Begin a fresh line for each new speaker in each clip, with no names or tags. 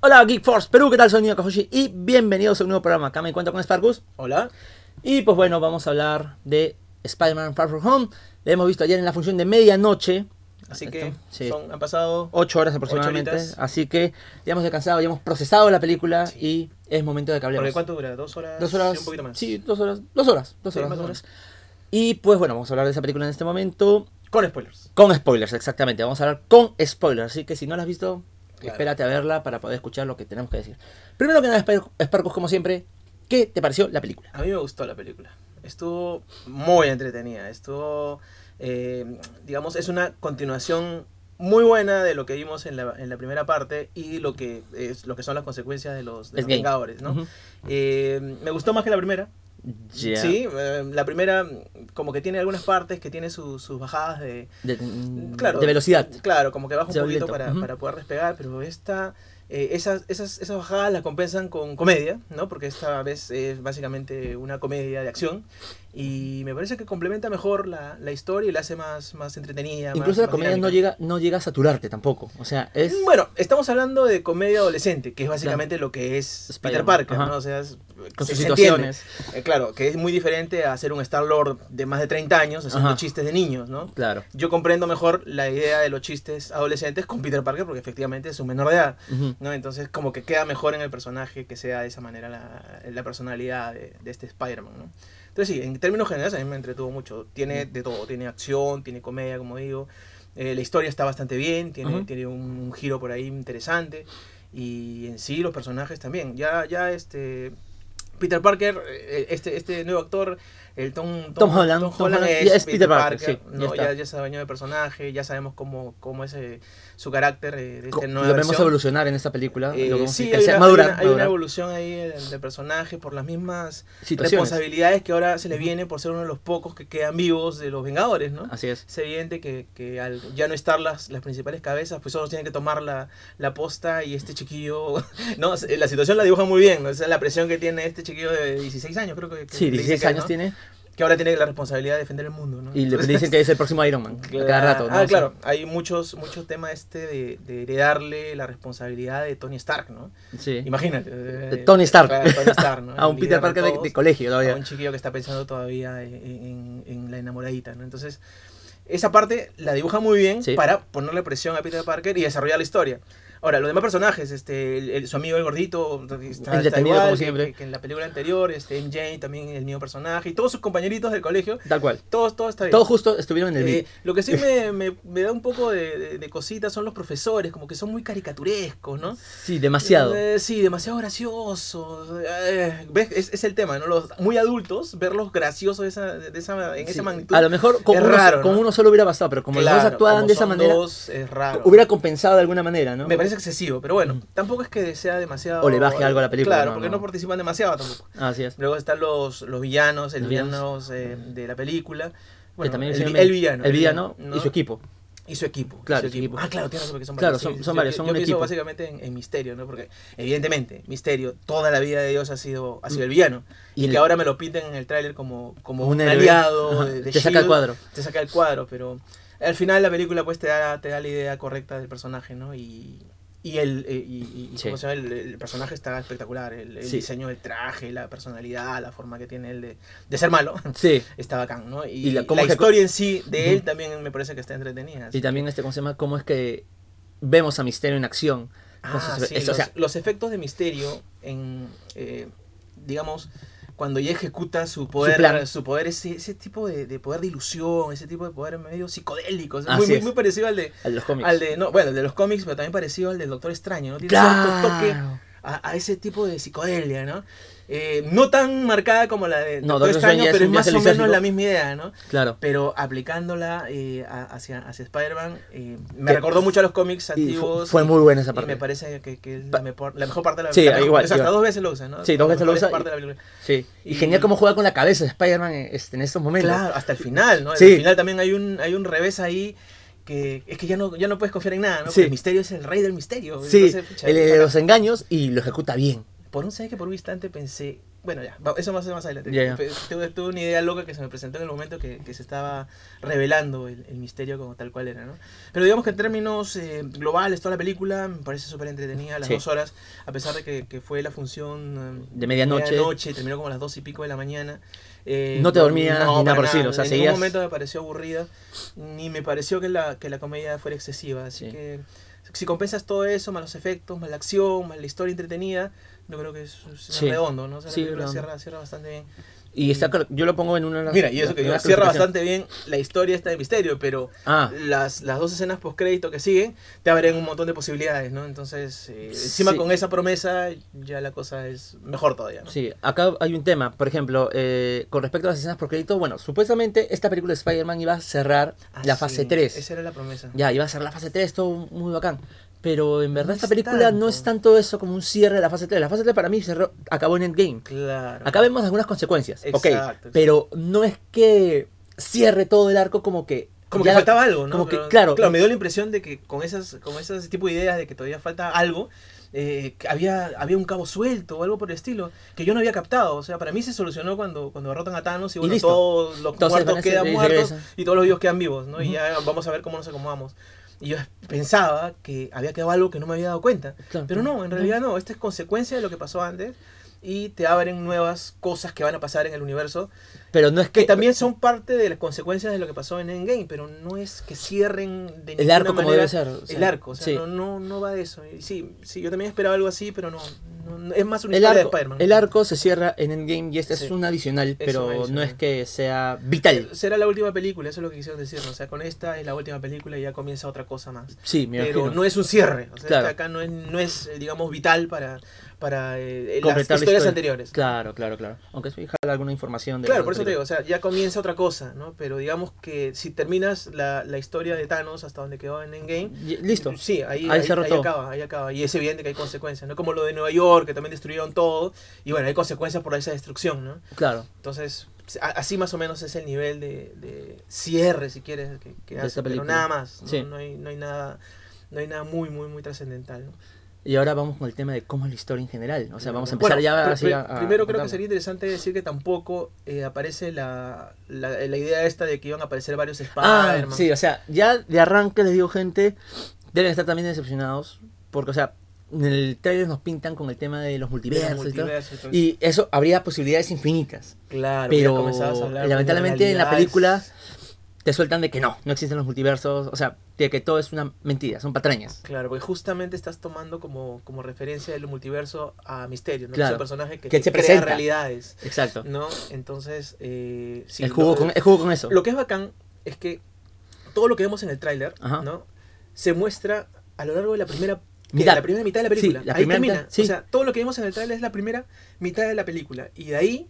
Hola Geek Force Perú, ¿qué tal? Soy Nino Kajoshi y bienvenidos a un nuevo programa. Acá me encuentro con Sparkus.
Hola.
Y pues bueno, vamos a hablar de Spider-Man Far From Home. La hemos visto ayer en la función de medianoche.
Así
Acá
que
está. Sí.
son- han pasado.
Ocho horas aproximadamente.
Ocho horitas.
Así que ya hemos descansado, ya hemos procesado la película y es momento de que hablemos.
Porque ¿Cuánto dura? ¿Dos horas?
Dos horas.
Y un poquito más.
Sí, dos horas. Dos horas. Dos
Sí,
horas.
más
dos
o menos.
horas. Y pues bueno, vamos a hablar de esa película en este momento.
Con spoilers.
Con spoilers, exactamente. Vamos a hablar con spoilers. Así que si no la has visto,
Claro.
espérate a verla para poder escuchar lo que tenemos que decir. Primero que nada, Spar- Sparkus, como siempre, ¿qué te pareció la película?
A mí me gustó la película. Estuvo muy entretenida. Estuvo. eh, digamos, es una continuación muy buena de lo que vimos en la, en la primera parte y lo que, es, lo que son las consecuencias de los, de los
Endgame.
Vengadores, ¿no?
Ujú.
Eh, me gustó más que la primera.
Ya.
Sí, eh, la primera mm, como que tiene algunas partes que tiene su- sus bajadas de,
De, mm,
claro,
de velocidad.
Claro, como que baja un
Se va
poquito
lento,
para,
ujú.
para poder despegar, pero esta, eh, esas, esas, esas bajadas las compensan con comedia, ¿no? Porque esta vez es básicamente una comedia de acción y me parece que complementa mejor la, la historia y la hace más, más entretenida. más-
Incluso la
más
comedia no llega,
dinámica.
no llega a saturarte tampoco. O sea, es.
Bueno, estamos hablando de comedia adolescente, que es básicamente lo que es
Spider-Man,
Peter Parker,
ajá.
¿no? O sea, es-
Con
se-
sus
se entiende.
situaciones.
Eh, claro, que es muy diferente a ser un Star-Lord de más de 30 años haciendo
Ajá.
chistes de niños, ¿no?
Claro.
Yo comprendo mejor la idea de los chistes adolescentes con Peter Parker porque efectivamente es un menor de edad,
Ujú.
¿no? Entonces como que queda mejor en el personaje que sea de esa manera la, la personalidad de, de este Spider-Man, ¿no? Entonces sí, en términos generales a mí me entretuvo mucho. Tiene de todo, tiene acción, tiene comedia, como digo. Eh, la historia está bastante bien, tiene,
Ujú.
tiene un, un giro por ahí interesante. Y en sí los personajes también. Ya, ya este... Peter Parker, eh, este, este nuevo actor, el Tom,
Tom Holland, Tom Holland ya es Peter Parker, sí, ya
¿no?
está.
ya, ya se dueño de personaje, ya sabemos cómo, cómo es eh, su carácter eh, de
Co-
esta
lo
nueva
vemos
versión.
evolucionar en esta película.
Eh,
lo vemos
sí, hay
crecer,
una,
madurar,
hay una- hay una
madurar.
evolución ahí del de personaje por las mismas
Situaciones.
responsabilidades que ahora se le viene por ser uno de los pocos que quedan vivos de los Vengadores, ¿no?
Así es.
Es evidente que, que al ya no estar las, las principales cabezas, pues solo tienen que tomar la, la posta y este chiquillo, ¿no? Se- La situación la dibuja muy bien, ¿no? Esa es la presión que tiene este chiquillo de 16 años, creo que. que
Sí,
le dice
16
que,
años
¿no?
tiene.
Que ahora tiene la responsabilidad de defender el mundo, ¿no?
Y le
Entonces-
dicen que es el próximo Iron Man. a cada
Cla-
rato. ¿no?
Ah,
O sea,
claro, hay muchos, muchos temas este de, de heredarle la responsabilidad de Tony Stark, ¿no?
Sí.
Imagínate. eh,
Tony Stark.
claro, Tony Stark, ¿no?
a Ah, un
El
Peter
líder
Parker de,
todos,
de colegio
a
todavía.
un chiquillo que está pensando todavía en, en- en la enamoradita, ¿no? Entonces, esa parte la dibuja muy bien
Sí.
para ponerle presión a Peter Parker y desarrollar la historia. Ahora, los demás personajes, este, el- el- su amigo el gordito, está- está,
Entretenido,
igual
como
que-
siempre.
Que, que en la película anterior, este, MJ también el mismo personaje, y todos sus compañeritos del colegio,
Tal cual.
todos, todos está bien.
Todos justo estuvieron en el
Eh,
beat.
lo que sí me, me- me da un poco de, de, de cosita son los profesores, como que son muy caricaturescos, ¿no?
Sí, demasiado.
Eh, sí, demasiado graciosos. Eh, ¿Ves? Es, es el tema, ¿no? Los muy adultos, verlos graciosos de esa, de esa, en
Sí.
esa magnitud.
A lo mejor con,
es
uno,
raro,
con
¿no?
uno solo hubiera bastado, pero como los dos
Claro,
actuaban
como
de esa
son
manera,
dos, es raro.
hubiera compensado de alguna manera, ¿no?
Me parece excesivo, pero bueno, tampoco es que sea demasiado.
O le baje algo a la película,
Claro,
no,
porque
no.
no participan demasiado tampoco.
Ah, Así es.
Luego están los, los villanos, el
Los
villanos eh, de la película. Bueno,
que también
el,
hicieron
vi-
bien.
el villano.
El villano
¿no?
y su equipo.
Y su equipo.
Claro,
y
su equipo.
Ah, claro, tienes porque son
Claro,
varios.
son-
sí, sí,
son
sí.
varios,
Yo-
son
yo
un
pienso
equipo.
básicamente en, en Misterio, ¿no? Porque evidentemente, Misterio, toda la vida de Dios ha sido, ha sido el villano.
Mm. Y
Y,
el-
que ahora me lo pintan en el tráiler como, como
Un
un,
héroe.
aliado.
Ajá,
de- de
te saca el
S.H.I.E.L.D.,
cuadro.
Te saca el cuadro, pero al final la película pues te da, te da la idea correcta del personaje, ¿no? Y... Y el, eh, y- y- y
Sí.
¿cómo se llama? El- el personaje está espectacular, el, el
Sí.
diseño del traje, la personalidad, la forma que tiene él de, de ser malo,
Sí.
está bacán, ¿no? Y,
Y la-
la,
cómo ejecu-
historia en sí de él también me parece que está entretenida. así
Y también este, ¿cómo se llama? ¿Cómo es que vemos a Misterio en acción? Con
Ah,
sus-
sí,
es- o
los,
sea,
los efectos de misterio en, eh, digamos, cuando ella ejecuta su poder,
plan.
su, poder, ese, ese tipo de, de poder de ilusión, ese tipo de poder medio psicodélico, o sea,
Así
muy, muy-
es.
muy parecido al de,
a los cómics.
al de, no, bueno, el de los cómics, pero también parecido al del Doctor Extraño, ¿no? Tiene cierto toque
claro.
a, a ese tipo de psicodelia, ¿no? Eh, no tan marcada como la de
No,
Doctor
Doctor Extraño
Extraño,
ya es
pero es
un- ya
más
es el
o menos
lisérgico.
la misma idea, ¿no?
Claro.
pero aplicándola eh, a- hacia, hacia Spider-Man eh, me
Que-
recordó mucho a los
Y
cómics
fu-
antiguos.
fue
y-
muy buena esa
y
parte.
me parece que, que es
Pa-
la mejor, la mejor parte de la
Sí,
la mejor-
igual,
o sea, hasta
igual.
dos veces lo usa, ¿no?
Sí, dos
La
veces lo
mejor
usa
parte
y-
de la película.
Sí. Y,
y-
genial cómo juega con la cabeza de Spider-Man este, en estos momentos.
Claro, hasta el final, ¿no?
Sí.
Al final también hay un, hay un revés ahí que es que ya no, ya no puedes confiar en nada, ¿no?
Sí.
Porque el misterio es el rey del misterio.
Sí,
Entonces, pucha,
el eh, de
para-
los engaños y lo ejecuta bien.
por un sabes que por un instante pensé, Bueno, ya, va- eso va a ser más adelante.
Ya, ya.
Pe- Tuve, tuve una idea loca que se me presentó en el momento que, que se estaba revelando el, el misterio como tal cual era, ¿no? Pero digamos que en términos eh, globales, toda la película me parece súper entretenida, las
Sí.
dos horas, a pesar de que, que fue la función... eh,
De medianoche.
medianoche, terminó como a las dos y pico de la mañana. Eh,
No te dormías ni
para
nada por el estilo, o sea,
en
seguías-
ningún momento me pareció aburrida, ni me pareció que la, que la comedia fuera excesiva. Así
Sí.
que si compensas todo eso, más los efectos, más la acción, más la historia entretenida, yo creo que es, es
Sí.
redondo, ¿no? O sea, la
Sí,
película
redondo.
cierra, cierra bastante bien.
Y está, cl- yo lo pongo en una.
Mira, y eso que
en una
cierra
clasificación.
bastante bien, la historia está de misterio, pero
Ah,
las, las dos escenas postcrédito que siguen te abren un montón de posibilidades, ¿no? Entonces, eh, encima
Sí.
con esa promesa, ya la cosa es mejor todavía, ¿no?
Sí, acá hay un tema, por ejemplo, eh, con respecto a las escenas por crédito, bueno, supuestamente esta película de Spider-Man iba a cerrar
Ah,
la
sí,
fase 3.
Esa era la promesa.
Ya, iba a cerrar la fase 3, todo muy bacán. Pero en verdad
No
esta
es
película no
tanto.
es tanto eso como un cierre de la fase 3. La fase 3 para mí cerró, acabó en Endgame.
Claro.
Acá vemos algunas consecuencias, ok,
Exacto,
pero no es que cierre todo el arco como que...
Como
ya
que
la-
faltaba algo, ¿no?
como que,
Pero,
claro.
me dio la impresión de que con esas, con esas tipo de ideas de que todavía falta algo, eh, que había, había un cabo suelto o algo por el estilo, que yo no había captado. O sea, para mí se solucionó cuando, cuando derrotan a Thanos y
Y
bueno,
listo.
todos los
Entonces van a
muertos
ser-
quedan
y
muertos
regresa.
y todos los vivos quedan vivos, ¿no? Y
Ujú.
ya vamos a ver cómo nos acomodamos. Y yo pensaba que había quedado algo que no me había dado cuenta.
Claro,
Pero no, en
no.
realidad no. Esta es consecuencia de lo que pasó antes y te abren nuevas cosas que van a pasar en el universo
Pero no es que...
que también son parte de las consecuencias de lo que pasó en Endgame, pero no es que cierren de
El
ninguna
arco como
manera
debe ser. o sea,
el arco, o sea,
sí.
no, no, no va de eso. Y Sí, sí, yo también esperaba algo así, pero no, no- no- es más una
El
historia
arco,
de Spider-Man.
el arco se cierra en Endgame y este es
Sí.
un adicional,
Es
pero
un
no
adicional.
es que sea vital.
Será la última película, eso es lo que quisieron decir, ¿no? o sea, con esta es la última película y ya comienza otra cosa más.
Sí, me
Pero
imagino.
no es un cierre, o sea,
Claro.
este acá no es, no es, eh, digamos, vital para, para eh, las
Completar
historias
la historia.
anteriores.
Claro, claro, claro. Aunque sí, jala alguna información de
Claro,
la
por eso te
película.
digo, o sea, ya comienza otra cosa, ¿no? Pero digamos que si terminas la, la historia de Thanos hasta donde quedó en Endgame,
Y- Listo.
Sí, ahí,
Ahí
ahí-
cerró
ahí
todo.
acaba, ahí acaba. Y es evidente que hay consecuencias, ¿no? Como lo de Nueva York, que también destruyeron todo. Y bueno, hay consecuencias por esa destrucción, ¿no?
Claro.
Entonces, a- así más o menos es el nivel de, de cierre, si quieres, que, que
De
hace.
esta
Pero
película.
nada más. ¿no?
Sí.
No hay, no hay nada. No hay nada muy, muy, muy trascendental. ¿no?
Y ahora vamos con el tema de cómo es la historia en general. O sea, vamos a
Bueno,
empezar ya
pr-
así
pr-
a- a
Primero creo
contarlo.
que sería interesante decir que tampoco eh, aparece la, la, la idea esta de que iban a aparecer varios
Ah,
Spider-Man.
sí, o sea, ya de arranque les digo, gente, deben estar también decepcionados. Porque, o sea, en el trailer nos pintan con el tema de los
Era
multiversos,
multiverso,
y todo.
entonces-
Y eso habría posibilidades infinitas.
claro, ya
pero
comenzabas a hablar de
lamentablemente en la
realidades.
película te sueltan de que no, no existen los multiversos. O sea, de que todo es una mentira, son patrañas.
Claro, porque justamente estás tomando como, como referencia del multiverso a Misterio, ¿no?
Claro,
Es un personaje que,
que
que
se
crea
presenta.
realidades,
Exacto.
¿no? Entonces, eh, Mm, sí,
el, juego
lo,
con, el juego con eso.
lo que es bacán es que todo lo que vemos en el tráiler,
Ajá.
¿no? Se muestra a lo largo de la primera ¿qué?
Mitad.
la primera mitad de la
Sí,
película.
la
ahí
primera
termina.
mitad, sí.
O sea, todo lo que vemos en el tráiler es la primera mitad de la película. Y de ahí,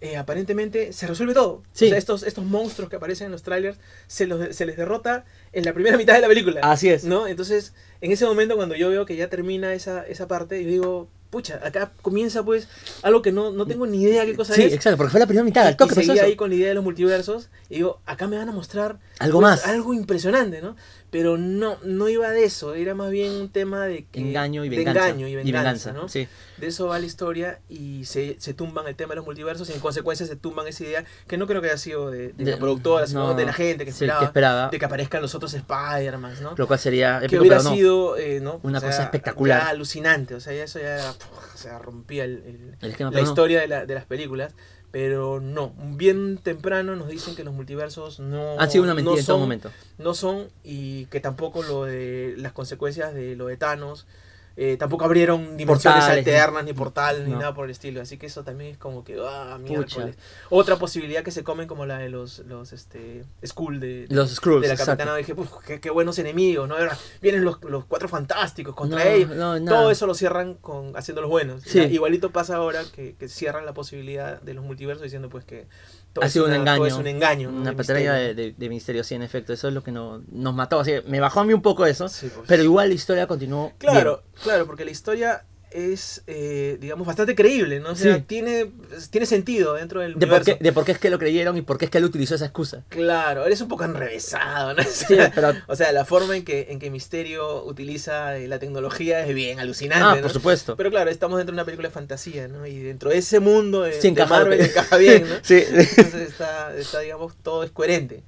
eh, aparentemente, se resuelve todo.
Sí.
O sea, estos, estos monstruos que aparecen en los trailers se, los, se les derrota en la primera mitad de la película.
Así es.
Pues, ¿no? Entonces, en ese momento cuando yo veo que ya termina esa, esa parte, yo digo, pucha, acá comienza pues algo que no, no tengo ni idea qué cosa
sí,
es.
exacto, porque fue la primera mitad, al
Y, y
toque pasó
seguí
eso.
ahí con la idea de los multiversos y digo, acá me van a mostrar
Algo
pues,
más.
algo impresionante, ¿no? Pero no, no iba de eso, era más bien un tema de que...
engaño y
de
venganza.
engaño y venganza, ¿no?
sí.
De eso va la historia y se, se tumban el tema de los multiversos y en consecuencia se tumban esa idea que no creo que haya sido de, de
De-
la productora, sino
no,
de la gente que
sí,
esperaba,
que esperaba.
de que aparezcan los otros Spider-Man, ¿no?
Lo cual sería
que
épico,
hubiera
pero no.
sido eh, ¿no?
Una
O sea,
cosa espectacular.
ya alucinante, o sea, ya eso ya puf, o sea, rompía el- el-
El esquema,
la
pero no.
historia de, la- de las películas, pero no, bien temprano nos dicen que los multiversos no,
Han sido una mentira
no
en todo
son,
momento.
no son y que tampoco lo de las consecuencias de lo de Thanos, eh, tampoco abrieron dimensiones
Portales,
alternas, ni portales, ni
No.
nada por el estilo, así que eso también es como que, ah,
Pucha.
miércoles. Otra posibilidad que se comen como la de los, los este, Skull de,
Los Skrulls,
de la
exacto.
capitana dije, "Uf, qué, qué buenos enemigos, ¿no? Ahora vienen los, los cuatro fantásticos contra
No,
ellos.
no, nada.
Todo eso lo cierran con haciendo los buenos.
Sí.
Ya, Igualito pasa ahora que, que cierran la posibilidad de los multiversos diciendo pues que todo
Ha
es
sido un
una- todo
engaño,
es un engaño. ¿no?
Una
de
patraña
misterio.
de, de, de misterio, sí, en efecto. Eso es lo que no- nos mató. Así que me bajó a mí un poco eso.
Sí, pues.
Pero igual la historia continuó.
Claro, claro, porque la historia es, eh, digamos, bastante creíble, ¿no? O sea,
Sí.
tiene, tiene sentido dentro del
De por,
universo.
qué, de por qué es que lo creyeron y por qué es que él utilizó esa excusa.
Claro, eres un poco enrevesado, ¿no? O
Sí,
sea,
pero.
o sea, la forma en que, en que Misterio utiliza eh, la tecnología es bien alucinante,
Ah,
¿no?
por supuesto.
Pero claro, estamos dentro de una película de fantasía, ¿no? Y dentro de ese mundo de,
Sí,
de
encaja
Marvel
bien.
encaja bien, ¿no?
Sí.
Entonces está, está, digamos, todo es coherente.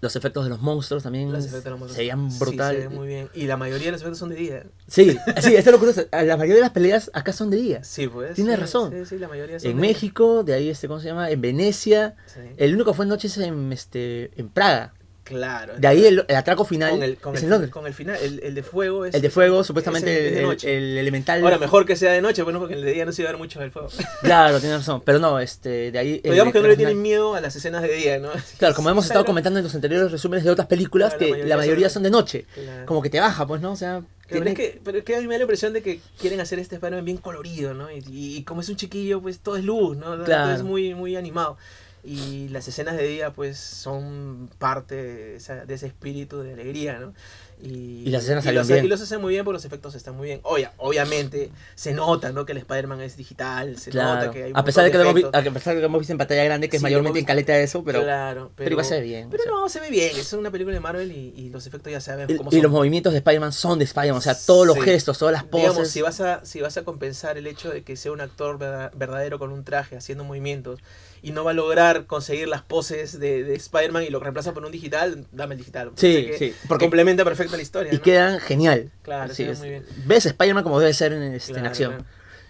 Los efectos de los monstruos también
Los efectos de los monstruos.
serían
Sí,
brutales.
se ve muy bien. Y la mayoría de los efectos son de día.
Sí, sí, eso es lo curioso. La mayoría de las peleas acá son de día.
Sí, pues.
Tienes
sí,
razón.
Sí, sí, la mayoría son
En
de día.
México, eh, de ahí, este, ¿cómo se llama? En Venecia.
Sí,
El único que fue en noches en, este, en Praga.
Claro.
De ahí el, el atraco final
con el, con
es
el,
en Londres.
con el final, el, el de fuego es...
El de fuego, supuestamente
es de- es de
el,
noche.
el elemental.
Ahora, mejor que sea de noche, bueno, porque el de día no se iba a ver mucho del fuego. Pero
Claro, tienes razón. Pero no, este, de ahí. el
digamos que no le
final-
tienen miedo a las escenas de día, ¿no?
Claro, como hemos estado
Claro.
comentando en los anteriores resúmenes de otras películas,
Claro, la
que
mayoría
la mayoría
son-
son de noche.
Claro.
Como que te baja, pues, ¿no? O sea.
Claro,
tiene-
pero, es que, pero es que a mí me da la impresión de que quieren hacer este Spider-Man bien colorido, ¿no? Y, y como es un chiquillo, pues todo es luz, ¿no?
Claro.
Todo es muy, muy animado. Y las escenas de día, pues, son parte de, esa- de ese espíritu de alegría, ¿no? Y,
Y las escenas
y
salieron
los-
bien.
y los hacen muy bien porque los efectos están muy bien. Obvia- obviamente, se nota, ¿no? Que el Spider-Man es digital, se nota
Claro.
que hay un
A pesar de que
montón
lo hemos vi-
efectos.
a pesar de que lo hemos visto en pantalla grande, que es
Sí, lo
mayormente
hemos
en
visto.
caleta de eso, pero.
Claro, pero,
pero igual se ve bien,
Pero
o sea.
no, se ve bien. Es una película de Marvel y, y los efectos ya saben cómo
Y, y
son.
los movimientos de Spider-Man son de Spider-Man, o sea, todos los
Sí.
gestos, todas las poses.
Digamos, si vas, a, si vas a compensar el hecho de que sea un actor verda- verdadero con un traje haciendo movimientos y no va a lograr conseguir las poses de, de Spider-Man y lo reemplaza por un digital, dame el digital.
Sí,
Así que
sí, porque-
complementa perfecto la historia.
y
¿no?
quedan genial.
Claro,
Sí,
se ve
es-
muy bien.
Ves Spider-Man como debe ser en, este, en
Claro,
acción.
claro.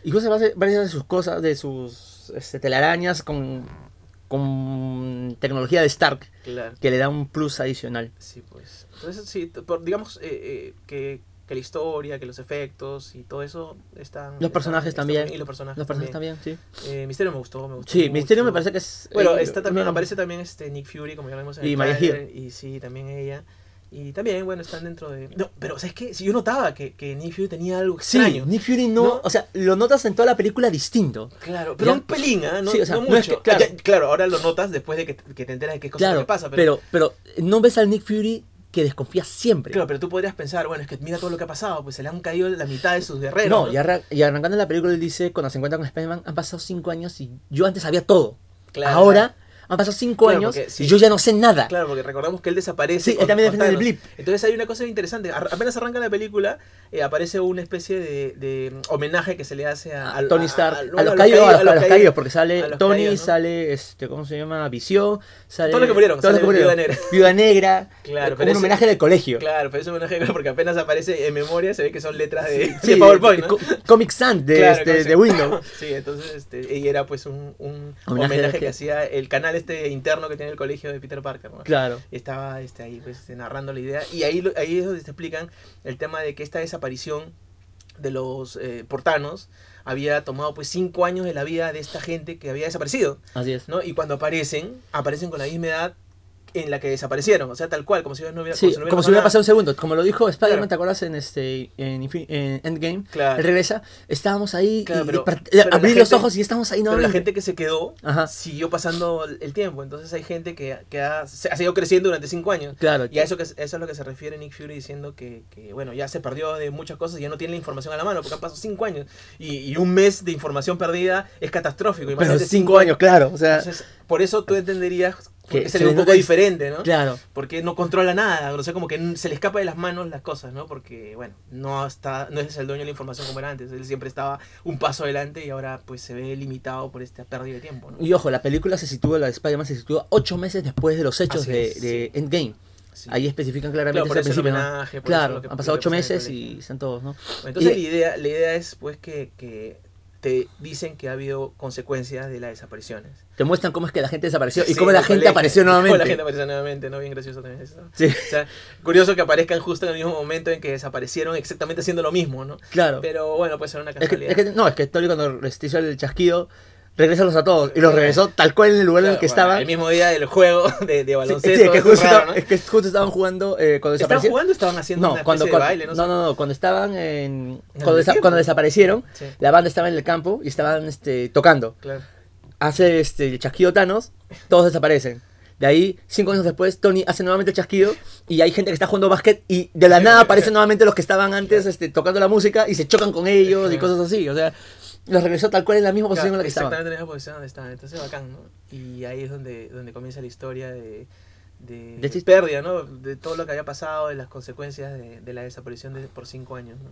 Incluso varias- varias de sus cosas, de sus este, telarañas con, con tecnología de Stark,
Claro.
que le da un plus adicional.
Sí, pues. Entonces, sí, t- por- digamos eh, eh, que, que la historia, que los efectos y todo eso están.
Los personajes
están- están
también.
muy- Y los personajes,
Los personajes también, sí.
Eh, Misterio me gustó, me gustó.
Sí, Misterio me
mucho.
parece que es...
Bueno,
eh,
está también,
uno-
aparece también este Nick Fury, como ya lo vimos en
Y
el
Maria
tráiler, Y sí, también ella. Y también, bueno, están dentro de... No, pero, ¿sabes qué? Si yo notaba que, que Nick Fury tenía algo
Sí,
extraño.
Nick Fury no,
¿No?
O sea, lo notas en toda la película distinto.
Claro, pero
Ya.
un pelín, ¿ah? No,
Sí, o sea,
no
no es que-
mucho.
claro.
Ah, ya, claro, ahora lo notas después de que, que te enteras de qué cosa
claro,
le pasa. Pero,
pero, pero no ves al Nick Fury que desconfía siempre.
Claro, pero tú podrías pensar, bueno, es que mira todo lo que ha pasado, pues se le han caído la mitad de sus guerreros.
no, y, arran- y arrancando la película, él dice, cuando se encuentra con Spider-Man, han pasado cinco años y yo antes sabía todo.
Claro.
Ahora han pasado cinco
Claro,
años
porque sí.
y yo ya no sé nada.
Claro, porque recordamos que él desaparece.
Sí, él también defiende
Thanos.
el blip.
Entonces hay una cosa interesante. Ar- apenas arranca la película, eh, aparece una especie de, de, mm, homenaje que se le hace a,
a
al-
Tony Stark, a,
bueno,
los caídos, a los, a los
caídos.
caídos, porque sale
A los
Tony,
caídos, ¿no?
sale, este, ¿cómo se llama? Visión, sale...
Todos los que murieron,
todos los
sale
que murieron.
Viuda Negra.
Viuda Negra,
Claro,
eh,
pero
como un
ese-
homenaje del colegio.
Claro, pero es un homenaje porque apenas aparece en memoria, se ve que son letras de, de
Sí,
PowerPoint.
de-
¿no?
co- Comic Sans de,
Claro,
este,
no sé.
de Windows.
Sí, entonces este, y era pues un, un
Homenaje
homenaje,
de-
que hacía el canal este interno que tiene el colegio de Peter Parker. ¿no?
Claro.
Estaba este, ahí pues este, narrando la idea y ahí, lo- ahí es donde te explican el tema de que esta desaparición de los eh, portanos había tomado pues cinco años de la vida de esta gente que había desaparecido.
Así es.
¿no? Y cuando aparecen, aparecen con la misma edad en la que desaparecieron, o sea, tal cual, como si ellos no hubiera,
Sí,
pues, no
como si hubiera
nada.
pasado un segundo. Como lo dijo Spider-Man,
Claro.
¿te acuerdas? En, este, en, Infin- en Endgame.
Claro.
Él regresa. Estábamos ahí.
Claro,
y-
pero-
y part-
pero la
abrí los
gente-
ojos y estábamos ahí. No,
Pero la
abrí.
gente que se quedó
Ajá.
siguió pasando el tiempo. Entonces hay gente que, que ha, se- ha seguido creciendo durante cinco años.
Claro.
Y a eso, que, eso es lo que se refiere Nick Fury diciendo que, que, bueno, ya se perdió de muchas cosas y ya no tiene la información a la mano porque han pasado cinco años. Y, y un mes de información perdida es catastrófico.
pero
imagínate
cinco, años, claro. O sea,
Entonces, por eso tú entenderías
Que
que
se
sería un
le nota
poco
el-
diferente, ¿no?
claro.
Porque no controla nada, no sé, como que n- se le escapa de las manos las cosas, ¿no? Porque, bueno, no está, no es el dueño de la información como era antes. Él siempre estaba un paso adelante y ahora pues se ve limitado por esta pérdida de tiempo, ¿no?
Y ojo, la película se sitúa, la de Spider-Man se sitúa ocho meses después de los hechos
Así
de,
es,
de Endgame.
Sí.
Ahí especifican claramente
Claro, por
ese
eso el
principio, ¿no?
homenaje, por eso
Claro,
lo que-
han pasado
lo que
ocho
pasa en el
meses y están todos, ¿no? y-
Entonces la, idea, la idea es pues que, que te dicen que ha habido consecuencias de las desapariciones.
Te muestran cómo es que la gente desapareció y
Sí,
cómo la
del
gente
colegio,
apareció
cómo
nuevamente.
la gente apareció nuevamente, ¿no? Bien gracioso también eso.
Sí,
O sea, curioso que aparezcan justo en el mismo momento en que desaparecieron exactamente haciendo lo mismo, ¿no?
claro.
Pero bueno, puede ser una
Es que,
casualidad.
es que- no, es que Tony cuando les hizo el chasquido, regresalos a todos. Y los regresó tal cual en el lugar en el que
Claro,
estaban.
El mismo día del juego de, de
Sí,
baloncesto.
sí, es, que
eso
justo,
raro, ¿no?
es que justo estaban jugando eh, cuando
¿Estaban
desaparecieron.
jugando o estaban haciendo
No,
una
cuando,
especie
cuando-
de baile? No,
no,
sé.
no, no, cuando estaban en,
el
cuando, desa-
tiempo.
cuando desaparecieron,
Sí.
la banda estaba en el campo y estaban este, tocando.
Claro.
hace este el chasquido Thanos, todos desaparecen. De ahí, cinco años después, Tony hace nuevamente el chasquido y hay gente que está jugando básquet y de la nada aparecen nuevamente los que estaban antes este, tocando la música y se chocan con ellos y cosas así. O sea, los regresó tal cual en la misma posición en la que estaban.
Exactamente en la misma posición donde estaban. Entonces, bacán, ¿no? Y ahí es donde, donde comienza la historia de, de,
De este- esta-
pérdida, ¿no? De todo lo que había pasado, de las consecuencias de, de la desaparición de, por cinco años, ¿no?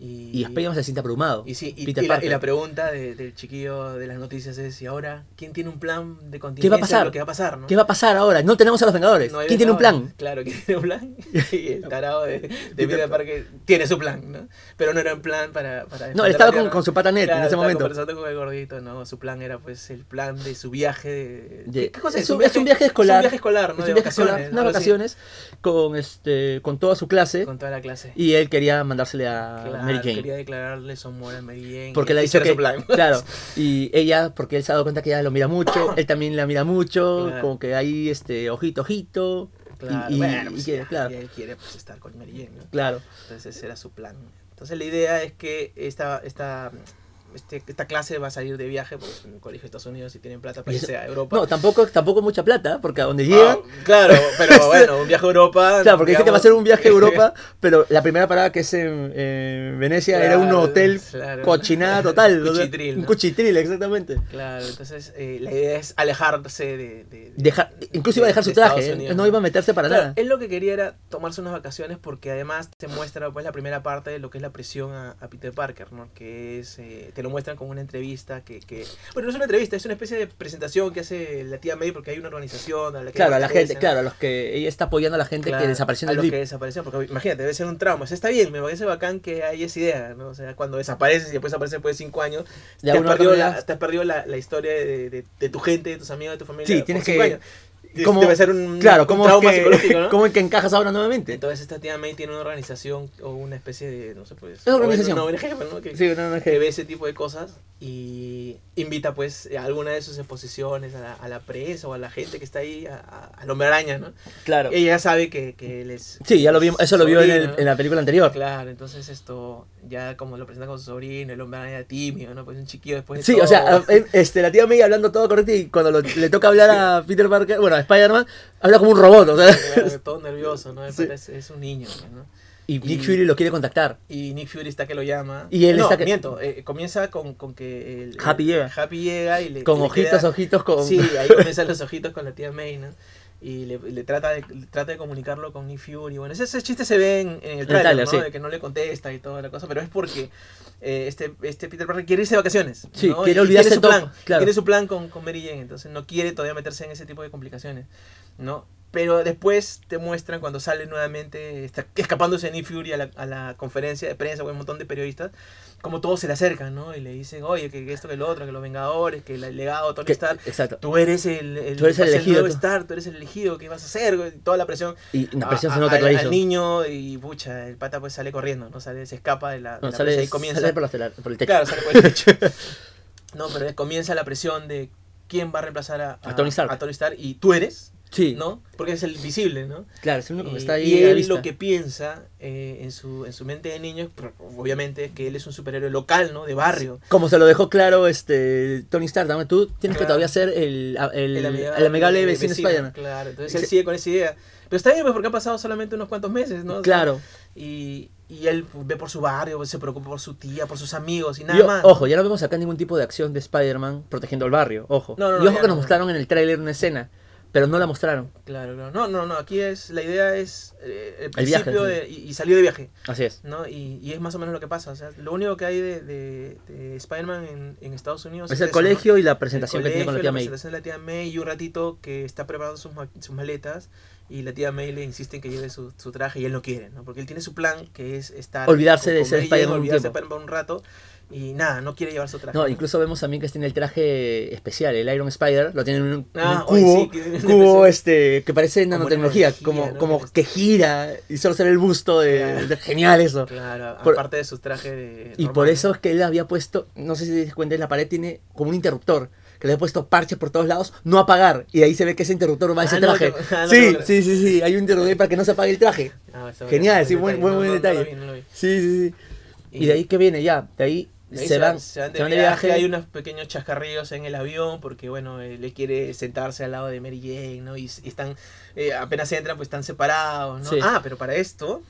Y,
Y Spider-Man se siente abrumado.
y sí, y,
Peter
y la, y
Parker.
la pregunta de- del chiquillo de las noticias es, ¿y ahora quién tiene un plan de contingencia?
¿Qué va a pasar?
Lo que va a pasar, ¿no?
¿Qué va a pasar ahora? No tenemos a los Vengadores.
No hay
¿Quién tiene un
Vengadores.
plan?
Claro, ¿quién tiene un plan? Y el tarado de, de Peter Parker tiene su plan, ¿no? Pero no era un plan para... para
No, él
defender
estaba
la
con,
Tierra.
con su pata net en
Claro,
ese
estaba
momento.
conversando con el gordito, ¿no? Su plan era, pues, el plan de su viaje... de-
De-
¿Qué, qué cosa
es un- es un viaje escolar.
Es un viaje escolar, ¿no?
Es
de
un viaje escolar,
vacaciones,
unas
algo así,
vacaciones con, este, con toda su clase
Con toda la clase.
y él quería mandársele a
Claro,
Mary Jane.
quería declararle su amor a Mary Jane.
Porque le
la
ha dicho que,
su plan.
claro, y ella, porque él se ha dado cuenta que ella lo mira mucho, él también la mira mucho,
Claro.
como que ahí, este, ojito, ojito,
Claro,
y, y-
bueno,
y
pues,
quiere-
ya,
claro,
y él quiere, pues, estar con Mary Jane, ¿no?
claro,
Entonces ese era su plan. Entonces la idea es que esta, esta, este- esta clase va a salir de viaje, porque es un colegio de Estados Unidos y tienen plata para
Y
irse
eso-
a Europa.
No, tampoco, tampoco mucha plata, porque a donde
Ah,
llega,
claro, pero bueno, un viaje a Europa.
claro, porque dice que va a
digamos,
ser un viaje a Europa, pero la primera parada que es en, en Venecia era un
Claro,
hotel
claro.
cochinada total, o sea,
Cuchitril,
un
¿no?
cuchitril, exactamente.
Claro, entonces eh, la idea es alejarse de... de, de-
Deja, incluso iba a dejar su
de Estados
traje, ¿eh?
Unidos,
no iba a meterse para
Claro,
nada.
Él lo que quería era tomarse unas vacaciones porque además te muestra pues la primera parte de lo que es la prisión a, a Peter Parker, ¿no? Que es, eh, te lo muestran con una entrevista que, que- Bueno, no es una entrevista, es una especie de presentación que hace la tía May porque hay una organización a la que
Claro, a la gente,
pertenecen.
claro, a los que ella está apoyando a la gente
Claro,
que desapareció en
a
el
los
DIP.
que desaparecieron, porque imagínate, debe ser un trauma. O sea, está bien, me parece bacán que hay esa idea, ¿no? O sea, cuando desapareces y después apareces después de cinco años,
De
te has,
alguna
perdido
manera-
la, te has perdido la, la historia de, de- de tu gente, de tus amigos, de tu familia.
Sí,
por
tienes
cinco
que-
años. Debe-
¿Cómo-
debe ser un,
Claro,
un
¿cómo,
trauma
es que,
psicológico, ¿no?
¿cómo es que encajas ahora nuevamente?
Entonces esta tía May tiene una organización o una especie de, no sé, pues...
Es organización.
o Una ONG, pues, ¿no? Que,
Sí, no, no es
que
que-
ve ese tipo de cosas y invita pues a alguna de sus exposiciones a la, a la prensa o a la gente que está ahí, a, a, al hombre araña, ¿no?
Claro.
Ella sabe que, que él es...
eh, Sí, ya lo vimos, eso lo vio en, el-
sobrino, ¿no?
en la película anterior.
Claro, entonces esto, ya como lo presenta con su sobrino, el hombre araña tímido, ¿no? Pues un chiquillo después de
Sí,
todo.
o sea, eh, este, la tía May hablando todo correcto y cuando lo- le toca hablar a Peter Parker, bueno, a Spider-Man, habla como un robot, o sea.
Claro, todo nervioso, ¿no?
Sí.
Es, es un niño, pues, ¿no?
Y Nick
Y-
Fury lo quiere contactar.
Y Nick Fury está que lo llama.
Y él
no,
está que-
miento, eh, comienza con, con que el,
Happy
el-
llega.
Happy llega y le
Con
le
ojitos,
queda-
ojitos, con...
Sí, ahí comienzan los ojitos con la tía May, ¿no? Y le, le trata de le trata de comunicarlo con Nick Fury. Bueno, ese, ese chiste se ve en, en el tráiler,
tráiler,
¿no?
sí.
De que no le contesta y toda la cosa, pero es porque eh, este, este Peter Parker quiere irse de vacaciones.
Sí, quiere
¿no? Y tiene
olvidarse
su
todo,
plan,
claro.
Tiene su plan con, con Mary Jane, entonces no quiere todavía meterse en ese tipo de complicaciones, ¿no? Pero después te muestran cuando sale nuevamente, está escapándose Nick Fury a la, a la conferencia de prensa, con un montón de periodistas, como todos se le acercan, ¿no? Y le dicen, oye, que que esto, que lo otro, que los Vengadores, que el legado, Tony
que-
Stark.
exacto.
Tú eres el, el,
Tú eres el
vas a ser
elegido,
nuevo
tú.
Star, tú eres el elegido, ¿qué vas a hacer? Toda la presión.
Y la presión
a-
se
a-
nota
al, al
clarísimo.
niño y pucha, el pata pues sale corriendo, ¿no? Sale, se escapa de la, de
No,
la
sale,
presión y comienza.
sale por, la telar- por el techo.
Claro, sale por el techo. no, pero comienza la presión de quién va a reemplazar a,
A Tony Stark.
Stark, y tú eres,
Sí,
¿no? Porque es el visible, ¿no?
claro, es el único
Y,
que está ahí
y
a la
él
vista.
lo que piensa eh, en, su, en su mente de niño, pero obviamente, es que él es un superhéroe local, ¿no? De barrio.
Como se lo dejó claro este Tony Stark, ¿no? tú tienes que
Claro.
todavía ser el, el,
El amigable,
el amigable vecino,
vecino,
Spider-Man.
Claro, entonces
Y
él
se-
sigue con esa idea. Pero está bien, pues, porque ha pasado solamente unos cuantos meses, ¿no? O sea,
Claro.
y, y él ve por su barrio, se preocupa por su tía, por sus amigos y nada
Yo- oh.
más.
Ojo, ya no vemos acá ningún tipo de acción de Spider-Man protegiendo al barrio, ojo.
No, no, no,
y ojo
ya
que
no,
nos
no.
mostraron en el tráiler una escena, pero no la mostraron.
Claro, claro. No, no, no, aquí es, la idea es eh, el
El viaje,
principio
sí.
de- y, y salir de viaje,
Así es.
¿no? Y, y es más o menos lo que pasa. O sea, lo único que hay de, de, de Spider-Man en, en Estados Unidos
es el
eso, ¿no?
colegio y la
El
presentación que tiene con la
colegio,
tía May.
presentación de la tía May y un ratito que está preparando sus, ma- sus maletas y la tía May le insiste en que lleve su, su traje y él no quiere, ¿no? Porque él tiene su plan que es estar...
Olvidarse de ser
Mary Jane,
Spider-Man un
Olvidarse de
tiempo.
Spider-Man por un rato y nada, no quiere llevar su traje.
No, incluso vemos también que tiene el traje especial, el Iron Spider, lo tiene en un,
Ah,
en un
oye,
cubo,
sí, que tiene una
cubo
especie-
este, que parece nanotecnología,
energía,
como,
¿no?
como que gira y solo se ve el busto de,
Claro.
de- genial eso.
Claro,
Por-
aparte de su traje de...
Y
normal,
por
¿no?
eso es que él había puesto, no sé si te das cuenta, en la pared tiene como un interruptor, que le ha puesto parches por todos lados, no apagar. Y ahí se ve que ese interruptor va a ese
Ah, no,
traje.
que- ah, no,
sí,
no, no.
sí, sí, sí, hay un interruptor para que no se apague el traje.
Ah, está
Genial,
bien,
sí, buen- buen- buen
No, no, no lo
detalle.
vi, no lo vi.
Sí, sí, sí. Y de ahí que viene ya, de ahí
De ahí
se van,
se van de,
se van de
viaje.
viaje.
Hay unos pequeños chascarrillos en el avión porque, bueno, él le quiere sentarse al lado de Mary Jane, ¿no? Y, s- y están, eh, apenas entran, pues están separados, ¿no?
Sí.
Ah, pero para esto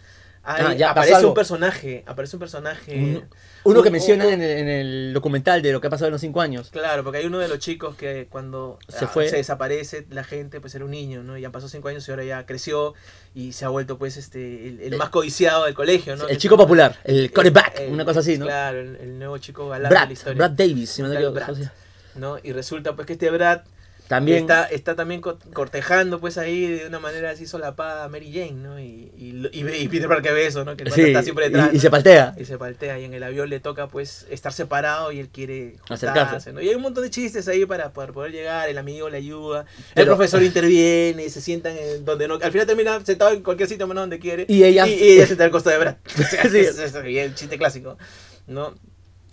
hay-
Ah, ya pasó
aparece
algo.
un personaje, aparece un personaje...
Un- Uno que
un-
mencionan
un-
en el, en el documental de lo que ha pasado en los cinco años.
Claro, porque hay uno de los chicos que cuando
Se
ah,
fue.
se desaparece la gente, pues era un niño, ¿no? Y ya pasó cinco años y ahora ya creció y se ha vuelto, pues, este, el, el más codiciado del colegio, ¿no? Que
Eh, el
es
chico
como-
popular, el quarterback,
el-
una cosa así, ¿no?
eh, Claro, el, el nuevo chico galán de
Brad,
la historia.
Brad Davis, si no me
Tal
equivoco.
Brad, ¿no? Y resulta, pues, que este Brad
También.
Está, está también co- cortejando, pues, ahí de una manera así solapada a Mary Jane, ¿no? Y, y, lo- y, ve- y Peter Parker ve eso, ¿no? Que el pata
sí,
está siempre detrás.
y, y
¿no?
se paltea.
Y se paltea y en el avión le toca pues estar separado y él quiere
Acercarse.
juntarse, ¿no? Y hay un montón de chistes ahí para, para poder llegar, el amigo le ayuda, el
Pero-
profesor interviene, se sientan en donde no, al final termina sentado en cualquier sitio menos donde quiere
Y ella-
y, y ella sienta al costo de Brad. O sea,
Sí.
es- es- y el chiste clásico, ¿no?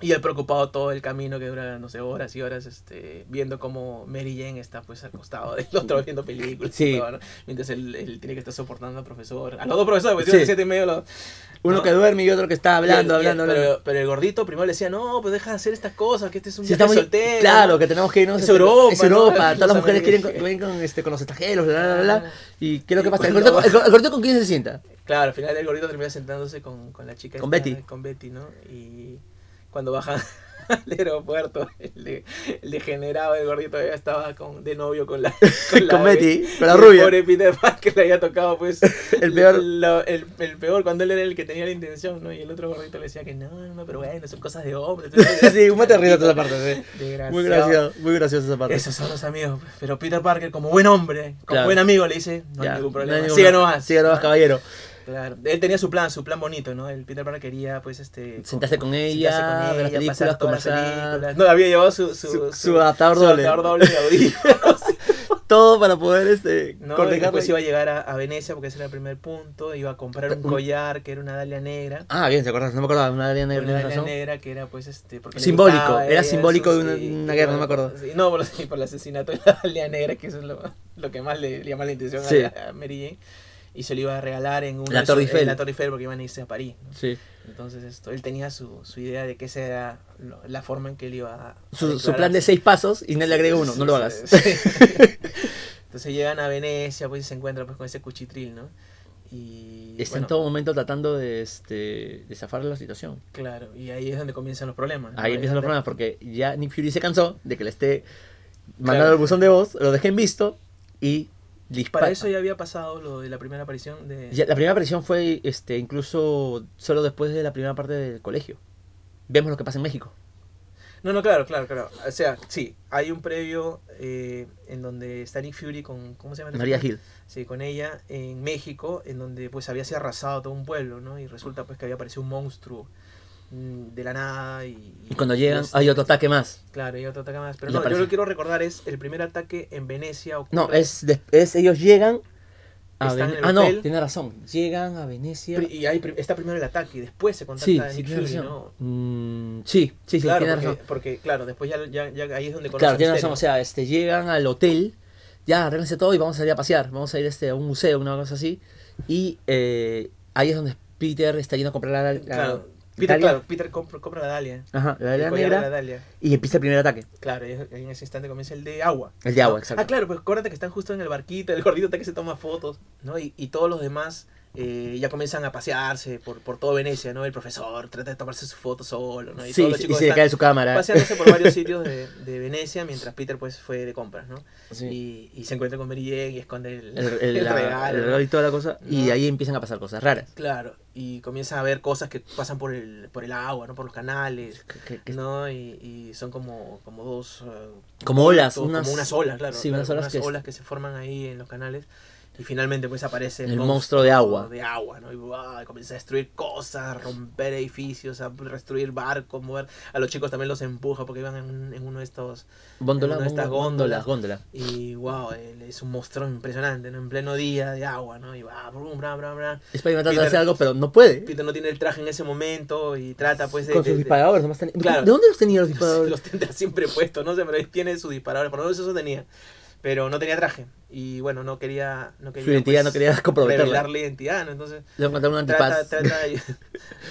Y él preocupado todo el camino que dura, no sé, horas y horas, este, viendo cómo Mary Jane está pues al costado del otro viendo películas. y
Sí.
todo, ¿no? Mientras él, él tiene que estar soportando al profesor, a los dos profesores, pues
Sí.
tienen siete y medio los,
Uno
¿no?
que duerme y otro que está hablando,
y el- y el-
hablando,
pero,
hablando.
pero el gordito primero le decía, no, pues deja de hacer estas cosas, que este es un
Sí,
viaje
estamos-
soltero.
claro, que tenemos que irnos.
Es
este,
Europa,
Es
¿no?
Europa. Todas las
Los
mujeres quieren con,
americanos.
ven con, este, con los extranjeros, bla, bla,
Ah.
bla, bla. ¿Y qué es lo que
Y
pasa? ¿El
cuando-
gordito, el, gor- el gordito con quién se sienta?
Claro, al final el gordito termina sentándose con, con la chica.
Con Betty.
Con Betty, ¿no? Y cuando bajan al aeropuerto, el, de- el degenerado del gordito ya estaba con, de novio con la. Con, la
Con
Betty.
Betty, con la
Y el
rubia.
Pobre Peter Parker le había tocado, pues.
El peor.
lo- el, el peor, cuando él era el que tenía la intención, ¿no? Y el otro gordito le decía que no, no, pero bueno, son cosas de hombres.
sí, un mate risa toda esa parte. sí.
Desgraciado.
Muy gracioso, muy gracioso esa parte.
Esos son los amigos. Pero Peter Parker, como buen hombre, como
Claro.
buen amigo, le dice, no
Ya,
hay
no
ningún problema.
hay ningún
Siga
problema.
nomás.
Siga nomás, caballero.
Claro. Él tenía su plan, su plan bonito, ¿no? El Peter Parker quería, pues, este...
Sentarse con
sentarse
ella,
con
ver las películas,
pasar todas las
conversar.
películas. No, había llevado su... Su,
Su- su adaptador
su
doble.
adaptador doble de audífonos,
Todo para poder este,
¿no? Y
cortejarlo.
después iba a llegar a, a Venecia, porque ese era el primer punto. Iba a comprar un
Un-
collar, que era una dalia negra.
Ah, bien, ¿te acuerdas? No me acordaba. Una Adriana
Una
de
dalia
razón.
negra que era pues este porque le
Simbólico,
gustaba a
era
ella,
simbólico
eso
de una-
sí,
una
que
guerra,
por-
no me acuerdo.
sí, no, por, sí, por el asesinato de la dalia negra, que eso es lo, lo que más le llama la intención a
Sí.
la- a, Mary Jane. Y se lo iba a regalar en una
La
de sus-
Torre
en
Eiffel.
la Torre Eiffel porque iban a irse a París. ¿no?
Sí.
Entonces esto, él tenía su, su idea de que esa era lo- la forma en que él iba a- a
Su, su
declararse.
plan de seis pasos y nadie le agrega uno.
Sí,
No lo
sí,
hagas.
sí. Entonces llegan a Venecia pues, y se encuentran pues, con ese cuchitril, ¿no? Y
Está en
bueno,
todo momento tratando de, este, de zafar de la situación.
claro, y ahí es donde comienzan los problemas. ¿no?
Ahí empiezan los
donde-
problemas porque ya Nick Fury se cansó de que le esté mandando
Claro.
el buzón de voz, lo dejen visto y dispara.
Para eso ya había pasado lo de la primera aparición de...
Ya, la primera aparición fue este, incluso solo después de la primera parte del colegio. Vemos lo que pasa en México.
No, no, claro, claro, claro. O sea, sí, hay un previo eh, en donde está Nick Fury con... ¿Cómo se llama? la
María
chica?
Gil.
Sí, con ella en México, en donde pues había sido arrasado todo un pueblo, ¿no? Y resulta pues que había aparecido un monstruo mm, de la nada y...
Y cuando llegan
este,
hay otro ataque más.
Claro, hay otro ataque más. Pero
Y
no, yo
aparece.
lo que quiero recordar es el primer ataque en Venecia. ocurre-
No, es, de- es ellos llegan a
Están
Vene-
en el
Ah, no,
hotel.
tiene razón. Llegan a Venecia.
Pri- Y ahí pri- está primero el ataque y después se contacta
Sí,
a
sí,
Nick
tiene
Fury,
razón.
¿no?
Mm, sí, sí, sí,
claro,
tiene
porque,
razón.
porque, claro, después ya, ya- ya ahí es donde conoce
Claro,
a
tiene razón.
Misterio.
O sea, este, llegan al hotel, ya arréglense todo y vamos a salir a pasear. Vamos a ir este, a un museo, una cosa así. Y eh, ahí es donde Peter está yendo a comprar la. la-
Claro, Peter,
Dalia.
claro, Peter compra, compra la Dalia.
Ajá, la
el
Dalia
collar de la
negra.
Dalia.
Y empieza el primer ataque.
Claro, y es- en ese instante comienza el de agua.
El de agua,
¿no?
exacto.
Ah, claro, pues acuérdate que están justo en el barquito, el gordito está que se toma fotos, ¿no? Y, y todos los demás eh, ya comienzan a pasearse por, por todo Venecia, ¿no? El profesor trata de tomarse su foto solo, ¿no? Y
sí,
todos los
sí, y
chicos
se le
están
cae su cámara.
paseándose por varios sitios de, de Venecia mientras Peter pues fue de compras, ¿no?
Sí.
Y, y se encuentra con Mary Jane y esconde el,
El, el-
el
la-
regalo.
el
¿no?
regalo y toda la cosa. Y
No.
ahí empiezan a pasar cosas raras.
Claro, y comienza a ver cosas que pasan por el, por el agua, ¿no? Por los canales.
Que- que- que-
¿no? Y, y son como, como dos... eh,
como olas.
to- como
unas,
unas olas, claro.
Sí,
claro,
unas olas que es-
se forman ahí en los canales. Y finalmente pues aparece
El monstruo de agua.
De agua, ¿no? Y ¡guau! comienza a destruir cosas, a romper edificios, a destruir barcos, mover... A los chicos también los empuja porque iban en, un- en uno de estos...
Góndola,
en una de estas
góndola, góndola.
góndolas. Y wow, es un monstruo impresionante, ¿no? En pleno día de agua, ¿no? Y va, brum, bra, bra, bra.
Spider-Man trata de
Peter-
hacer algo, pero no puede.
Peter no tiene el traje en ese momento y trata pues de...
Con
de-
sus
de-
disparadores nomás tenía-
Claro.
¿De dónde los tenía los
los,
disparadores?
los tendrá siempre puestos, no sé, pero ahí tiene sus disparadores, por lo menos eso tenía. pero no tenía traje. Y bueno, no quería. No quería pues,
Su identidad, no quería comprometerla.
Revelar la identidad, ¿no? Entonces.
Le voy a un
Trata,
antifaz.
trata de,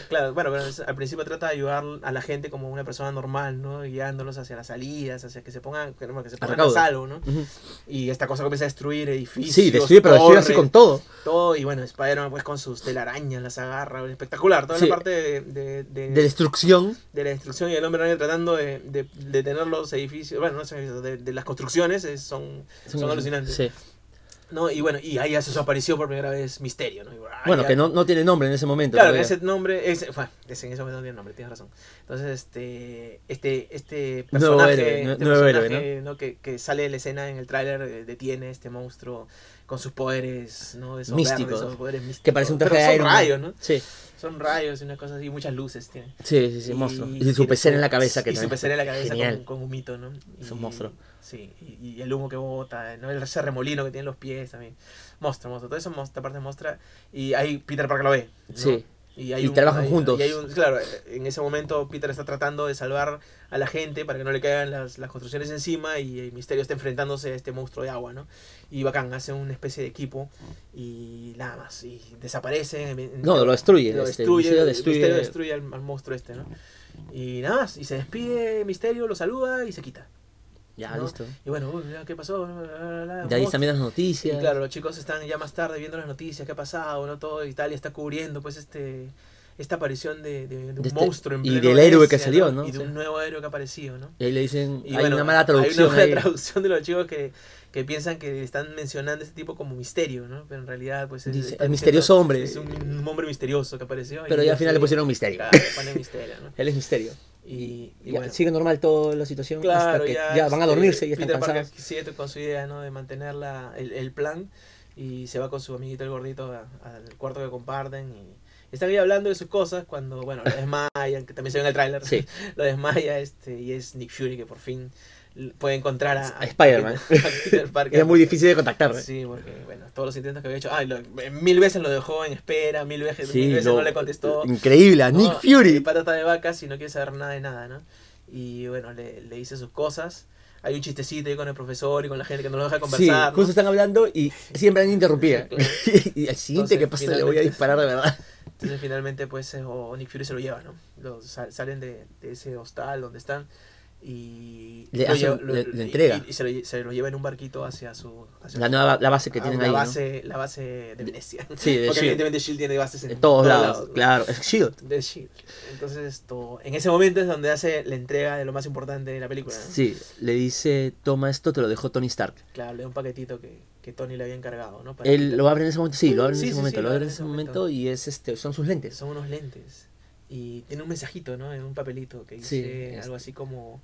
claro, bueno, pero es- al principio trata de ayudar a la gente como una persona normal, ¿no? Guiándolos hacia las salidas, hacia que se pongan, que, que se pongan a
recaudo.
salvo, ¿no?
Ujú.
Y esta cosa comienza a destruir edificios.
Sí, destruye, pero destruye así
torres,
con todo.
todo. Y bueno, Spider-Man pues con sus telarañas las agarra, espectacular. Toda
Sí.
la parte de, de- de-
De destrucción.
de la destrucción y el hombre araña tratando de, de, de tener los edificios, bueno, no sé, de, de las construcciones eh, son, son, alucinantes.
Sí.
¿no? Y bueno, y ahí hace su aparición por primera vez Misterio, ¿no? Y, ah,
Bueno,
ya-
que no, no tiene nombre en ese momento.
Claro,
todavía.
ese nombre, ese, fue, ese en ese momento no tiene nombre, tienes razón. Entonces, este, este, este
Nuevo
personaje,
héroe, nue-
este
nuevo héroe,
personaje, ¿no? que, que sale de la escena en el tráiler, eh, detiene a este monstruo con sus poderes, ¿no? Esos
Místicos.
verdes, esos poderes místicos.
Que parece un traje
Pero
de
son
Iron Man.
rayos, ¿no?
Sí,
Son rayos y unas cosas así, muchas luces tiene.
sí, sí, sí, monstruo. Y, su
tiene
pecera en la cabeza. Que
Y su
también
pecera en la cabeza
Genial.
con, con humito, ¿no?
Es
Y-
un monstruo.
Sí, y, y el humo que bota, ¿no? El- ese remolino que tiene en los pies también. Monstruo, monstruo. Todo eso, mos- esta parte muestra. Y ahí Peter Parker lo ve. ¿no?
Sí.
hay
Y trabajan
hay-
juntos.
y hay un- claro, eh, en ese momento Peter está tratando de salvar a la gente para que no le caigan las, las construcciones encima y el misterio está enfrentándose a este monstruo de agua, ¿no? Y bacán, hacen una especie de equipo y nada más. Y desaparecen. en-
No, lo destruye.
lo
este,
destruye,
Misterio
el
destruye-
Misterio destruye al, al monstruo este, ¿no? Y nada más, y se despide Misterio, lo saluda y se quita.
Ya,
¿no?
listo.
Y bueno, uy, mira, ¿qué pasó? Bla, bla, bla, bla,
De ahí
monstruo.
también las
Y
noticias.
claro, los chicos están ya más tarde viendo las noticias, qué ha pasado, ¿no? Todo Italia está cubriendo, pues, este esta aparición de, de- de un
De este-
monstruo en
y
pleno
del héroe que
Grecia,
salió, ¿no?
Y de
Sí.
un nuevo héroe que ha aparecido, ¿no?
Y ahí le dicen,
Y
hay
bueno,
una mala traducción.
Hay una mala
ahí.
traducción de los chicos que, que piensan que están mencionando este tipo como misterio, ¿no? Pero en realidad, pues. es-
Dice,
está
el misterioso hombre.
Es un, un hombre misterioso que apareció.
Pero
y
ya al final le
sí,
pusieron misterio.
claro, le ponen misterio, ¿no?
Él es misterio.
Y, y
Ya,
bueno.
Sigue normal toda la situación hasta
Claro,
que ya,
ya,
van a
este,
dormirse y ya están
Peter Parker
cansados.
sigue con su idea ¿no? de mantener la, el, el plan y se va con su amiguito el gordito a- al cuarto que comparten y están ahí hablando de sus cosas cuando, bueno, lo desmayan, que también se ve en el tráiler,
Sí.
lo desmaya este y es Nick Fury que por fin l- puede encontrar a,
A Spider-Man.
a Peter Parker.
Era muy difícil de contactar. ¿eh?
Sí, porque bueno, todos los intentos que había hecho, ay, lo- mil veces lo dejó en espera, mil veces,
Sí,
mil veces
lo-
no le contestó.
Increíble, a Nick
No,
Fury.
El pata está de vacas y no quiere saber nada de nada, ¿no? Y bueno, le, le dice sus cosas. Hay un chistecito ahí con el profesor y con la gente que no lo deja
Sí,
conversar. ¿no?
justo están hablando y siempre han interrumpido.
Sí, claro.
y al siguiente que pasa
Entonces,
le voy a
finalmente-
disparar de verdad.
Entonces finalmente pues eh, o Nick Fury se lo lleva, ¿no? Los sal- salen de, de ese hostal donde están y
Le
lo
hace-
lleva- lo-
le- le
y-
entrega.
Y, y se, lo, lle- se lo lleva en un barquito hacia su... Hacia
La
su-
nueva la base que
a
tienen
Ah, una
ahí. ¿no?
base, La base de Venecia.
Sí, de
Porque
Shield.
evidentemente Shield tiene bases en
De todos lados, claro. Es Shield.
De Shield. Entonces esto, en ese momento es donde hace la entrega de lo más importante de la película. ¿no?
Sí, le dice, toma esto, te lo dejó Tony Stark.
Claro, le da un paquetito que, que Tony le había encargado, ¿no? Para-
Él lo abre en ese momento, sí, lo abre en
Sí,
ese
sí,
momento,
sí,
lo abre en ese momento,
momento.
y es este, son sus lentes.
Son unos lentes. Y tiene un mensajito, ¿no? En un papelito que
Sí,
dice
este.
algo así como...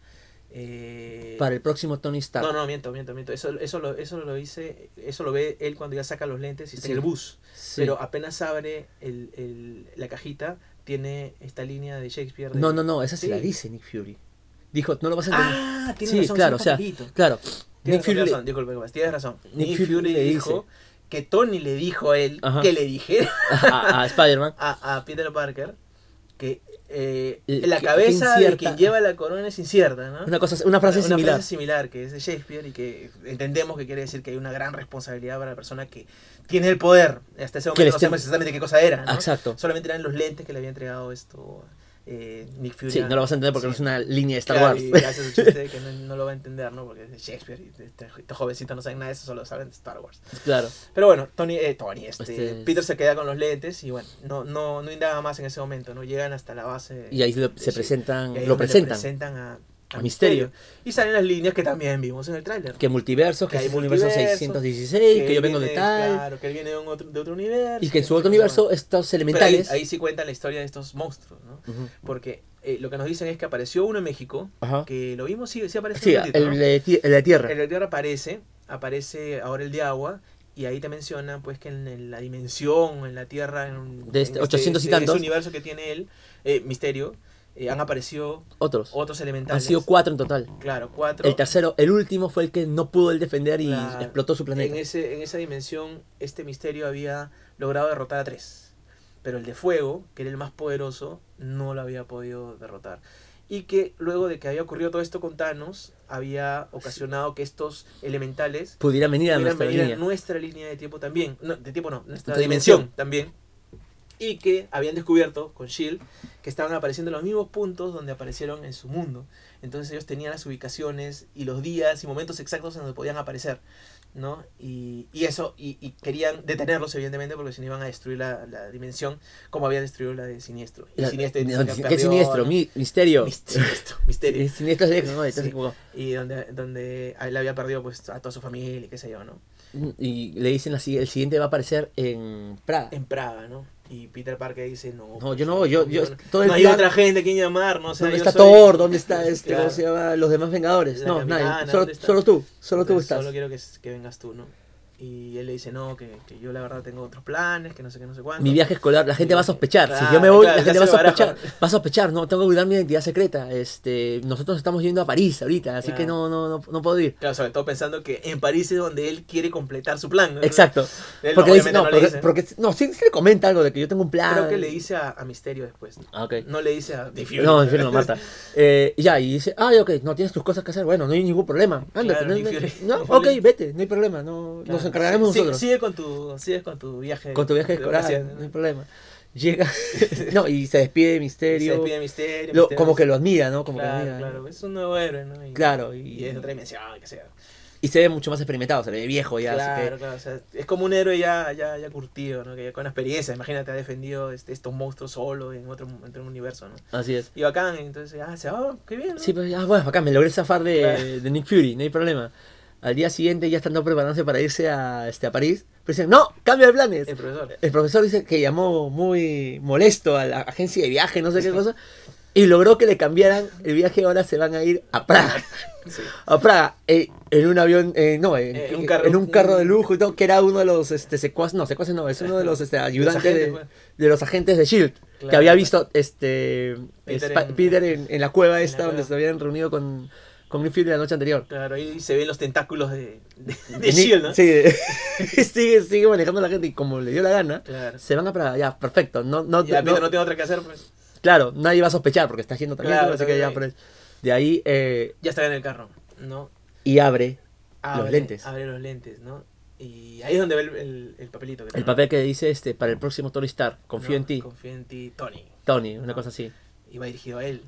eh,
Para el próximo Tony Stark.
No, no, miento, miento, miento. Eso, eso, lo, eso lo dice, eso lo ve él cuando ya saca los lentes y está
Sí.
en el bus.
Sí.
Pero ah, apenas abre el, el- la cajita, tiene esta línea de Shakespeare. de-
no, no, no, esa se
Sí.
la dice Nick Fury. Dijo, no lo vas a entender.
Ah, tiene
sí,
razón,
claro, o
sí,
sea,
papelito.
claro. Nick
Tienes
Fury, le-
razón, disculpe, Tomás, tienes razón.
Nick
Nick,
Fury le
Fury, le dijo que Tony le dijo a él
Ajá.
que le dijera
a, a Spider-Man,
a, a Peter Parker que eh,
Eh,
la
que-
cabeza
que incierta-
de quien lleva la corona es incierta, ¿no?
una, cosa, una frase
Una
similar.
frase similar que es de Shakespeare y que entendemos que quiere decir que hay una gran responsabilidad para la persona que tiene el poder. Hasta ese
Que le
momento no
estén-
sabemos exactamente qué cosa era. ¿no?
Exacto.
Solamente eran los lentes que le había entregado esto eh, Nick Fury.
Sí, no lo vas a entender porque no es una línea de Star
Claro,
Wars.
Y hace su chiste de que no, no lo va a entender, ¿no? Porque es de Shakespeare y este- estos jovencitos no saben nada de eso, solo saben de Star Wars.
claro.
Pero bueno, Tony, eh, Tony este,
Este-
Peter se queda con los lentes y bueno, no, no, no indaga más en ese momento, ¿no? Llegan hasta la base.
Y ahí lo-
de
se
Shield.
presentan,
Y ahí
lo
donde le
presentan.
presentan a, a
A Misterio.
Misterio. Y salen las líneas que también vimos en el tráiler.
Que multiversos, que,
Que hay
es el universo
multiverso,
616, que, yo vengo de
viene-
tal.
Claro, que él viene de, un otro, de otro universo.
Y que en su
no sé
otro
qué más.
universo estos
Pero ahí-
elementales...
Ahí, sí cuentan la historia de estos monstruos, ¿no?
Ujú.
Porque eh, lo que nos dicen es que apareció uno en México,
Ajá.
que lo vimos, sí, sí aparece
Sí,
un ratito, ¿no?
el, de ti- el de Tierra.
El de tierra aparece, aparece ahora el de agua, y ahí te mencionan pues que en, en la dimensión, en la tierra, en,
De este
en
800 y
en ese
tantos.
universo que tiene él, eh, Misterio, eh, han aparecido
Otros.
otros
Han
elementales.
sido cuatro en total.
Claro, cuatro.
El tercero, el último fue el que no pudo él defender y
Claro.
explotó su planeta.
En, ese, en esa dimensión, este Misterio había logrado derrotar a tres, pero el de fuego, que era el más poderoso, no lo había podido derrotar. y que luego de que había ocurrido todo esto con Thanos, había ocasionado que estos elementales
Pudieran venir a
pudieran
nuestra
venir a
línea.
nuestra línea de tiempo también, no, de tiempo no, nuestra
Nuestra
dimensión.
dimensión.
también, y que habían descubierto con Shield que estaban apareciendo en los mismos puntos donde aparecieron en su mundo. Entonces ellos tenían las ubicaciones y los días y momentos exactos en donde podían aparecer, ¿no? Y, y eso, y, y querían detenerlos evidentemente porque si no iban a destruir la, la dimensión como habían destruido la de Siniestro. Y
La-
Siniestro,
no,
entonces,
¿Qué
perdió,
siniestro?
¿no?
Mi- misterio.
Mis- Siniestro, misterio.
Siniestro es ¿no? Entonces,
Sí.
como-
Y donde, donde él había perdido pues a toda su familia y qué sé yo, ¿no?
Y le dicen así, el siguiente va a aparecer en Praga.
En Praga, ¿no? Y Peter Parker dice, no.
No, yo no, yo- yo-
no,
todo el
no hay
plan-
otra gente a quien llamar, no sé.
¿Dónde está Thor? ¿Dónde está este?
Claro.
¿Cómo se llama? Los demás Vengadores.
La
no,
Capitana,
nadie. Solo,
¿dónde está?
solo tú. Solo tú estás.
Solo quiero que, que vengas tú, ¿no? Y él le dice, no, que, que yo la verdad tengo otros planes, que no sé qué, no sé cuánto.
Mi viaje escolar, la gente va a sospechar.
Claro,
si yo me voy,
claro,
la gente
ya
va a
se baraja.
sospechar. Va a sospechar, no, tengo que cuidar mi identidad secreta. Este, nosotros estamos yendo a París ahorita, así
Claro.
que no, no, no, no puedo ir.
Claro, sobre todo pensando que en París es donde él quiere completar su plan. ¿no?
Exacto.
Él
Porque
no,
le dice,
obviamente
no,
no le
porque,
dice.
porque- no, sí, sí le comenta algo de que yo tengo un plan.
Creo que le dice a, a Misterio después. ¿no?
Ah, ok.
No le dice a The Fury.
No, en fin, lo mata. Eh, y ya, y dice, ah, ok, no tienes tus cosas que hacer, bueno, no hay ningún problema. Anda,
Claro,
no,
ni
no-
Fury.
no,
Ni
ok,
Fury.
vete, no hay problema, no,
Claro.
nos encargaremos
Sí,
nosotros.
Sigue con tu, sigue con tu viaje.
Con tu viaje
de
escolar,
vacaciones,
no hay problema. Llega, no, y se despide de
Y Se
Misterio.
despide Misterio.
Lo-
Misterio
como que lo admira, ¿no? Como que lo
Claro,
admira.
claro, es un nuevo héroe, ¿no? Y,
Claro, y-
y es otra dimensión, que sea.
Y se ve mucho más experimentado, se le ve viejo ya. así
claro,
que-
claro, o sea, es como un héroe ya, ya, ya curtido, ¿no? Que ya con experiencia, imagínate, ha defendido este, estos monstruos solo en otro, en otro universo, ¿no?
así es.
Y bacán, entonces, ah, se va, qué bien, ¿no?
Sí, pues, ah, bueno, acá me logré zafar de,
Claro.
de Nick Fury, no hay problema. Al día siguiente ya estando preparándose para irse a, este, a París, pero dicen, no, cambio de planes.
El profesor.
El profesor dice que llamó muy molesto a la agencia de viaje, no sé qué cosa, y logró que le cambiaran el viaje. Ahora se van a ir a Praga.
Sí.
A Praga, eh, en un avión, eh, no, en,
Eh, un carro.
en un carro de lujo y todo, que era uno de los este, secuaces, no, secuaces no, es uno de los este, ayudantes
agentes,
de,
pues.
de los agentes de Shield,
Claro,
E que había
claro.
visto este
Peter
Spa-
en-
Peter en, en la cueva
en
esta
la
donde
cueva.
se habían reunido con, con Nick Fury la noche anterior.
Claro, ahí se ven los tentáculos de, de, de
Nick-
Shield, E ¿no?
Sí, sigue, sigue manejando la gente y como le dio la gana.
Claro.
Se van a Praga, ya, perfecto. No, no,
Y a Peter
no-
no, tiene otra que hacer, pues.
Claro, nadie va a sospechar porque está yendo también.
Claro,
así que ya,
también ahí.
pues, de ahí eh,
Ya está en el carro, ¿no?
y abre
Abre,
los lentes.
Abre los lentes, ¿no? Y ahí es donde ve el, el- el papelito. que
El
tenemos,
papel que dice este para el próximo Tony Stark, confío
¿no?
en ti,
Confío en ti, Tony.
Tony, una
No.
cosa así.
Y va dirigido a él,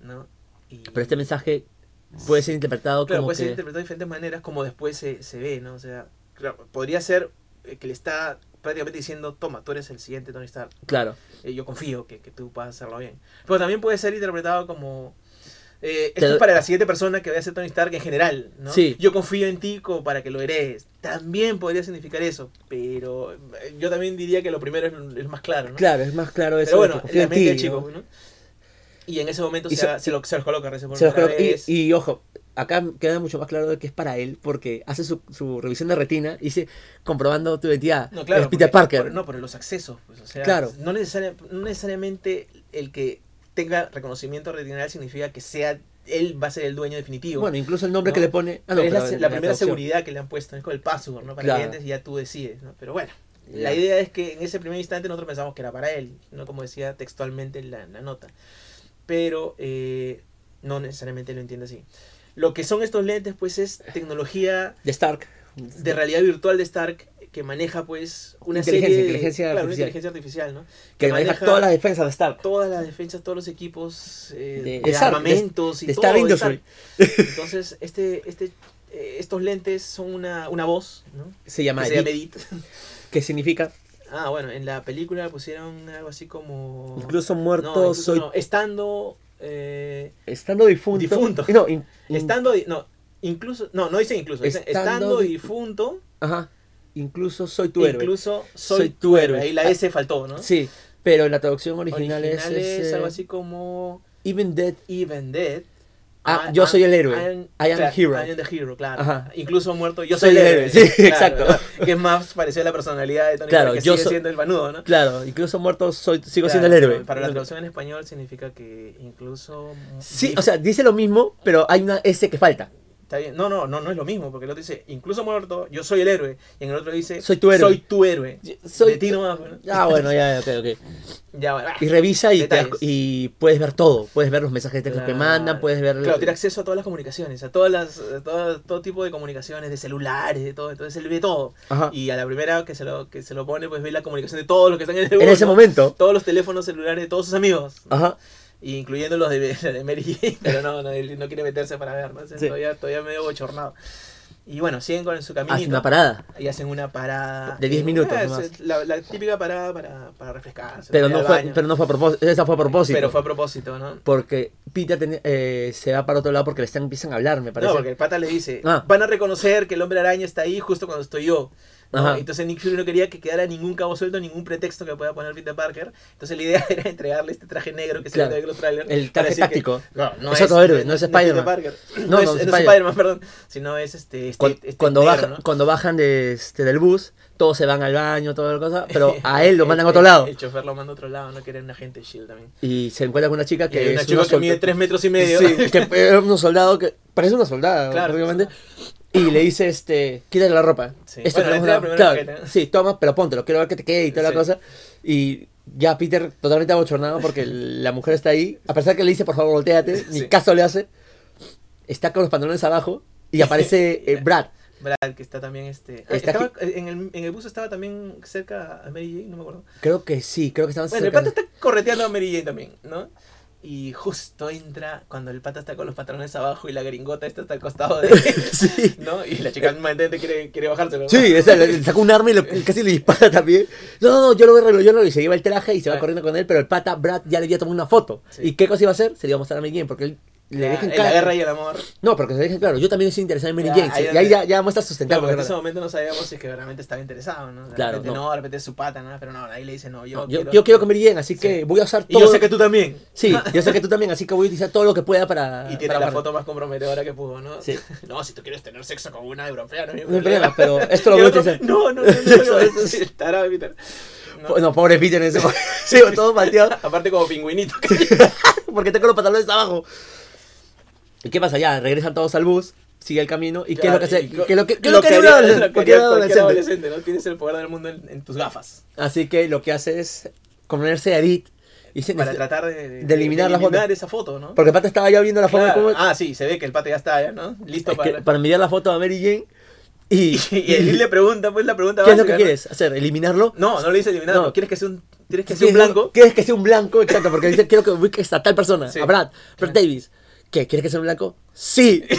¿no? Y...
Pero este mensaje puede ser interpretado
Claro,
como
puede ser
que
interpretado de diferentes maneras, como después se, se ve, ¿no? O sea, claro, podría ser eh, que le está prácticamente diciendo, toma, tú eres el siguiente Tony Stark.
claro,
Eh, yo confío que, que tú vas a hacerlo bien. Pero también puede ser interpretado como... eh,
Te
esto es
doy-
para la siguiente persona que vaya a ser Tony Stark en general, ¿no?
Sí.
Yo confío en ti como para que lo heredes. También podría significar eso, pero eh, yo también diría que lo primero es, es más claro, ¿no?
claro, es más claro eso.
Pero bueno,
que
en
confío
la
en
mente
ti,
del chico, pues,
¿no?
¿no? Y en ese momento
Y
se,
se-
se lo, se los coloca, recién por
Se los
primera
coloco- y,
vez.
y ojo, acá queda mucho más claro de que es para él porque hace su, su revisión de retina y dice comprobando tu identidad.
No, claro.
es Peter
porque-
Parker.
por- no, por los accesos. pues, o sea,
Claro.
No, necesaria- no necesariamente el que tenga reconocimiento retinal significa que sea él va a ser el dueño definitivo.
bueno, incluso el nombre
No.
que le pone. ah, no,
Pero es la,
pero
se-
en
la primera
traducción.
seguridad que le han puesto, es con el password, ¿no? Para
Claro.
clientes y ya tú decides, ¿no? Pero bueno,
Ya.
la idea es que en ese primer instante nosotros pensamos que era para él, ¿no? Como decía textualmente en la, en la nota. Pero eh, no necesariamente lo entiende así. Lo que son estos lentes, pues, es tecnología
De Stark.
de realidad virtual de Stark que maneja pues una
Inteligencia,
serie de,
inteligencia
claro, una
artificial.
inteligencia artificial, ¿no?
que maneja, todas las defensas de Stark.
todas las defensas, todos los equipos eh, de,
De- de Stark,
armamentos y
de
todo
Stark
de
Industry.
Stark. Entonces, este este eh, estos lentes son una, una voz, ¿no?
Se llama
Que se llama
Edith,
Edith.
que significa
Ah, bueno, en la película pusieron algo así como
incluso
Oh. No,
muerto
incluso
soy
no, estando eh,
estando difunto.
Difunto.
No, in- in-
estando di- no, incluso no, no dicen incluso, dicen
Mm. Estando
estando
di-
difunto,
ajá, incluso soy tu héroe.
incluso soy,
Soy
tu
tu
héroe.
héroe. Ah,
Ahí la S faltó, ¿no?
Sí, pero en la traducción original,
originales
es, es, eh,
algo así como
Even Dead.
Even Dead.
Ah,
I-
yo
I'm-
soy el héroe. I am
claro,
the hero.
I am the hero, claro.
Ajá.
Incluso muerto, yo soy, el héroe.
sí,
claro,
exacto.
claro, Que es más parecido a la personalidad de Tony
Claro,
Stark, que
yo
sigue
soy-
siendo el banudo, ¿no?
Claro, incluso muerto soy sigo
Claro,
siendo el héroe.
Para la traducción en español significa que incluso.
Sí, o sea, dice lo mismo, pero hay una S que falta.
Está bien. No, no, no, no es lo mismo, porque el otro dice, incluso muerto, yo soy el héroe. Y en el otro dice,
Soy tu héroe.
Soy tu héroe.
soy
de ti nomás, bueno.
Ah, bueno, ya, ok, ok.
Ya, bueno.
Y revisa y, te das-
Detalles.
y puedes ver todo. Puedes ver los mensajes de texto que
Claro.
mandan, puedes ver...
Claro, tiene acceso a todas las comunicaciones, a todas las, a todo, todo tipo de comunicaciones, de celulares, de todo, entonces él ve todo.
Ajá.
Y a la primera que se lo, que se lo pone, pues ve la comunicación de todos los que están en el
En ese
mundo.
momento. Ah.
Todos los teléfonos celulares de todos sus amigos.
Ajá.
Y incluyendo los de, de Mary Jane, pero no, no, él no quiere meterse para ver, ¿no? Entonces,
Sí.
todavía, todavía medio bochornado. Y bueno, siguen con su
Hace
caminito
una parada.
y hacen una parada.
De 10
Eh,
minutos
ah,
nomás.
es La, la típica parada para, para refrescarse.
Pero
ir
no,
al
fue,
baño.
pero no fue a propósito. Esa fue a propósito.
Pero fue a propósito, ¿no?
Porque Peter tenía- eh, se va para otro lado porque le están, empiezan a hablar, me parece.
No, porque el pata le dice,
Ah.
van a reconocer que el hombre araña está ahí justo cuando estoy yo. ¿no?
Ajá.
Entonces Nick Fury no quería que quedara ningún cabo suelto, ningún pretexto que pueda poner Peter Parker. Entonces la idea era entregarle este traje negro que se
Claro.
ve en los trailers.
El traje
para decir
táctico.
que- este no, no
Es otro héroe, no es
Peter
Spider-Man.
Parker.
No,
No,
no
es,
es
no es
Spider-Man.
Spider-Man, perdón. Sino es este... este-
Cuan- cuando,
este negro,
baja-
¿no?
cuando bajan de, este, del bus, todos se van al baño, toda la cosa, pero a él lo mandan a otro lado.
El, chofer lo manda a otro lado, no quieren un agente SHIELD E también.
Y se encuentra con una chica
Y hay
que
una
es
chica
una
que
solta-
mide 3 metros y medio.
Sí, que es un soldado que parece una soldada,
Claro.
prácticamente. Y le dice, este, quítale la ropa.
Sí.
Esto
Bueno,
tenemos
le entrega
una-
primero
claro,
la chaqueta.
sí, toma, pero póntelo, quiero ver que te quede y toda
Sí.
la cosa. Y ya Peter totalmente abochornado porque la mujer está ahí, a pesar que le dice, por favor, volteate, ni
Sí.
caso le hace. Está con los pantalones abajo y aparece eh, Brad.
Brad, que está también este...
Está
estaba- en, el, en el bus estaba también cerca a Mary Jane, no me acuerdo.
Creo que sí, creo que estaban
Bueno, el
Ah, cerca-
pata está correteando a Mary Jane también, ¿no? Y justo entra cuando el pata está con los patrones abajo y la gringota esta está al costado de él,
Sí.
¿no? Y la chica mantente quiere, quiere bajárselo. ¿no?
Sí, o sea, le le sacó un arma y lo- casi le dispara también. No, no, no, yo lo arreglo, yo lo arreglo. Y se lleva el traje y se va
Ah.
corriendo con él, pero el pata Brad ya le había tomado una foto.
Sí.
¿Y qué cosa iba a hacer? Se le iba a mostrar a Mary Jane, porque él le
La-
deja en
en la
claro.
guerra y el amor.
No, porque se deja en claro, yo también estoy interesado en Mary
Ya,
Jane.
ahí
sí, Y
donde-
ahí ya, ya muestra
Claro,
sustentado.
porque en ese momento no sabíamos si es que realmente estaba interesado, ¿no? De
Claro,
repente
no.
no. de repente es su pata, ¿no? Pero no, ahí le dice, no, yo,
yo, yo, quiero que Mary Jane, así que
Sí.
voy a usar
Y
todo.
yo sé que tú también.
Sí, yo sé que tú también, así que voy a utilizar todo lo que pueda para.
Y tiene
para
la
para-
foto más comprometedora que pudo, ¿no?
Ah, Sí.
No, si tú quieres tener sexo con una europea, no hay
No hay problema, pero esto lo
Y
voy a
el otro,
utilizar.
No, no, no,
Eso,
no,
eso,
no. sí, tarado, Peter.
Po- No, pobre Peter en ese momento. Sí, todo pateado.
Aparte como pingüinito.
porque tengo los pantalones abajo. ¿Y qué pasa? Ya, regresan todos al bus, sigue el camino. ¿Y qué es lo que hace? ¿Qué es lo que, qué es lo que haría un adolescente?
Cualquier
Cualquier adolescente.
adolescente, ¿no? Tienes el poder del mundo en, en tus gafas.
Así que lo que hace es ponerse a Edith. Y se-
Para tratar de, de-
de eliminar la foto.
esa foto, ¿no?
porque el pata estaba ya viendo la foto
Claro.
como,
Ah, sí, se ve que el pata ya está, ya, ¿no? Listo
es que-
para...
para... enviar la foto a Mary Jane. Y,
Y, y él le pregunta, pues la pregunta
¿Qué es lo que
básica, ¿no?
quieres? ¿Hacer? ¿Eliminarlo?
No, no le dice eliminar,
No.
no. ¿Quieres que sea un, ¿quieres que sea un blanco?
¿Quieres que sea un blanco? Exacto, porque dice, quiero que ubiques a tal persona,
Sí.
a Brad, Brad Davis. ¿Qué? ¿Quieres que sea un blanco? ¡Sí!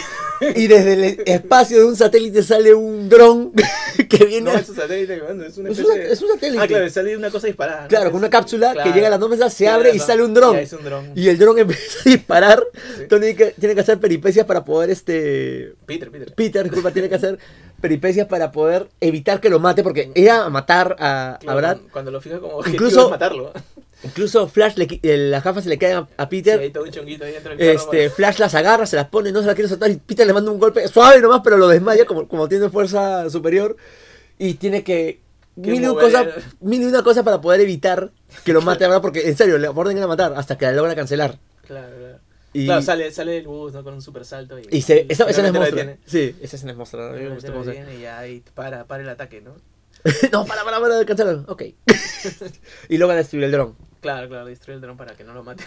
Y desde el espacio de un satélite sale un dron que viene...
No, es un satélite, bueno, es una
Es
especie
una-
de-
es un satélite.
Ah, claro, sale una cosa disparada. ¿no?
Claro, con una cápsula
Claro.
que llega a las nubes, se
Llega
abre
a
y
la-
sale un
y
dron.
ahí es un dron.
Y el dron empieza a disparar.
Sí.
Tony que- tiene que hacer peripecias para poder, este...
Peter, Peter.
Peter, disculpa, tiene que hacer peripecias para poder evitar que lo mate, porque era a matar a, a
Claro,
Brad.
cuando- Cuando lo fija como
Incluso-
Incluso... es matarlo.
Incluso Flash, le, qui- eh, las gafas se le caen a, a
Sí,
Peter.
ahí todo un chonguito ahí dentro del carro,
Este, Flash las agarra, se las pone, no se las quiere soltar y Peter le manda un golpe suave nomás, pero lo desmaya como, como tiene fuerza superior y tiene que
Que
mil y, un
mover.
cosa, mil y una cosa para poder evitar que lo mate ahora porque en serio le orden a matar hasta que la logra cancelar.
pues, Claro, claro.
Y-
Claro, sale, sale del bus, ¿no? Con un super salto. Y,
Y se, esa escena es
finalmente lo
monstruo.
detiene.
Sí, esa escena es monstruo. a mí me
Finalmente
gustó cómo
lo
se-
detiene Y ahí para, para el ataque, ¿no?
no, para, para, para, cancelar. Ok. y logra destruir el dron.
Claro, claro, destruye el dron para que no lo mate.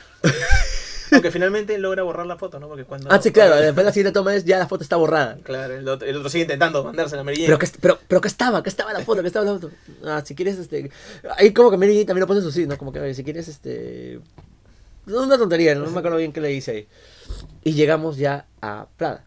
Aunque finalmente logra borrar la foto, ¿no? Porque cuando.
ah, sí, claro. Después la siguiente toma es ya la foto está borrada.
Claro, el otro, el otro sigue intentando mandársela a Mary Jane.
Pero que, pero, pero que estaba, que estaba la foto, que estaba la foto. Ah, si quieres, este. Ahí como que Mary Jane también lo pone en su sitio, ¿no? Como que oye, si quieres, este. No, una tontería, no me acuerdo bien qué le hice ahí. Y llegamos ya a Praga.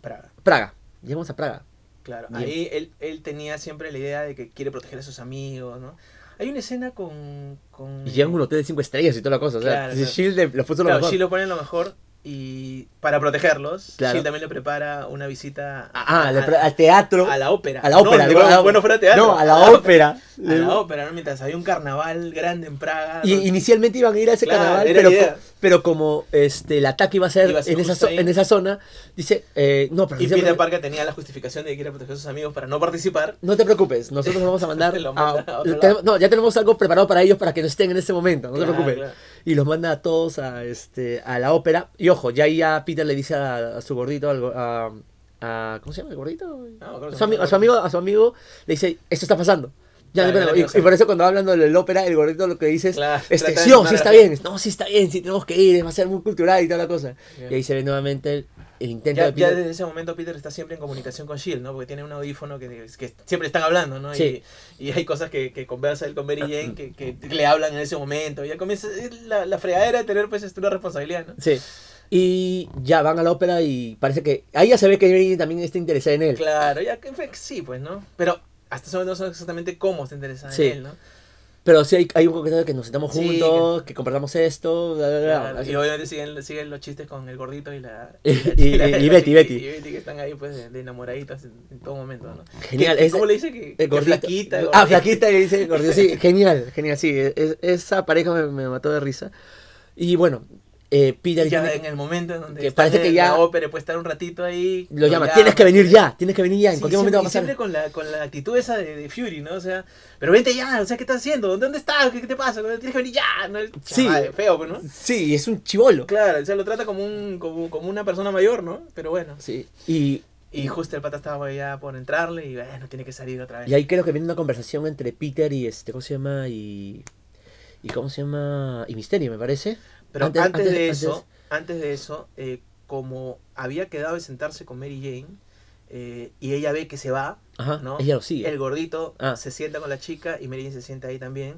Para-
Praga. Llegamos a Praga.
Claro,
Bien.
ahí él, él tenía siempre la idea de que quiere proteger a sus amigos, ¿no? Hay una escena con. con...
Y llegamos a un hotel de 5 estrellas y toda la cosa. O sea,
Mm. Claro,
si
claro.
Shield le- lo puso lo
Claro,
mejor.
Shield lo pone en lo mejor y para protegerlos,
Claro.
Shield también le prepara una visita
Ah,
a-
le
a-
pre- al teatro.
a la ópera.
A la ópera.
No,
digo,
no,
a la-
bueno, fuera teatro.
No, a la ópera.
A la ópera, ¿no? Mientras había un carnaval grande en Praga.
Y
¿no?
inicialmente iban a ir a ese
Claro,
carnaval,
era
pero,
la idea.
co- pero como este el ataque iba a ser,
Iba a ser
en, esa
justo
zo-
ahí.
en esa zona, dice, eh, no, pero
Y
dice,
Peter
pero-
Parker tenía la justificación de que quiere proteger a sus amigos para no participar.
no te preocupes, nosotros vamos a mandar
Lo
a,
manda a otro
te-
lado.
no, ya tenemos algo preparado para ellos para que no estén en ese momento, no te
Claro,
preocupes.
claro.
Y los manda a todos a este a la ópera y ojo, ya ahí a Peter le dice a, a su gordito algo a a- ¿Cómo se llama el gordito?
No, creo que
a,
se
su amigo,
llama-
a su amigo, a su amigo le dice, esto está pasando. Ya,
Claro,
pero-
ya,
y,
ya, ya.
y por eso cuando va hablando del ópera, el gordito lo que dice es,
Claro,
este,
trata de
sí, oh, sí
animar a la
está
gente.
bien, no, sí está bien, sí tenemos que ir, va a ser muy cultural y toda la cosa.
Ya.
Y ahí se ve nuevamente el, el intento
Ya,
de
ya
Peter.
desde ese momento Peter está siempre en comunicación con Shield, ¿no? Porque tiene un audífono que, que siempre están hablando, ¿no?
Sí. Ah, mm.
Y, y hay cosas que, que conversa él con Mary Jane que, que le hablan en ese momento. Y ya comienza es la, la fregadera de tener pues esta una responsabilidad, ¿no?
Sí. Y ya van a la ópera y parece que ahí ya se ve que Mary Jane también está interesada en él.
Claro, ya que fue- sí, pues, ¿no? Pero hasta eso no sabes exactamente cómo está interesada
Sí.
en él, ¿no?
Pero sí hay, hay un coqueteo de que nos sentamos
Sí,
juntos, que compartamos esto, bla, bla, bla.
Claro,
Ah, Así.
y obviamente siguen, siguen los chistes con el gordito y la...
Y-
la-
y-
la-
y-
la-
y Betty, Betty.
Y Betty que están ahí pues de, de enamoraditas en, en todo momento, ¿no?
Genial,
Que- que
es-
¿Cómo le dice que, que
El gordito.
flaquita?
Ah,
gordita?
flaquita y dice gordito. Sí, genial, genial. Sí, es- esa pareja me, me mató de risa. Y bueno, eh, Peter
Ya
tiene-
en el momento en donde
que
están
parece que
en
ya-
la ópera puede estar un ratito ahí pues
lo llama. Tienes que venir ya, tienes que venir ya. En
Sí,
cualquier
siempre-
momento va a
y
pasar.
siempre con la con la actitud esa de, de Fury no o sea pero vente ya o sea qué estás haciendo dónde, dónde estás ¿Qué, qué te pasa tienes que venir ya no el
Sí.
chaval, feo pues, no
Sí, es un chivolo.
claro o sea lo trata como un como, como una persona mayor no pero bueno
Sí. Y,
y justo el pata estaba ya por entrarle y bueno tiene que salir otra vez
y ahí creo que viene una conversación entre Peter y este, ¿cómo se llama? Y. ¿Y cómo se llama? Y Misterio, me parece.
Pero
Antes-
antes,
antes-
de
antes-
eso, antes, de eso, eh, como había quedado de sentarse con Mary Jane eh, y ella ve que se va,
Ajá.
¿no?
Ella lo sigue.
el gordito
Ah.
se sienta con la chica y Mary Jane se sienta ahí también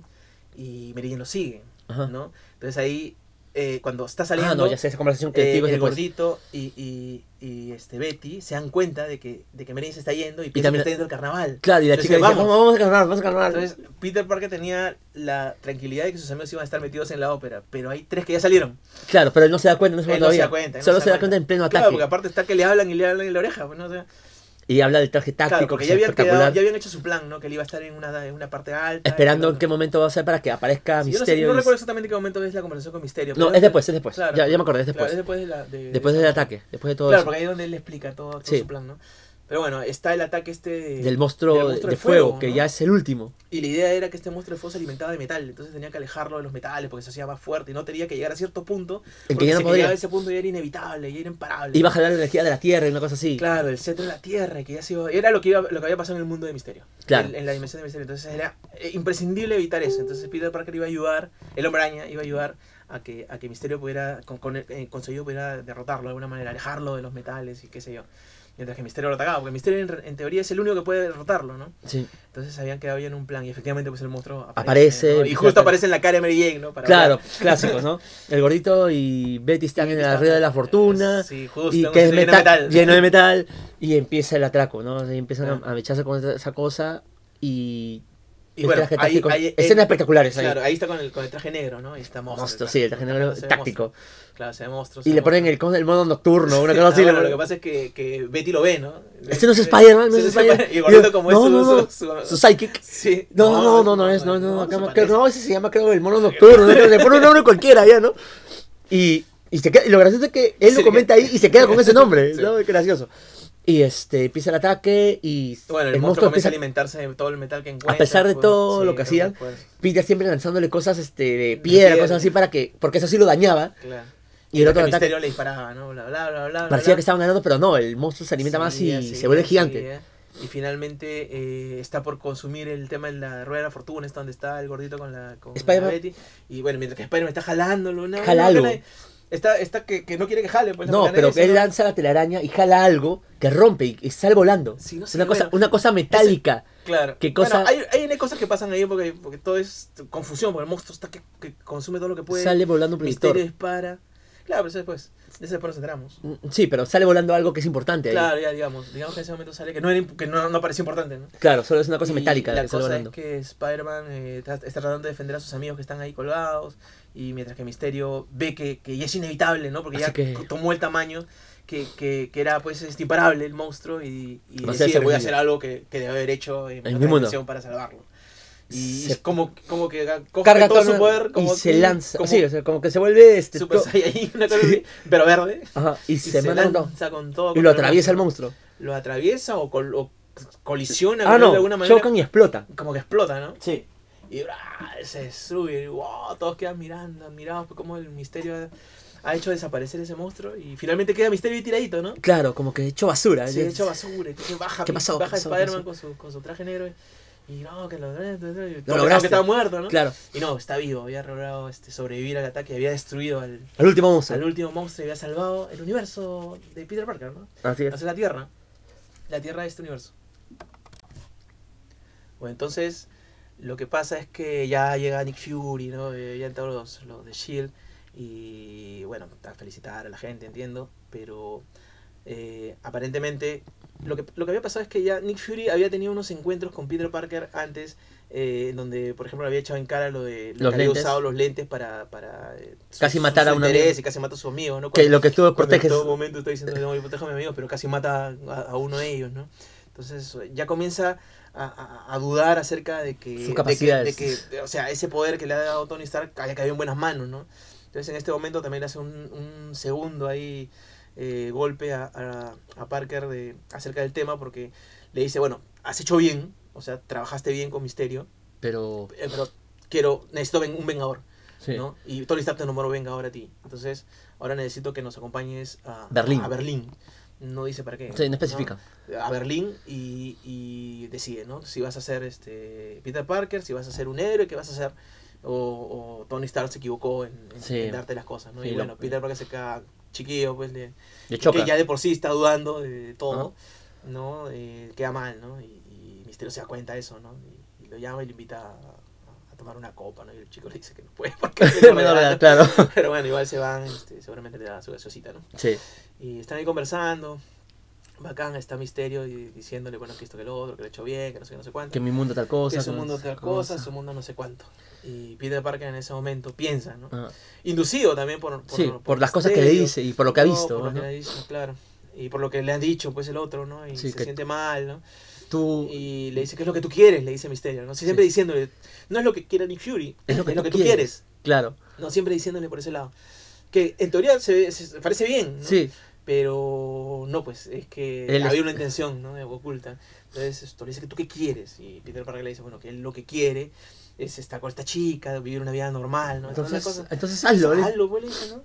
y Mary Jane lo sigue,
Ajá.
¿no? Entonces ahí eh, cuando está saliendo
Ah, no, ya sé, esa conversación que
eh,
digo
el
es después.
gordito y, y, y, este Betty se dan cuenta de que de que Mary Jane se está yendo y, piensan
también-
que está yendo el carnaval.
Claro, y la
Entonces,
chica dice, vamos,
vamos.
vamos a ganar, vamos a ganar.
Entonces Peter Parker tenía la tranquilidad de que sus amigos iban a estar metidos en la ópera, pero hay tres que ya salieron.
Claro, pero él no se da cuenta, no se, da
Él no se da
todavía.
cuenta, él no
Solo se da cuenta en pleno
Claro,
ataque.
porque aparte está que le hablan y le hablan en la oreja, pues, ¿no? O sea,
Y habla del traje táctico,
claro,
que
porque
es
ya habían,
espectacular.
quedado- ya habían hecho su plan, ¿no? Que él iba a estar en una, en una parte alta.
Esperando
y-
en qué momento va a ser para que aparezca
Sí, yo no, sé,
Misterio.
no
y-
recuerdo exactamente qué momento es la conversación con Misterio.
No,
pero-
es después, es después.
Claro.
ya, ya me acordé, es
Claro,
después.
es después de la- de-
después
de-
del ataque, después de todo
Claro,
eso.
porque ahí es donde él explica todo, todo
Sí.
su plan, ¿no? Pero bueno, está el ataque este de-
Del monstruo,
del
de, de fuego, que
¿no?
ya es el último.
Y la idea era que este monstruo de fuego se alimentaba de metal, entonces tenía que alejarlo de los metales porque se hacía más fuerte y no tenía que llegar a cierto punto.
En que
porque
ya no
si llegaba
podía.
a ese punto ya era inevitable, ya era imparable.
Iba a jalar la energía de la tierra y una cosa así.
Claro, el centro de la Tierra, que ya se iba- Era lo que, iba, lo que había pasado en el mundo de Misterio.
Claro.
En, en la dimensión de Misterio. Entonces era eh, imprescindible evitar eso. Entonces Peter Parker iba a ayudar, el hombre araña iba a ayudar a que, a que Misterio pudiera, con, con el- eh, con su ayuda pudiera derrotarlo de alguna manera, alejarlo de los metales y qué sé yo. Mientras que Misterio lo atacaba, porque Misterio en, re- en teoría es el único que puede derrotarlo, ¿no?
Sí.
Entonces habían quedado ya en un plan y efectivamente pues el monstruo
Aparece,
aparece. ¿no? Y
empieza
justo
a-
aparece en la cara de Mary Jane, ¿no? Para
Claro,
hablar.
clásico, ¿no? El gordito y Betty están en la rueda de la fortuna.
Sí, justo.
y
un
que es
lleno de
meta- lleno de metal y empieza el atraco, ¿no? Y empiezan a-
Ah.
a mecharse con esa- esa cosa y
Y
el
bueno,
traje
ahí,
táctico-
ahí-
escenas espectaculares ahí.
Claro, ahí está con el, con el traje negro, ¿no? Ahí está monstruo.
Monstruo, sí, el traje negro
se ve
táctico.
monstruo. Claro, se ve monstruo.
y le ponen el, el modo nocturno, una cosa así. le
lo
ponen.
que pasa es que, que Betty lo ve, ¿no?
Este no es
Sí,
Spider-Man, no
sí,
es
sí,
Spider-Man.
Y Gordito como
no,
es su,
no, no,
su-
su
su-
psychic.
Sí.
No, no, no, no, no es, no, no, acá
se
más- creo-
parece.
no, ese se llama creo el mono nocturno, ¿no? le pone un nombre cualquiera ya, ¿no? Y, y se queda- y lo gracioso es que él
Sí.
lo comenta ahí y se queda con ese nombre,
Sí.
¿no? Es gracioso. Y este, empieza el ataque y
Bueno, el, monstruo
empieza,
comienza a alimentarse de todo el metal que encuentra.
a pesar de
pues,
todo
sí,
lo que hacían,
pues,
Peter siempre lanzándole cosas este, de piedra,
piedra.
cosas así para que, porque eso sí lo dañaba.
Claro.
Y el otro
el
ataque
misterio le disparaba, ¿no? Bla, bla, bla, bla.
parecía
bla.
que estaban ganando, pero no, el monstruo se alimenta más y
Seguía,
se
seguía,
vuelve gigante.
seguía. eh. Y finalmente eh, está por consumir el tema de la rueda de la fortuna, está donde está el gordito con la, con la
Spider-Man.
Betty. Y bueno, mientras que Spider-Man está jalándolo, no,
Jala
no,
algo.
jala- Está, está que, que no quiere que jale, pues
No,
porque
pero
nadie
él
se-
lanza la telaraña y jala algo que rompe y, y sale volando.
Sí, no sé,
una, cosa,
bueno.
una cosa metálica.
Claro.
qué
Bueno,
cosa-
hay, hay, hay cosas que pasan ahí porque, porque todo es confusión, porque el monstruo está que, que consume todo lo que puede.
Sale volando un proyector.
Misterio dispara. Claro, pero eso después. De eso después nos enteramos.
Mm, Sí, pero sale volando algo que es importante. ahí.
Claro, ya digamos. Digamos que en ese momento sale que no, era imp- que no, no parecía importante, ¿no?
Claro, solo es una cosa
Y
metálica
La
que sale
cosa es
volando.
que Spider-Man eh, está, está tratando de defender a sus amigos que están ahí colgados. Y mientras que Misterio ve que, que ya es inevitable, ¿no? Porque
Así
ya
que-
tomó el tamaño que, que, que era pues este, imparable el monstruo. Y, y
Va a ser
decide, voy
servido".
a hacer algo que, que debe haber hecho en
En
una
mi mundo.
transmisión para salvarlo. Y
Se-
es como, como que ga- coge
Carga
todo su
una-
poder. Como,
y se lanza.
Como
sí, o sea, como que se vuelve este.
Super
to-
Saiyajin, una cosa
Sí.
así, pero verde.
Ajá, y,
Y
se, manda con todo.
lanza con todo.
Y
contra
lo atraviesa el monstruo.
Lo atraviesa o, col- o colisiona
Ah,
con él de
no.
alguna manera.
Chocan y explota.
Como que explota, ¿no?
Sí.
Y ¡bra! se destruye. Y ¡wow! todos quedan mirando, admirados por cómo el misterio ha- ha hecho desaparecer ese monstruo. Y finalmente queda misterio y tiradito, ¿no?
Claro, como que hecho basura.
Sí,
¿eh?
hecho basura. Entonces baja,
¿Qué pasó?
baja
¿Qué pasó?
Spider-Man
¿Qué
con su, con su traje negro. Y no, que lo, lo
lograste.
está muerto, ¿no?
Claro,
Y no, está vivo, había logrado este, sobrevivir al ataque, había destruido al,
al último monstruo.
al último monstruo y había salvado el universo de Peter Parker, ¿no?
Así
O sea, la Tierra. La Tierra de este universo. Bueno, entonces lo que pasa es que ya llega Nick Fury, ¿no? Eh, ya entraron los, los de Shield. E Y bueno, a felicitar a la gente, entiendo. Pero eh, aparentemente lo que, lo que había pasado es que ya Nick Fury había tenido unos encuentros con Peter Parker antes, eh, donde por ejemplo le había echado en cara lo de lo
Los
que había
lentes.
usado los lentes para, para eh, su-
Casi
su-
matar a
su
un amigo.
interés y casi mató a su amigo, ¿no?
Que
Cuando-
lo que tú
cuando en
proteges.
todo momento está diciendo, no, yo protejo a mi amigo, pero casi mata a, a uno de ellos, ¿no? Entonces eh, ya comienza a, a- a dudar acerca de que,
Sus
de que-
capacidades.
de que, o sea, ese poder que le ha dado Tony Stark haya caído en buenas manos, ¿no? Entonces en este momento también le hace un, un segundo ahí eh, golpe a, a- a Parker de, acerca del tema porque le dice, bueno, has hecho bien, o sea, trabajaste bien con Misterio,
Pero.
eh, pero quiero, necesito ven- un vengador.
Sí.
¿no? Y Tony Stark te nombró venga ahora a ti. Entonces, ahora necesito que nos acompañes a
Berlín.
A Berlín. No dice para qué.
Sí, no especifica.
¿no? A Berlín y, y decide, ¿no? Si vas a ser este Peter Parker, si vas a ser un héroe, qué vas a ser. O, o Tony Stark se equivocó en, en-
Sí.
en darte las cosas, ¿no?
Sí,
y bueno,
lo-
Peter Parker se queda chiquillo, pues le,
Le choca.
que ya de por sí está dudando de todo, ¿no? Eh, queda mal, ¿no? Y, y Misterio se da cuenta de eso, ¿no? Y, y lo llama y le invita a, a tomar una copa, ¿no? Y el chico le dice que no puede porque es
Me da verdad, claro.
Pero bueno, igual se van, este, seguramente le da su gaseosita, ¿no?
Sí.
Y están ahí conversando, bacán, está Misterio y, diciéndole, bueno, que esto, que lo otro, que lo ha hecho bien, que no sé qué, no sé cuánto.
Que mi mundo tal cosa.
que su
que
mundo
tal
tal cosa, su mundo no sé cuánto. Y Peter Parker en ese momento piensa, ¿no?
Ah,
Inducido también por...
sí, por, las cosas que le
Misterio,
dice y por lo que ha
no,
visto.
por lo
¿no?
que le hizo, claro. Y por lo que le han dicho, pues el otro, ¿no? Y
Sí,
se
que-
siente mal, ¿no?
Tú.
Y le dice, ¿qué es lo que tú quieres? Le dice Misterio, ¿no? Siempre
Sí.
diciéndole, no es lo que quiere Nick Fury, es lo que, tú, quieres.
Claro.
¿no? Siempre diciéndole por ese lado. Que en teoría se, se- parece bien, ¿no?
Sí.
Pero no, pues es que
Él es-
había una intención, ¿no? Oculta. Entonces esto, le dice, ¿tú qué quieres? Y Peter Parker le dice, bueno, que él lo que quiere es estar con esta chica, vivir una vida normal, ¿no? Entonces,
Entonces,
una cosa-
entonces hazlo. le-
Hazlo, pues, le dice, ¿no?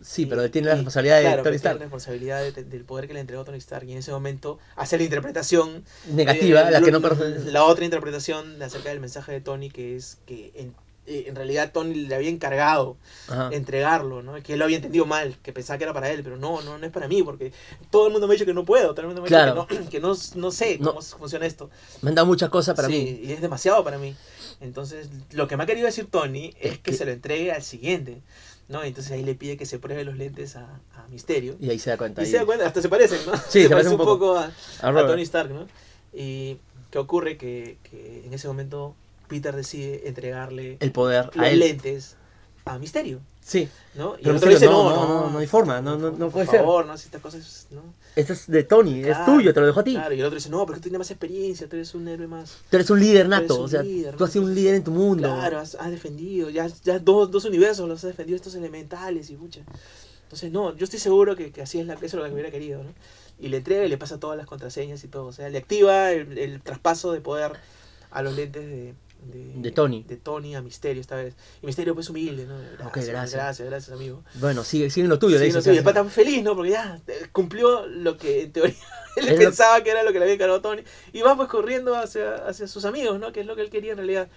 Sí, pero
Y-
él tiene la
y-
responsabilidad
claro,
de Tony
pero tiene
Stark.
la responsabilidad de- del poder que le entregó Tony Stark y en ese momento hace la interpretación
Negativa,
eh,
la que
lo-
no corresponde.
la otra interpretación de acerca del mensaje de Tony que es que en, eh, en realidad Tony le había encargado
Ajá.
entregarlo, ¿no? Que él lo había entendido mal, que pensaba que era para él, pero no, no, no es para mí porque todo el mundo me ha dicho que no puedo, todo el mundo me ha
Claro.
dicho que no, que no, no sé
No.
cómo funciona esto.
Me han dado muchas cosas para
Sí,
mí.
y es demasiado para mí. Entonces, lo que me ha querido decir Tony es,
Es
que,
que-
se lo entregue al siguiente. ¿no? Entonces ahí le pide que se pruebe los lentes a, a Misterio.
Y ahí se da cuenta.
Y
ahí.
se da cuenta, hasta se parecen, ¿no?
Sí, se parece un poco.
a,
Ah,
a
Robert.
Tony Stark, ¿no? Y que ocurre que, que en ese momento Peter decide entregarle
El poder
los
a él.
lentes a Misterio,
Sí.
¿no? Y
Pero
el
Misterio,
otro dice,
no,
no,
no,
no,
no, no hay forma, no, no, no puede
por
ser.
favor, no, si estas cosas, ¿no?
Esto Este es de Tony, es
Claro,
tuyo, te lo dejo a ti.
Claro, y el otro dice, no, pero tú tienes más experiencia, tú eres un héroe más.
Tú eres un líder
Tú
nato,
eres
o
un
sea,
líder,
tú has sido un líder en tu mundo.
Claro, has, has defendido, ya, ya dos, dos universos los has defendido, estos elementales y mucha. Entonces, no, yo estoy seguro que, que así es la, eso es lo que hubiera querido, ¿no? Y le entrega y le pasa todas las contraseñas y todo. O sea, le activa el, el traspaso de poder a los lentes de, de,
De Tony.
de Tony a Misterio esta vez. Y Misterio, pues humilde, ¿no?
gracias.
Gracias, gracias, amigo.
Bueno, sigue, sigue en lo tuyo. le
Sí, no
dices,
sé, y el
o sea,
pata fue feliz, ¿no? Porque ya eh, cumplió lo que en teoría él
Es lo-
pensaba que era lo que le había encargado Tony. Y va pues corriendo hacia, hacia sus amigos, ¿no? Que es lo que él quería en realidad.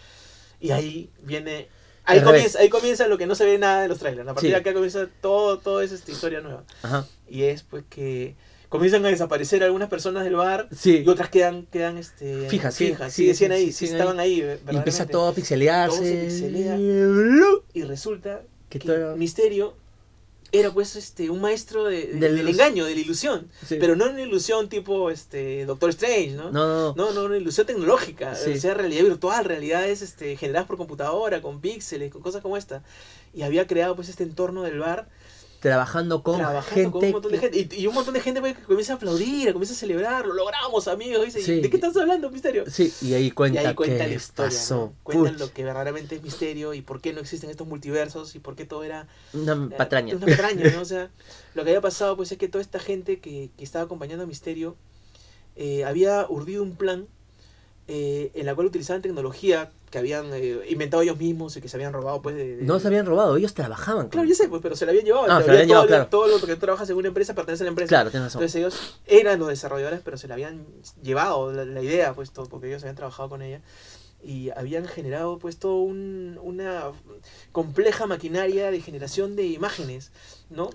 Y ahí viene. Ahí
Al revés.
comienza, ahí comienza lo que no se ve nada de los trailers. A partir
Sí.
de acá comienza todo, todo es esta historia nueva.
Ajá.
Y es pues que comienzan a desaparecer algunas personas del bar
Sí.
y otras quedan, quedan este,
Fijas, sí,
fijas.
sí,
Sí, decían
sí,
ahí,
sí,
sí,
siguen
estaban ahí. eh,
Y empieza
verdaderamente.
todo a pixelearse.
Todo se pixelea. Y resulta
Que
que,
todo-
Misterio era pues este un maestro de- de-
De
del
ilus-
engaño, de la ilusión.
Sí.
Pero no una ilusión tipo este Doctor Strange,
no,
¿no?
no, no.
No, no, una ilusión tecnológica,
Sí.
o sea, realidad virtual, realidades este, generadas por computadora, con píxeles, con cosas como esta. Y había creado pues este entorno del bar,
Trabajando con
trabajando
gente.
con un montón de
que-
gente. Y, y un montón de gente pues, que comienza a aplaudir, comienza a celebrar, lo logramos, amigos. Dice,
Sí.
¿de qué estás hablando, Misterio?
Sí, y ahí cuenta,
y ahí cuenta
qué
la historia,
pasó.
¿no? cuentan
Puch,
lo que verdaderamente es misterio y por qué no existen estos multiversos y por qué todo era
Una
eh,
patraña.
una patraña, ¿no? O sea, lo que había pasado pues es que toda esta gente que, que estaba acompañando a Misterio eh, había urdido un plan eh, en la cual utilizaban tecnología que habían eh, inventado ellos mismos y que se habían robado, pues. De, de-
No se habían robado, ellos trabajaban.
Claro,
con-
yo sé, pues, pero se la habían llevado.
Ah,
Te
se la habían
todo,
llevado, claro.
todo lo que tú trabajas en una empresa pertenece a la empresa.
Claro, tienes razón.
Entonces ellos eran los desarrolladores, pero se la habían llevado la, la idea, pues, todo, porque ellos habían trabajado con ella. Y habían generado, pues, todo un- una compleja maquinaria de generación de imágenes, ¿no?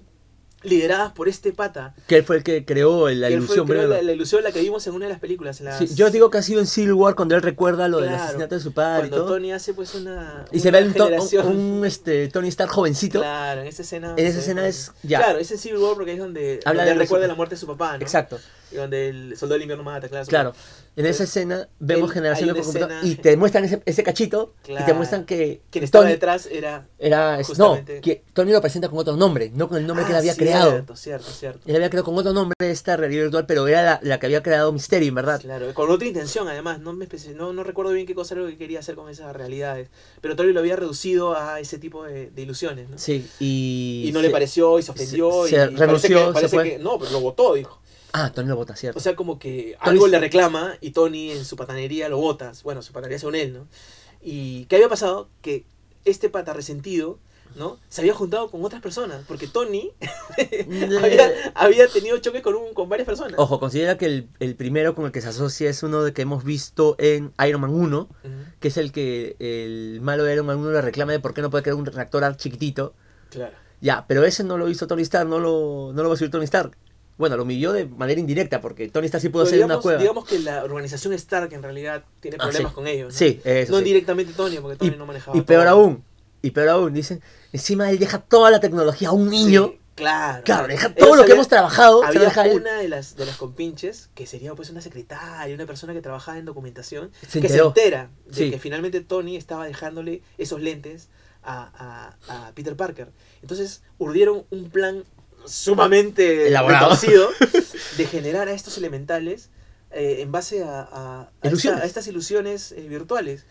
Lideradas por este pata.
Que él fue el que creó el- la
que él fue,
ilusión.
creo,
pero-
la, la ilusión la que vimos en una de las películas. en las-
Sí, yo digo que ha sido en Civil War cuando él recuerda lo del
Claro,
asesinato de su padre y
Cuando
todo.
Tony hace, pues, una.
y se ve
una
un, to-
generación.
un, un, este, Tony Stark jovencito.
Claro, en esa escena.
En
se
esa
ve
escena
como-
es ya.
Claro, es en Civil War porque es donde,
Habla
donde
de
él
la-
recuerda la muerte de su papá, ¿no?
Exacto.
Y donde el soldado del invierno mata, claro. su
Claro.
papá.
En esa
Entonces,
escena vemos
él-
generaciones
pues, hay
por
una
computadora
escena-
y te muestran ese, ese cachito y te
Claro.
muestran que
Quien estaba
Tony
detrás era...
era es-
justamente-
no, que Tony lo presenta con otro nombre, no con el nombre que él
Ah,
había
cierto,
creado.
Cierto, cierto.
Él había creado con otro nombre esta realidad virtual, pero era la, la que había creado Mystery, en verdad.
Claro, con otra intención además, no, me especi- no, no recuerdo bien qué cosa era lo que quería hacer con esas realidades, pero Tony lo había reducido a ese tipo de, de ilusiones, ¿no?
Sí, y
Y no le
se-
pareció y se ofendió
se-
y,
se
y parece
renunció,
que-
se
parece
fue.
que- no, pero lo votó, dijo.
Ah, Tony lo vota, cierto.
O sea, como que
Tony
algo
sí.
le reclama y Tony en su patanería lo botas. Bueno, su patanería según él, ¿no? ¿Y qué había pasado? Que este pata resentido, ¿no? Se había juntado con otras personas. Porque Tony
De-
había, había tenido choques con, un, con varias personas.
Mm, Ojo, considera que el, el primero con el que se asocia es uno de que hemos visto en Iron Man 1,
Ujú,
que es el que el malo de Iron Man 1 le reclama de por qué no puede crear un reactor ar- chiquitito.
Claro.
Ya, pero ese no lo hizo Tony Stark, no lo, no lo va a subir Tony Stark. Bueno, lo humilló de manera indirecta, porque Tony Stark sí pudo
Pero
hacer una
Pues
cueva.
digamos, digamos que la organización Stark en realidad tiene
Ah, sí.
problemas con ellos. ¿no?
sí, eso
No
sí.
directamente Tony, porque Tony
Y-
no manejaba.
Y peor
todo.
aún, y peor aún, dicen, encima él deja toda la tecnología a un
Sí,
niño.
claro.
Claro, deja
Ellos
todo lo que
habían-
hemos trabajado, se lo
Había
deja a él.
una de las, de las compinches que sería pues una secretaria, una persona que trabajaba en documentación,
Se
que
enteró.
se entera de
Sí.
que finalmente Tony estaba dejándole esos lentes a, a- a Peter Parker. Entonces urdieron un plan sumamente
Elaborado.
retorcido de generar a estos elementales eh, en base a, a- a esta-
Ilusiones.
a estas ilusiones eh, virtuales.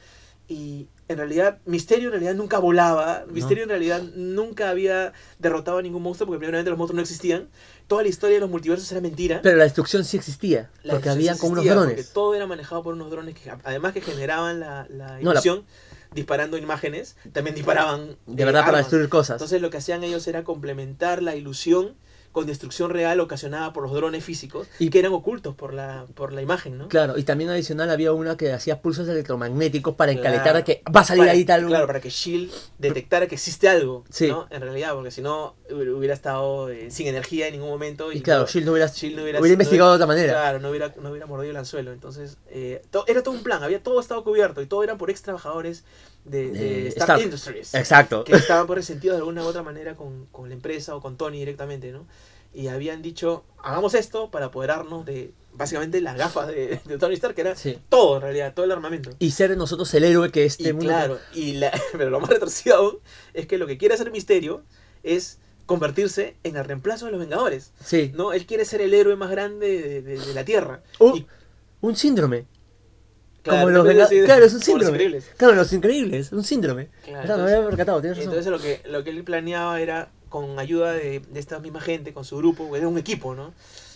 Y en realidad, Misterio en realidad nunca volaba, Misterio en realidad nunca había derrotado a ningún monstruo porque primeramente los monstruos no existían, toda la historia de los multiversos era mentira.
Pero la destrucción sí existía,
La
porque
destrucción
había como unos
existía, porque
drones.
todo era manejado por unos drones que además que generaban la, la
No, la-
ilusión, disparando imágenes, también disparaban...
De
eh,
verdad, para
armas.
destruir cosas.
Entonces lo que hacían ellos era complementar la ilusión con destrucción real ocasionada por los drones físicos
Y-
y que eran ocultos por la, por la imagen, ¿no?
Claro, y también adicional había una que hacía pulsos electromagnéticos para encalentar
Claro.
a que va a salir
Para-
ahí tal.
Claro, para que Shield detectara que existe algo,
Sí.
¿no? En realidad, porque si no hu- hubiera estado eh, sin energía en ningún momento y,
y claro,
no-
Shield no hubiera,
Shield
hubiera
no
investigado de otra manera.
Claro, no hubiera, no hubiera mordido el anzuelo. Entonces, eh, to- era todo un plan, había todo estado cubierto y todo eran por ex trabajadores de, de
Eh,
Stark
Stark.
Industries.
Exacto.
Que estaban por resentidos de alguna u otra manera con, con la empresa o con Tony directamente, ¿no? Y habían dicho, hagamos esto para apoderarnos de básicamente las gafas de, de Tony Stark, que era
Sí.
todo en realidad, todo el armamento.
Y ser nosotros el héroe que este
Y
mundo.
claro, y la- pero lo más retorcido aún es que lo que quiere hacer Misterio es convertirse en el reemplazo de los Vengadores.
Sí.
No, él quiere ser el héroe más grande de, de- de la Tierra.
Uh,
Y-
Un síndrome.
claro,
como los Venga-
entonces, sí,
Claro, es un
como los
síndrome.
increíbles.
Claro, los increíbles. Un síndrome.
Claro,
Claro, me
entonces-
había percatado, tienes razón.
Entonces lo que, lo que él planeaba era con ayuda de, de esta misma gente, con su grupo, porque era un equipo, ¿no?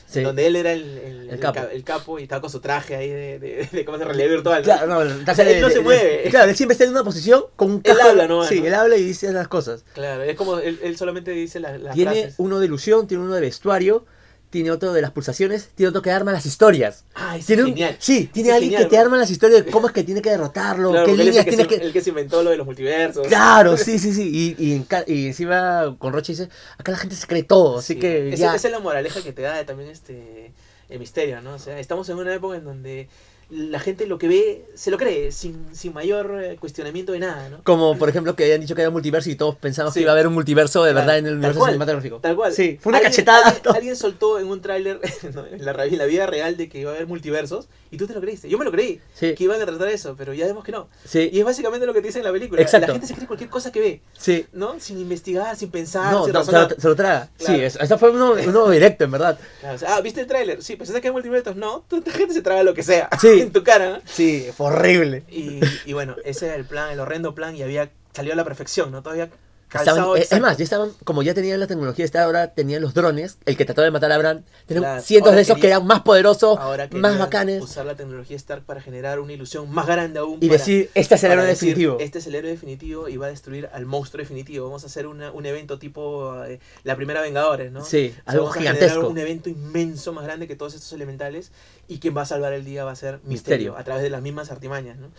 Sí.
Donde él era el, el-
El
el
capo.
ca- el capo y estaba con su traje ahí de, de, de- ¿cómo se llama? relieve virtual. ¿no?
Claro, no, la tasa
él no se mueve.
Claro, él siempre está en una posición con un
Él
casco-
habla nomás,
Sí,
¿no?
él habla y dice las cosas.
Claro, es como él, él solamente dice las, las
tiene
frases.
uno de ilusión, tiene uno de vestuario, tiene otro de las pulsaciones, tiene otro que arma las historias.
Ah, ese
Tiene
es
un-
genial.
sí,
Ese
tiene
es
alguien que
genial,
te
¿no?
arma las historias de cómo es que tiene que derrotarlo,
Claro,
qué
porque él es el
líneas
que
tiene
se-
que...
el que se inventó lo de los multiversos.
Claro, sí, sí, sí. Y, y, en ca- y encima con Roche dice, acá la gente se cree todo, así
Sí.
que
Esa,
ya...
esa es la moraleja que te da también este el misterio, ¿no? O sea, estamos en una época en donde la gente lo que ve se lo cree, sin, sin mayor eh, cuestionamiento de nada, ¿no?
Como por ejemplo que habían dicho que era multiverso y todos pensamos que
Sí.
iba a haber un multiverso de verdad en el
Tal
universo
cual,
cinematográfico.
Tal cual.
Sí, fue una
Alguien-
cachetada.
Alguien, alguien soltó en un tráiler, ¿no? en, la, re- en la vida real, de que iba a haber multiversos, y tú te lo creíste. Yo me lo creí,
Sí.
que iban a tratar eso, pero ya vemos que no.
Sí,
Y es básicamente lo que te dice en la película.
Exacto.
La gente se cree cualquier cosa que ve,
sí.
¿no? Sin investigar, sin pensar,
No,
sin
no, se
razonar.
lo, se lo traga. Sí,
Claro.
eso, eso fue uno, uno directo, en verdad.
Claro, o sea, ah, ¿viste el tráiler? Sí, pensaste que hay multiversos. No, tu tu gente se traga lo que sea
Sí.
en tu cara. ¿no?
Sí, fue horrible.
Y, y bueno, ese era el plan, el horrendo plan, y había salido a la perfección, ¿no? Todavía
Estaban-
Calzado
eh, es
exacto.
más, ya estaban, como ya tenían la tecnología, esta ahora tenían los drones, el que trató de matar a Bran, tenían
Claro,
cientos
ahora
de esos que
quería-
eran más poderosos,
Ahora
más
querían
bacanes,
Usar la tecnología Stark para generar una ilusión más grande aún.
y
para-
decir, este es el
para
héroe
decir,
definitivo.
Este es el héroe definitivo y va a destruir al monstruo definitivo. Vamos a hacer una- un evento tipo eh, la primera Vengadores, ¿no?
Sí,
O sea,
algo
vamos a generar
gigantesco.
un evento inmenso más grande que todos estos elementales y quien va a salvar el día va a ser Misterio,
Misterio.
a través de las mismas artimañas, ¿no?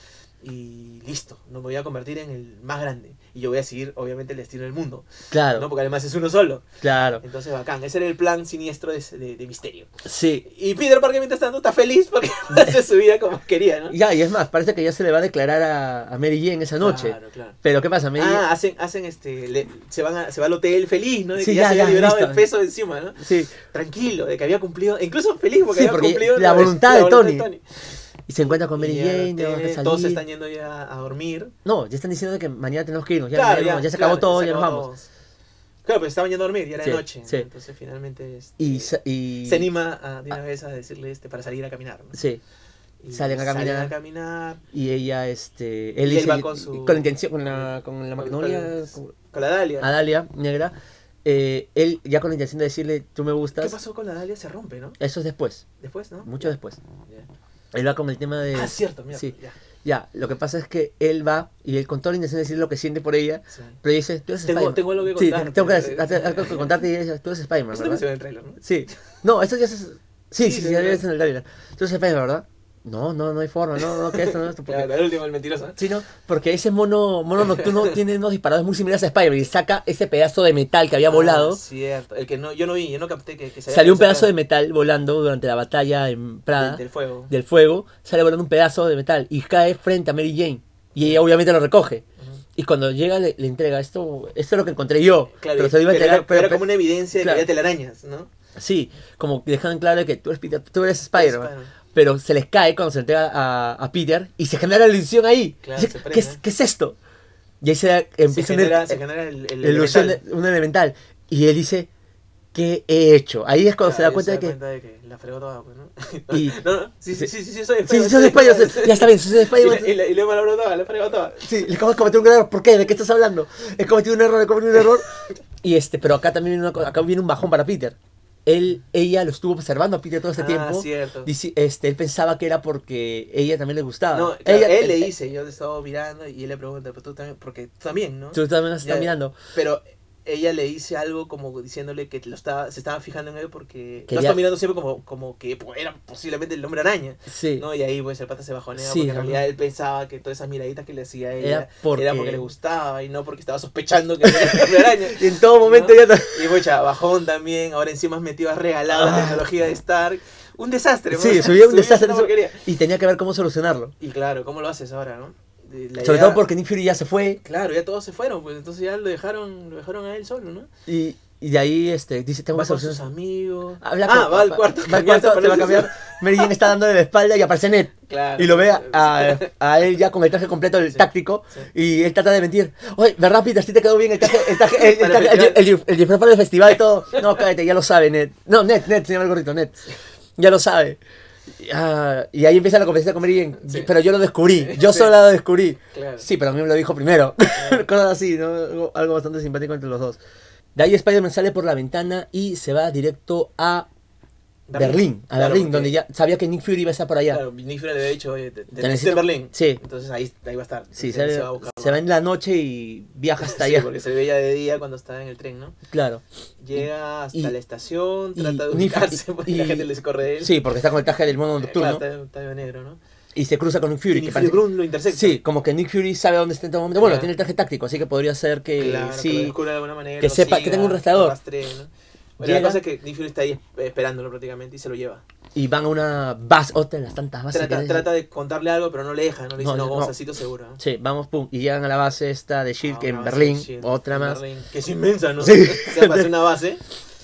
Y listo, nos voy a convertir en el más grande y yo voy a seguir obviamente el destino del mundo,
Claro,
¿no? Porque además es uno solo.
claro.
Entonces bacán, ese era el plan siniestro de, de- de Misterio.
Sí.
Y Peter Parker mientras tanto está feliz porque hace su vida como quería, ¿no?
Ya, y es más, parece que ya se le va a declarar a, a Mary Jane esa noche.
Claro, claro.
Pero ¿qué pasa? Mary
Ah, hacen, hacen este, le- se van a- se va al hotel feliz, ¿no? De
Sí,
que ya,
ya,
se
ya,
había liberado
listo.
el peso de encima, ¿no?
sí.
Tranquilo, de que había cumplido, incluso feliz
Sí,
porque había
porque
cumplido
la
lo de-
voluntad de Tony. Y se encuentra con
Y
Mary
ya,
Jane,
te-
ya van a salir.
todos se están yendo ya a dormir.
No, ya están diciendo que mañana tenemos que irnos, ya,
Claro,
ya, no, ya se acabó
claro,
todo,
se
ya, nos
acabó
vamos.
todo. Claro, pero estaban yendo a dormir, ya era de
Sí,
noche.
sí.
Entonces finalmente este,
Y, sa- y-
se anima a, de una vez a decirle este, para salir a caminar. ¿no?
Sí,
Y
Salen a caminar.
a caminar
y ella, este,
Y
él
él
dice-
va con su-
la intención, con la, con la magnolia,
con-
con-
con la Dalia.
a Dalia Negra, eh, él ya con la intención de decirle, tú me
¿Qué
gustas,
pasó con la Dalia? Se rompe, ¿no?
eso es después,
Después, ¿no?
mucho después.
Ya.
Él va con el tema de...
Ah, cierto, mira.
Sí.
ya,
Ya, lo que pasa es que él va y él con toda la intención de decir lo que siente por ella,
sí.
pero dice, tú eres
Tengo-
Spider-Man.
tengo algo que
Sí,
contar,
tengo que
pero-
hacer- hacer algo que contarte y ella dice, tú eres Spider-Man,
Eso también se
¿verdad?
ve en el trailer, ¿no?
Sí. No, esto ya se... Sí,
Sí,
sí,
se
sí, ya
ve.
ves en el trailer. Tú eres Spider-Man, ¿verdad? No, no, no hay forma, no, no, que esto, no, esto, porque...
Claro, el último, el mentiroso. ¿eh?
Sí, ¿no? Porque ese mono, mono nocturno tiene unos disparadores muy similares a Spider-Man y saca ese pedazo de metal que había volado.
Ah, cierto. El que no, yo no vi, yo no capté que, que se había
Salió un pedazo de
lanzado
metal volando durante la batalla en Prada
del- del fuego.
del fuego, sale volando un pedazo de metal y cae frente a Mary Jane. Y ella obviamente lo recoge.
Ujú.
Y cuando llega le, le entrega esto, esto es lo que encontré yo.
Claro,
pero
y-
se lo iba a
pero
entregar,
era, pero era
pero-
como una evidencia
claro.
de que había telarañas, ¿no?
Sí, como que dejan claro que tú eres Peter, tú eres Spider-Man.
Spider-Man.
Pero se les cae cuando se entrega a, a Peter y se genera la ilusión ahí.
Claro,
Dice,
se
¿qué,
prende.
es, qué es esto? Y ahí se da- empieza
Se
una-
genera, se genera el, el,
la ilusión
elemental.
de un elemental. Y él dice, ¿qué he hecho? Ahí es cuando se da
Claro,
cuenta de que...
de que la fregó toda, pues, ¿no?
Y-
no, no, sí, sí, sí, sí, sí, soy
Sí,
Spider-Man.
sos Spider-Man, ya está bien, sos Spider-Man.
Y, le- y luego la fregó toda, la fregó toda.
Sí, le acabas de cometer un gran error. ¿Por qué? ¿De qué estás hablando? He cometido un error, he cometido un error. Y este, pero acá también viene, una co- acá viene un bajón para Peter. Él, ella lo estuvo observando a Peter todo este
Ah,
tiempo.
cierto.
Dici- este, él pensaba que era porque ella también le gustaba.
No, claro,
ah, Ella-
él le dice, yo te estaba mirando y él le pregunta, pero tú también, porque tú también, ¿no?
Tú también las estás
Ya.
mirando.
Pero ella le dice algo como diciéndole que lo estaba, se estaba fijando en él porque
Que
lo
ya-
estaba mirando siempre como, como que pues, era posiblemente el hombre araña.
Sí.
¿no? Y ahí pues el pata se bajonea
Sí,
porque en
ajá.
realidad él pensaba que todas esas miraditas que le hacía a ella
Era
era
porque-
porque, le gustaba y no porque estaba sospechando que era el hombre araña.
Y en todo momento
¿No?
ella ta-
Y mucha bajón también, ahora encima has metido, has regalado
Ah.
la tecnología de Stark. Un desastre, pues.
Sí,
¿no?
subió un
Subió
desastre.
una porquería.
Y tenía que ver cómo solucionarlo.
Y claro, ¿cómo lo haces ahora, no? De- la
Sobre
idea-
todo porque Nick Fury ya se fue.
Claro, ya todos se fueron, pues entonces ya lo dejaron, lo dejaron a él solo, ¿no?
Y, y de ahí este, dice, tengo
Va
que
con sus
solucionar.
amigos.
Habla
ah,
con-
va al cuarto.
Va al cuarto, se va a cambiar. Mary Jane está dándole la espalda y aparece Ned.
Claro.
Y lo ve a, a- a él ya con el traje completo, el
Sí,
táctico,
sí.
y él trata de mentir. Oye, ¿verdad, Peter? ¿Sí te quedó bien el traje? El traje, el, el
Para el
traje- el- el- el disfraz para el festival y todo. No, cállate, ya lo sabe, Ned. No, Ned, Ned, se llama el gorrito, Ned. Ya lo sabe. Ah, y ahí empieza la conversación con Mary Jane.
Sí.
Pero yo lo descubrí, yo
Sí.
sola lo descubrí.
Claro.
Sí, pero a mí me lo dijo primero. Cosas así, ¿no? Algo, algo bastante simpático entre los dos. De ahí Spider-Man sale por la ventana y se va directo a Berlín, a
Claro,
Berlín,
porque-
donde ya sabía que Nick Fury iba a estar por allá.
Claro, Nick Fury le había dicho, oye, te, te
Te necesito-
necesito en Berlín.
Sí.
Entonces ahí, ahí va a estar.
Sí,
Entonces
sale-
se va a
se,
buscar.
va en la noche y viaja hasta
Sí,
allá.
porque se le veía de día cuando estaba en el tren, ¿no?
Claro.
Llega hasta
y-
la estación,
y-
trata de
y-
ubicarse,
y-
porque la
y-
gente les corre de él.
Sí, porque está con el traje del mono
Eh, claro,
nocturno
está, está de negro, ¿no?
y se cruza con Nick Fury.
y
que
Nick Fury
parece-
Brun lo intersecta.
sí, como que Nick Fury sabe dónde está en todo momento. Bueno,
Claro.
tiene el traje táctico, así que podría ser que
Claro, que lo
sí.
descubra de alguna manera.
que
lo
sepa que tenga un
lo
rastreador.
rastree, ¿no? Bueno,
Llega-
la cosa es que Nick Fury está ahí esperándolo prácticamente y se lo lleva.
y van a una base, otra de las tantas bases. que
Trata,
hay.
trata de contarle algo, pero no le deja, no le dice,
No,
no,
no,
vamos
no.
a sitio seguro. ¿no?
Sí, vamos, pum. Y llegan a la base esta de Shield
Ah,
que en
una base
Berlín,
de Shield,
otra
en
más.
Berlín, que es inmensa, ¿no?
Sí.
Se hace una base.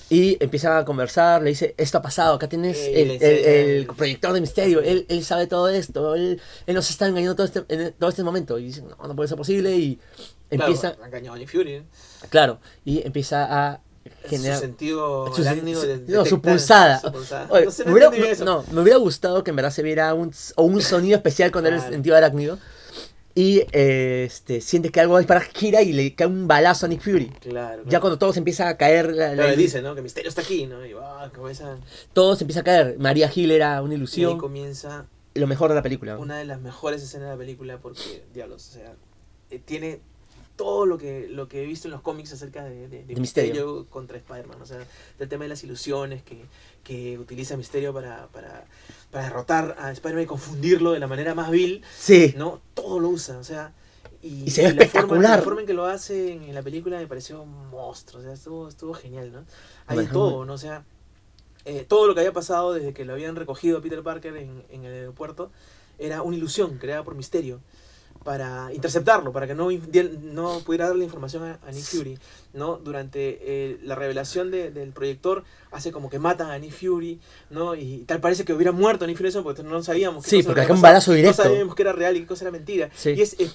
Y empiezan a conversar, le dice, esto ha pasado, acá tienes
Eh,
el,
le
el-
enseña
el
el-
proyector de misterio, él, él sabe todo esto, él, él nos está engañando todo este, en todo este momento. Y dicen, no, no puede ser posible. Y empieza,
Claro, ha engañado a Nick Fury. ¿eh?
Claro, y empieza a generar...
Su sentido.
su-
arácnido
su-
de-
no, su
detectar-
pulsada.
su pulsada.
Oye,
no sé,
me
no
hubiera-
entendí bien eso.
no, me hubiera gustado que en verdad se viera un, o un sonido especial cuando era el
Claro.
sentido arácnido. y eh, este, sientes que algo va a disparar, gira y le cae un balazo a Nick Fury.
Claro.
Ya cuando todos empieza a caer, la- la-
Claro, dice, ¿no? Que Misterio está aquí, ¿no? Y va, como esa...
todos empieza a caer. María Hill era una
Y ahí
ilusión,
comienza
lo mejor de la película.
una de las mejores escenas de la película porque, diablos, o sea, eh, tiene todo lo que, lo que he visto en los cómics acerca de, de- de
De Misterio.
contra Spider-Man, o sea, del tema de las ilusiones que, que utiliza Misterio para, para, para derrotar a Spider-Man y confundirlo de la manera más vil,
Sí,
¿no? Todo lo usa, o sea... Y,
Y se ve
la forma-
espectacular.
la forma en que lo hace en, en la película me pareció un monstruo, o sea, estuvo, estuvo genial, ¿no? Hay de
Bueno,
todo, ¿no? O sea, eh, todo lo que había pasado desde que lo habían recogido a Peter Parker en, en el aeropuerto era una ilusión creada por Misterio para interceptarlo, para que no, inf- diel- no pudiera darle información a, a Nick Fury, ¿no? Durante eh, la revelación de- del proyector hace como que mata a Nick Fury, ¿no? Y tal parece que hubiera muerto Nick Fury, eso porque no sabíamos. qué
Sí,
cosa
porque
había
acá un
pasado,
balazo directo.
No sabíamos que era real y qué cosa era mentira.
Sí.
Y es, eh,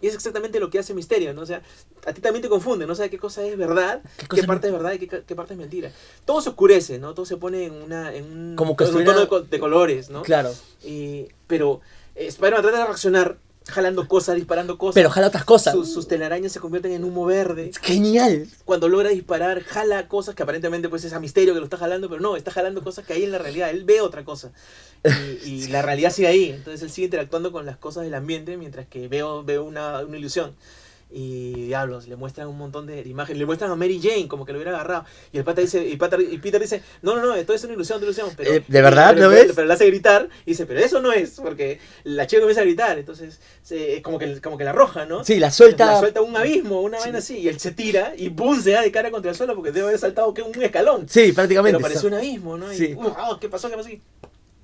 y es exactamente lo que hace Misterio, ¿no? O sea, a ti también te confunde, no sabes qué cosa es verdad,
¿Qué
qué,
cosa es
parte es verdad y qué, ca- qué parte es mentira. Todo se oscurece, ¿no? Todo se pone en, una, en un,
Como que
en un
estuviera-
tono de, co- de colores, ¿no?
claro.
Y- pero eh, Spider-Man trata de reaccionar jalando cosas, disparando cosas.
Pero jala otras cosas.
Sus, sus telarañas se convierten en humo verde.
Es genial.
Cuando logra disparar, jala cosas que aparentemente pues es a misterio que lo está jalando, pero no, está jalando cosas que hay en la realidad. Él ve otra cosa. Y, y la realidad sigue ahí. Entonces él sigue interactuando con las cosas del ambiente mientras que veo, veo una, una ilusión. Y diablos, le muestran un montón de imágenes. Le muestran a Mary Jane como que lo hubiera agarrado. Y el pata dice, y, pata- y Peter dice, no, no, no, esto es una ilusión, una ilusión. Pero,
Eh, ¿de verdad?
pero-
¿Lo
pero-
ves?
Pero le hace gritar y dice, pero eso no es, porque la chica comienza a gritar. Entonces, se- es como que, como que la arroja, ¿no?
Sí, la suelta.
La suelta a un abismo, una vaina así, y él se tira y ¡pum! se da de cara contra el suelo porque debe haber saltado ¿qué? un escalón.
Sí,
Pero
prácticamente.
pareció un abismo, ¿no? Y,
Sí.
"Uh, ah, ¿Qué pasó? ¿Qué pasó? Y-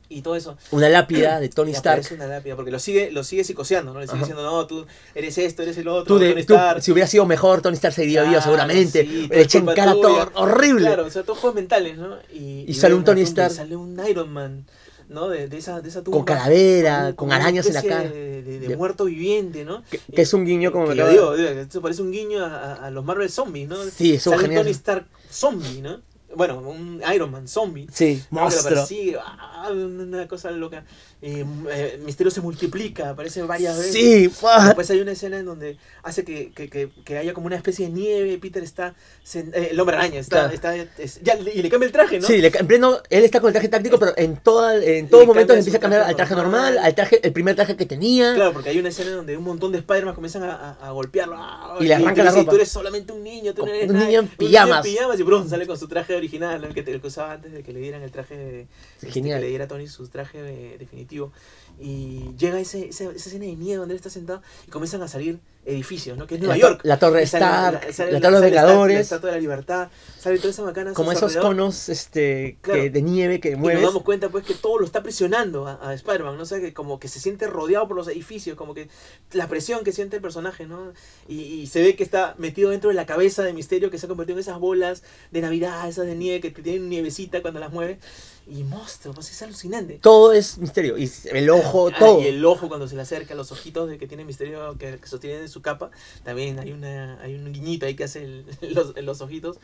Y todo eso.
Una lápida de Tony
Y
Stark.
aparece una lápida, porque lo sigue, lo sigue psicoseando, ¿no? Le sigue
Ajá.
diciendo, no, tú eres esto, eres el otro,
Tú de-
Tony
tú-
Stark".
si hubiera sido mejor, Tony Stark seguiría vivo
Claro,
seguramente.
sí, todo
Le
es
eché en
culpa
cara
tuya.
todo horrible.
Claro, o sea, todos juegos mentales, ¿no? Y,
Y sale un
de
Tony
repente
Stark.
Sale un Iron Man, ¿no? De, de esa, de esa tumba.
con calavera,
Como-
con
como una
arañas en la
especie
cara.
De, de- de
Ya.
muerto viviente, ¿no? Eh,
Que, que es un guiño como
Que
me
yo
acabo
digo,
de-
digo, esto parece un guiño a, a- a los Marvel Zombies, ¿no?
Sí, estuvo
Sale un
genial.
Tony Stark zombie, ¿no? Bueno, un Iron Man zombie.
Sí,
¿no? Que lo
monstruo.
persigue, ah, una cosa loca. Eh, eh, Misterio se multiplica, aparece varias veces.
Sí, fuah.
Después hay una escena en donde hace que, que, que, que haya como una especie de nieve. Peter está. sen- eh, el hombre araña está.
Claro.
está es- ya, y le cambia el traje, ¿no?
Sí, le ca- en pleno, él está con el traje táctico, pero en, toda, en todos
Le
momentos
cambia
empieza a
su
cambiar
traje
al traje
normal.
normal, al traje, el primer traje que tenía.
Claro, porque hay una escena donde un montón de Spider-Man comienzan a, a- a golpearlo. ah,
Y le arranca
tú
la
dices,
ropa.
Tú eres solamente un niño, tú no
Como
eres
un
nadie".
niño en
Un
pijamas.
en pijamas y brum, sale con su traje original, ¿no? el que, te- el que usaba antes de que le dieran el traje. de- este,
Genial.
que le diera a Tony su traje eh, definitivo. Y llega ese, ese- esa escena de nieve donde él está sentado y comienzan a salir edificios, ¿no? Que es
La
Nueva
to-
York.
la Torre
Y sale
Stark, la Torre de los
sale Stark,
Vengadores.
La Estatua de la Libertad. Sale toda esa macana. a
como
su
esos
alrededor.
conos este,
Claro.
que, de nieve que
Y nos
mueves.
damos cuenta pues que todo lo está presionando a, a Spider-Man, ¿no? O sea, que como que se siente rodeado por los edificios, como que la presión que siente el personaje, ¿no? Y, y se ve que está metido dentro de la cabeza de Misterio que se ha convertido en esas bolas de Navidad, esas de nieve que, que tienen nievecita cuando las mueve. Y monstruo, pues es alucinante.
Todo es misterio. Y el ojo,
Ah,
todo.
y el ojo cuando se le acerca, los ojitos de que tiene Misterio que, que sostiene en su capa. También hay, una, hay un guiñito ahí que hace el- los, los ojitos.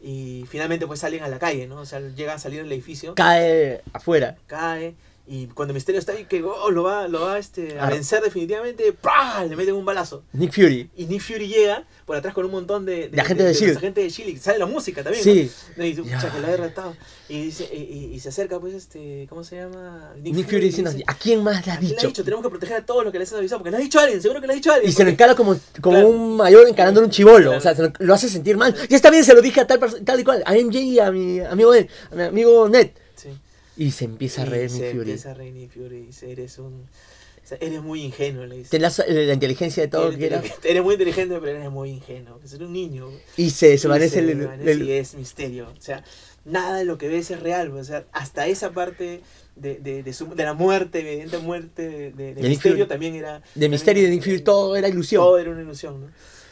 Y finalmente pues salen a la calle, ¿no? O sea, llega a salir del edificio
Cae afuera.
cae y cuando Misterio está ahí que oh, lo va lo va este, a
Ah.
vencer definitivamente ¡pra! le meten un balazo
Nick Fury.
y Nick Fury llega por atrás con un montón de,
De agentes de S.H.I.E.L.D..
los agentes de S.H.I.E.L.D. y E sale la música también ¿no?
E Sí,
¿no? Y dice,
Ya.
"Pucha, que la he retado y, dice, y, y- y se acerca pues este ¿cómo se llama?
Nick Fury diciendo, ¿a quién más le
"¿A
has
quién le ha
dicho?
dicho tenemos que proteger a todos los que les han avisado porque le ha dicho a alguien seguro que le ha dicho a alguien
Y se lo
porque-
encara como, como
Claro.
un mayor encarando un chivolo. O sea,
Claro.
se lo, lo hace sentir mal. Y está bien, se lo dije a tal, perso- tal y cual. A MJ y a mi amigo, él, a mi amigo Ned.
Sí.
Y se empieza a
Y
reír
se
Nick Fury.
empieza a reír Nick Fury y dice eres un o sea, eres muy ingenuo le dice
Ten la, la inteligencia de todo
Eres
lo que era.
inteligente- eres muy inteligente pero eres muy ingenuo eres un niño
Y se
Y
desvanece el,
se
el-
desvanece
el-
y es misterio. O sea, nada de lo que ves es real. pues, O sea, hasta esa parte de, de, de, su- de la muerte, evidente muerte de, de- de
De Nick Fury.
misterio también era.
de
también-
misterio y de Nick Fury, todo era ilusión.
Todo era una ilusión, ¿no?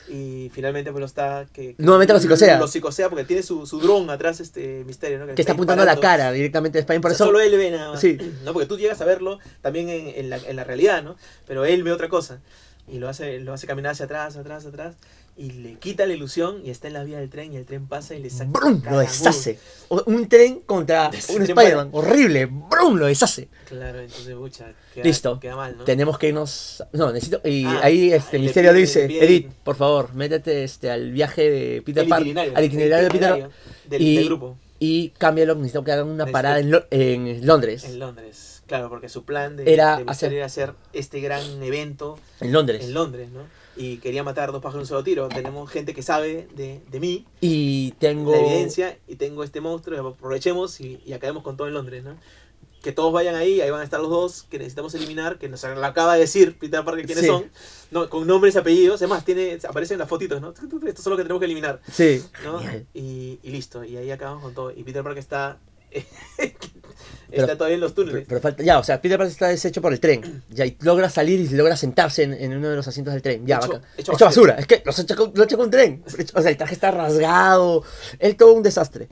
Y finalmente pues lo está... Que, que-
Nuevamente lo psicosea.
Lo psicosea porque tiene su, su dron atrás, este misterio, ¿no?
que está apuntando a la
cara
cara directamente de Spider-Man. Por
o
eso
sea, Solo él ve nada más.
Sí.
No, porque tú llegas a verlo también en, en la, en la realidad, ¿no? Pero él ve otra cosa. y lo hace, lo hace caminar hacia atrás, atrás, atrás, y le quita la ilusión y está en la vía del tren y el tren pasa y le saca.
¡Brum! Lo
cagabú.
deshace. O- Un tren contra
Des-
un
tren
Spider-Man. Horrible. ¡Brum! Lo deshace.
Claro, entonces, mucha, queda,
Listo.
Queda mal, ¿no?
Tenemos que irnos. No, necesito. Y
Ah,
ahí este
le
misterio lo
pide-
dice.
le pide-
Edith, por favor, métete este, al viaje de Peter
El
Parker. Al itinerario de
el
Peter
del,
y-
del grupo
Y cámbialo. Necesito que hagan una
Necesito-
parada en, Lo- en Londres.
en Londres. Claro, porque su plan de,
Era
de
hacer-
hacer... era hacer este gran evento
En Londres.
en Londres, ¿no? Y quería matar dos pájaros de un solo tiro. Tenemos gente que sabe de, de mí,
Y tengo.
la evidencia, y tengo este monstruo, aprovechemos y, y acabemos con todo en Londres, ¿no? Que todos vayan ahí, ahí van a estar los dos que necesitamos eliminar, que nos lo acaba de decir Peter Parker quiénes
Sí.
son, no, con nombres y apellidos, además tiene, aparecen las fotitos, ¿no? Estos son los que tenemos que eliminar,
Sí.
¿no?
Genial.
Y, y listo, y ahí acabamos con todo. Y Peter Parker está,
Pero-
está todavía en los
Pero,
túneles.
pero falta, ya, o sea, Peter Parker está deshecho por el tren. Ya, y logra salir y logra sentarse en, en uno de los asientos del tren. Ya,
Hecho-
bacán. hecho,
hecho
basura. Es que los ha chacado- lo ha chacado un tren. O sea, el traje está rasgado. Él todo un desastre.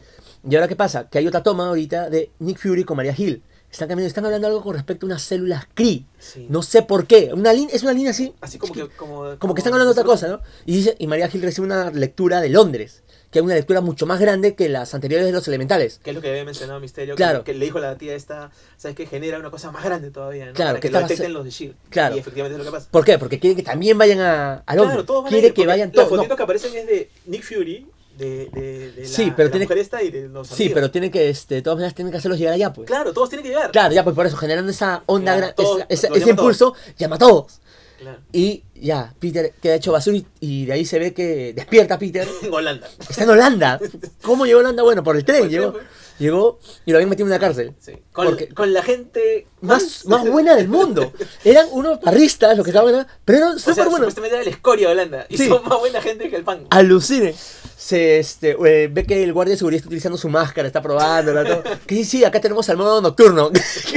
Y ahora, ¿qué pasa? Que hay otra toma ahorita de Nick Fury con Maria Hill. Están caminando, están hablando algo con respecto a unas células Kree.
Sí.
No sé por qué. Una lin- es una línea así.
Así como que, como,
Como que están hablando de otra cosa, ¿no? Y, dice, y María Gil recibe una lectura de Londres, que es una lectura mucho más grande que las anteriores de los elementales.
Que es lo que había mencionado Misterio. que-
Claro.
Que, le dijo la tía esta, ¿sabes qué? Genera una cosa más grande todavía, ¿no?
Claro,
Para
que
que, lo
estaba-
detecten los de S.H.I.E.L.D.
Claro.
Y efectivamente es lo que pasa.
¿Por qué? Porque quieren que también vayan a, a Londres.
Claro, todos van a
Quiere
ir,
que
porque
vayan
Las
todos.
fotitos
no.
que aparecen es de Nick Fury, de, de, de la,
Sí, pero
de la
tiene-
mujer esta y de los
Sí,
amigos.
pero tienen que, este, de todas maneras, tienen que hacerlos llegar allá, pues. Claro,
Claro, todos tienen que llegar.
ya, pues por eso, generando esa onda,
Claro,
gran-
todo-
esa- esa-
lo
ese
llama todo.
impulso, llama a todos.
Claro.
Y ya, Peter queda hecho basura y, y de ahí se ve que despierta Peter.
En Holanda.
Está en Holanda. ¿Cómo llegó a Holanda? Bueno, por el tren
Por el tren,
llegó.
pues.
Llegó y lo habían metido en una cárcel.
Sí. Con,
Porque-
con la gente
más, más buena del mundo. Eran unos parristas, los que estaban, ¿verdad? pero eran
O
súper
sea,
buenos.
supuestamente era la escoria de Holanda. Y
Sí. Ah,
son más buena gente que el pan.
Alucine. Se, este, eh, ve que el guardia de seguridad está utilizando su máscara, está probándola. todo. Que sí, sí, acá tenemos al modo nocturno.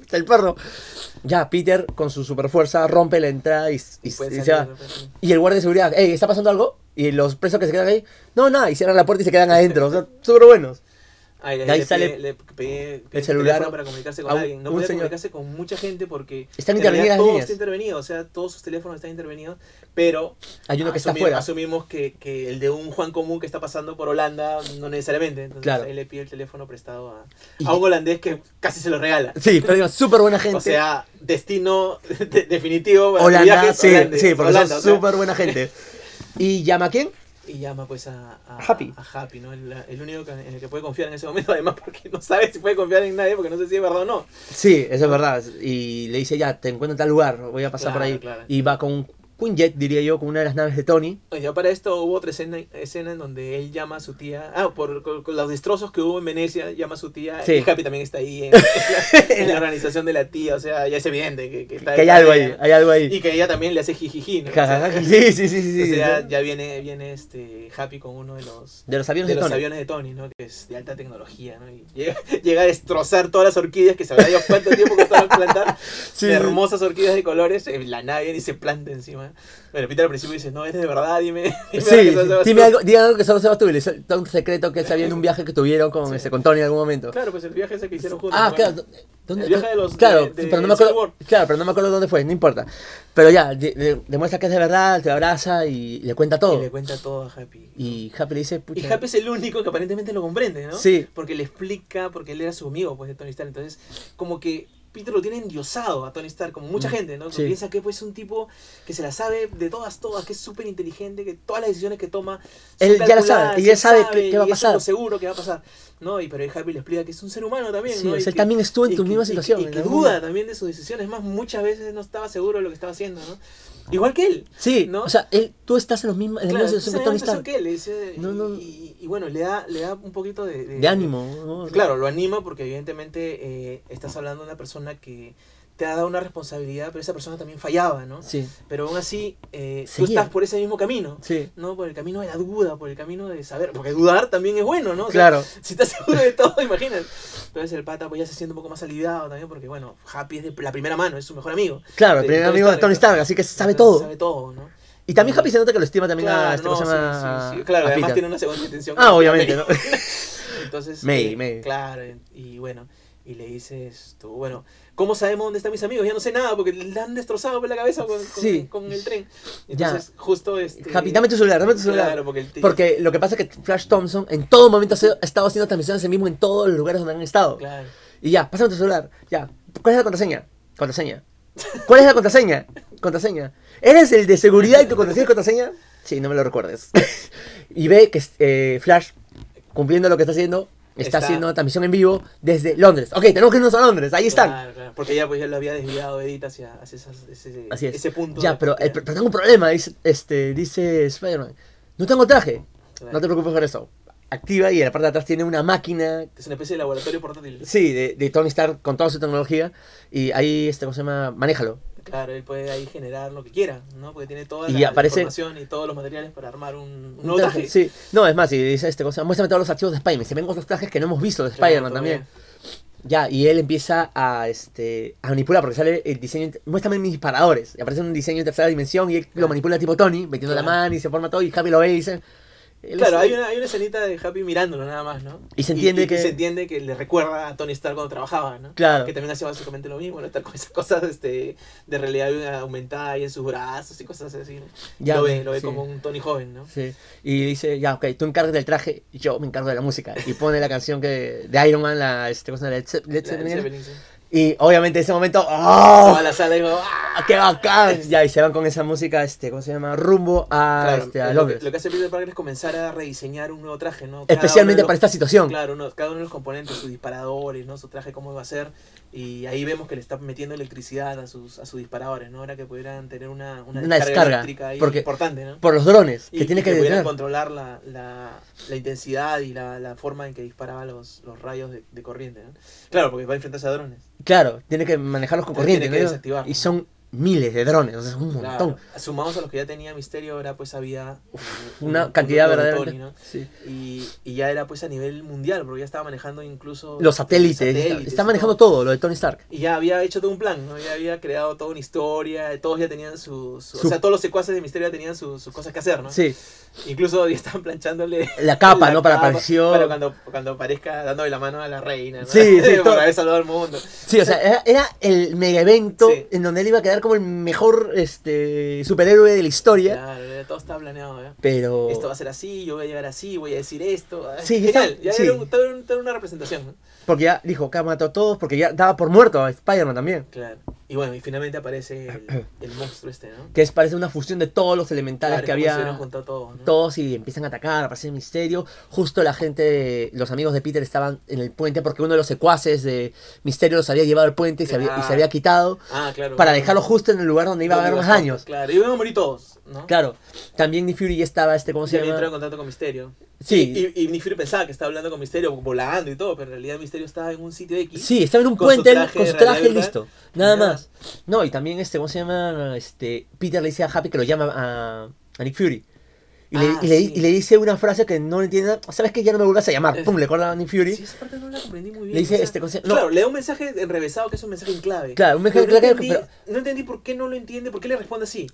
está el perro. Ya, Peter, con su super fuerza, rompe la entrada y, y-
Y pueden
y se
salir,
va.
¿no? Pueden salir.
Y el guardia de seguridad, hey, ¿está pasando algo? Y los presos que se quedan ahí, no, nada, y cierran la puerta y se quedan adentro. O sea, súper buenos.
Ahí,
De ahí
le
sale
pide- le pide- pide
el
un
celular
teléfono para comunicarse con
a un-
alguien. No
un
puede
señor.
comunicarse con mucha gente porque
Están
en realidad
intervenidas las
todo
líneas.
está intervenido, o sea, todos sus teléfonos están intervenidos, pero
Hay uno que está
asumim-
afuera.
asumimos que, que el de un Juan común que está pasando por Holanda no necesariamente, entonces
Claro.
él le pide el teléfono prestado a,
Y-
a un holandés que casi se lo regala.
Sí, pero digo, súper buena gente.
O sea, destino de- definitivo para
Holanda,
viajes
sí,
holandeses.
sí, porque
Holanda,
son
o sea.
súper buena gente. ¿Y llama a quién?
Y llama pues a, a
Happy.
a Happy, ¿no? El, el único que- en el que puede confiar en ese momento, además porque no sabe si puede confiar en nadie porque no sé si es verdad o no.
Sí, eso es verdad. Y le dice, ya, te encuentro en tal lugar, voy a pasar por
Claro,
ahí.
claro.
Y va con un un jet, diría yo, con una de las naves de Tony.
Ya para esto hubo otra escena, escena en donde él llama a su tía. Ah, por con- con los destrozos que hubo en Venecia, llama a su tía.
Sí.
Y Happy también está ahí en, en la, en la organización de la tía. O sea, ya es evidente que, que está
Que hay
está
algo ahí,
ella,
hay algo ahí.
Y que ella también le hace jijiji, ¿no? O sea,
Jajaja, Sí, sí, sí, sí. sí,
o
sí.
sea, ya viene, viene este Happy con uno de los.
De los aviones
de
de,
los
Tony.
aviones de Tony, ¿no? Que es de alta tecnología, ¿no? Y llega, llega a destrozar todas las orquídeas que se habrá Dios cuánto tiempo costaron plantar.
Sí, sí.
de hermosas orquídeas de colores. eh, La nave viene y se planta encima. Bueno, Peter al principio dice, no, es de verdad, dime. dime
Sí,
que
sí,
sos- sos-
dime algo, diga algo que solo sepas tú, y le suelta un secreto que sabía en un viaje que tuvieron con,
Sí.
este, con Tony en algún momento.
Claro, pues el viaje ese que hicieron juntos.
Ah,
¿no?
claro. ¿Dónde?
El viaje de los-
claro,
de- de
pero no me
Civil
acuerdo,
War.
claro, pero no me acuerdo dónde fue, no importa. Pero ya, de- de- demuestra que es de verdad, te abraza y le cuenta
Y
todo.
le cuenta todo a Happy.
Y Happy le dice, pucha.
Y Happy es el único que aparentemente lo comprende, ¿no?
Sí.
Porque le explica, porque él era su amigo, pues, de Tony Stark. Entonces, como que Peter lo tiene endiosado a Tony Stark, como mucha
Mm,
gente, ¿no? Que
sí.
piensa que, pues, es un tipo que se la sabe de todas, todas, que es súper inteligente, que todas las decisiones que toma son
Él ya la sabe,
calculadas,
y ya
él
sabe qué- qué va a
y eso es
pasar.
lo seguro que va a pasar, ¿no? Y pero ahí Happy le explica que es un ser humano también,
Sí,
¿no?
o
Y
sea, él
que-
también estuvo en
y
tu
que-
misma
y que-
situación.
Y
en
que
algún
duda
momento.
también de sus decisiones. Más, muchas veces no estaba seguro de lo que estaba haciendo, ¿no? Igual que él.
Sí,
¿no?
o sea, él, tú estás en, los mismos, en la
Claro,
misma
entonces,
situación que Tony
¿sabes eso
Stark.
qué? Le dice-
No, no.
Y, y bueno, le da, le da un poquito de,
De ánimo. ¿no?
Claro, lo anima porque evidentemente eh, estás hablando de una persona que te ha dado una responsabilidad, pero esa persona también fallaba, ¿no?
Sí,
Pero aún así, eh, tú
Seguía.
estás por ese mismo camino,
sí.
¿no? Por el camino de la duda, por el camino de saber, porque dudar también es bueno, ¿no? O sea,
Claro,
si estás seguro de todo, imagínate. Entonces el pata pues ya se siente un poco más aliviado también porque, bueno, Happy es de la primera mano, es su mejor amigo.
claro, el
de
primer
Tony
amigo de
Stark,
Tony
¿no?
Stark, así que sabe
Entonces,
todo.
Sabe todo, ¿no?
Y también Happy se nota que lo estima también a
Claro,
este
no,
¿cómo se
sí,
llama?
sí, sí. Claro,
A
además
Peter.
tiene una segunda intención.
Ah, obviamente, ¿no?
Entonces,
May,
eh,
May.
Claro, y bueno, Y le dices tú, bueno, ¿cómo sabemos dónde están mis amigos? Ya no sé nada porque le han destrozado por la cabeza con, con-
Sí.
con el tren.
Ya.
Entonces, justo este...
Happy, dame tu celular, dame tu celular.
Claro, porque el tío-
Porque lo que pasa es que Flash Thompson en todo momento ha sido- ha estado haciendo transmisiones en mismo en todos los lugares donde han estado.
Claro.
Y ya, pásame tu celular. Ya. ¿Cuál es la contraseña? Contraseña. ¿Cuál es la contraseña? Contraseña. ¿Eres el de seguridad y tu contraseña es contraseña? Sí, no me lo recuerdes. y ve que eh, Flash, cumpliendo lo que está haciendo, está,
Está.
haciendo una transmisión en vivo desde Londres. Ok, tenemos que irnos a Londres. Ahí están.
Claro, claro, porque ya pues ya lo había desviado Edith hacia, hacia esas- ese,
Así es.
ese punto.
Ya,
de
pero, eh,
partida.
pero tengo un problema, dice, este, dice Spider-Man. No tengo traje.
Claro.
No te preocupes por eso. Activa y en la parte de atrás tiene una máquina.
Es una especie de laboratorio portátil.
Sí, de, de Tony Stark con toda su tecnología. Y ahí, este, ¿cómo se llama? Manéjalo.
Claro, él puede ahí generar lo que quiera, ¿no? Porque tiene toda
Y
la,
aparece-
la información y todos los materiales para armar un, un
Un
nuevo
traje,
traje.
Sí. No, es más, y dice este cosa, muéstrame todos los archivos de Spider-Man. Se ven otros trajes que no hemos visto de
Claro,
Spider-Man
todavía.
también. Ya, y él empieza a, este, a manipular, porque sale el diseño, int- muéstrame mis disparadores. Y aparece un diseño en tercera dimensión y él lo manipula tipo Tony, metiendo la
Claro.
mano y se forma todo y Happy lo ve y dice... él
Claro,
es-
hay una, hay una escenita de Happy mirándolo nada más, ¿no?
Y se entiende que-
se entiende que le recuerda a Tony Stark cuando trabajaba, ¿no?
Claro.
Que también hacía básicamente lo mismo, ¿no? Estar con esas cosas este, de realidad aumentada ahí en sus brazos y cosas así. ¿no?
Ya,
lo ve, lo ve
sí.
como un Tony joven, ¿no?
Sí. Y dice, ya, ok, tú encargas del traje y yo me encargo de la música. Y pone la canción que de Iron Man, la este, cosa de Led Ze- Led
La-
Zeppelin.
Zeppelin, sí.
Y obviamente en ese momento,
Toda
¡oh!
la sala dijo, ¡ah!
¡Qué bacán! Ya, y se van con esa música, este, ¿cómo se llama? Rumbo a,
Claro,
este, a
lo, que,
Londres.
lo que hace Peter Parker es comenzar a rediseñar un nuevo traje, ¿no? Cada
Especialmente
uno de
para
los-
esta situación.
Claro, uno- cada uno de los componentes, sus disparadores, ¿no? Su traje, cómo va a ser. Y ahí vemos que le está metiendo electricidad a sus, a sus disparadores, ¿no? Ahora que pudieran tener una, una,
Una
descarga,
descarga,
eléctrica ahí
porque-
importante, ¿no?
Por los drones, que
y
tiene
y
que
pudieran
detener.
controlar la, la, la intensidad y la, la forma en que disparaba los, los rayos de, de corriente, ¿no? Claro, porque va a enfrentarse a drones.
Claro, tiene que manejarlos con
Tiene
corriente.
que
¿no?
desactivar.
Y son miles de drones, o sea, es un
Claro.
montón.
Sumados a los que ya tenía Misterio, ahora pues había... un- un-
Una
un
cantidad
nuevo
verdadera.
Tony, ¿no?
Sí.
Y, y ya era pues a nivel mundial, porque ya estaba manejando incluso...
Los satélites, está, está
y
manejando todo, lo de Tony Stark.
Y ya había hecho todo un plan, ¿no? Ya había creado toda una historia, todos ya tenían sus...
Su-
O sea, todos los secuaces de Misterio ya tenían sus, sus cosas que hacer, ¿no?
Sí,
Incluso ya estaban planchándole...
la capa,
la
¿no? Para
capa,
aparición.
Para cuando, cuando aparezca dándole la mano a la reina, ¿no?
Sí, sí, todo.
Por haber salvado al mundo.
Sí, o sea, era, era el mega evento
Sí.
en donde él iba a quedar como el mejor este, superhéroe de la historia.
Claro, ya todo estaba planeado, ¿eh?
Pero.
Esto va a ser así, yo voy a llegar así, voy a decir esto. ah,
Oh. Sí,
genial.
está-
Ya
sí.
era un- toda un- toda una representación, ¿no?
Porque ya dijo que mató a todos, porque ya daba por muerto a Spider-Man también.
Claro. Y bueno, y finalmente aparece el, el monstruo este, ¿no?
Que es, parece una fusión de todos los elementales
Claro,
que
como si
había.
hubieran juntado todos, ¿no?
Todos y empiezan a atacar, aparece el misterio. Justo la gente, los amigos de Peter estaban en el puente porque uno de los secuaces de Misterio los había llevado al puente y se había, y se había quitado
Ah, claro.
para
bueno.
dejarlo justo en el lugar donde iba a haber
Los
más
tontos,
daños.
Claro, iban a morir todos, ¿no?
Claro, también Nick Fury ya estaba, este, ¿cómo
Se
se
había entrado en
llama?
contacto con Misterio.
Sí.
Y, y, y Nick Fury pensaba que estaba hablando con Misterio, volando y todo, pero en realidad Misterio estaba en un sitio X.
Sí, estaba en un
con su
puente él,
traje
con
de
su traje y
realidad
listo. Nada
Nada.
más. No, y también este, ¿cómo se llama? Este, Peter le dice a Happy que lo llama a, a Nick Fury. Y, le,
Ah,
y le-
sí.
y le dice una frase que no le entiende. ¿Sabes qué? Ya no me vuelvas a llamar.
Es-
Pum, le corta a Nick Fury.
Sí, esa parte no la comprendí muy bien.
Le dice,
o sea,
este, ¿cómo se- no.
Claro, le da un mensaje enrevesado que es un mensaje en clave.
Claro, un mensaje
Pero
en
no
clave,
Entendí, No entendí por qué no lo entiende, por qué le responde así.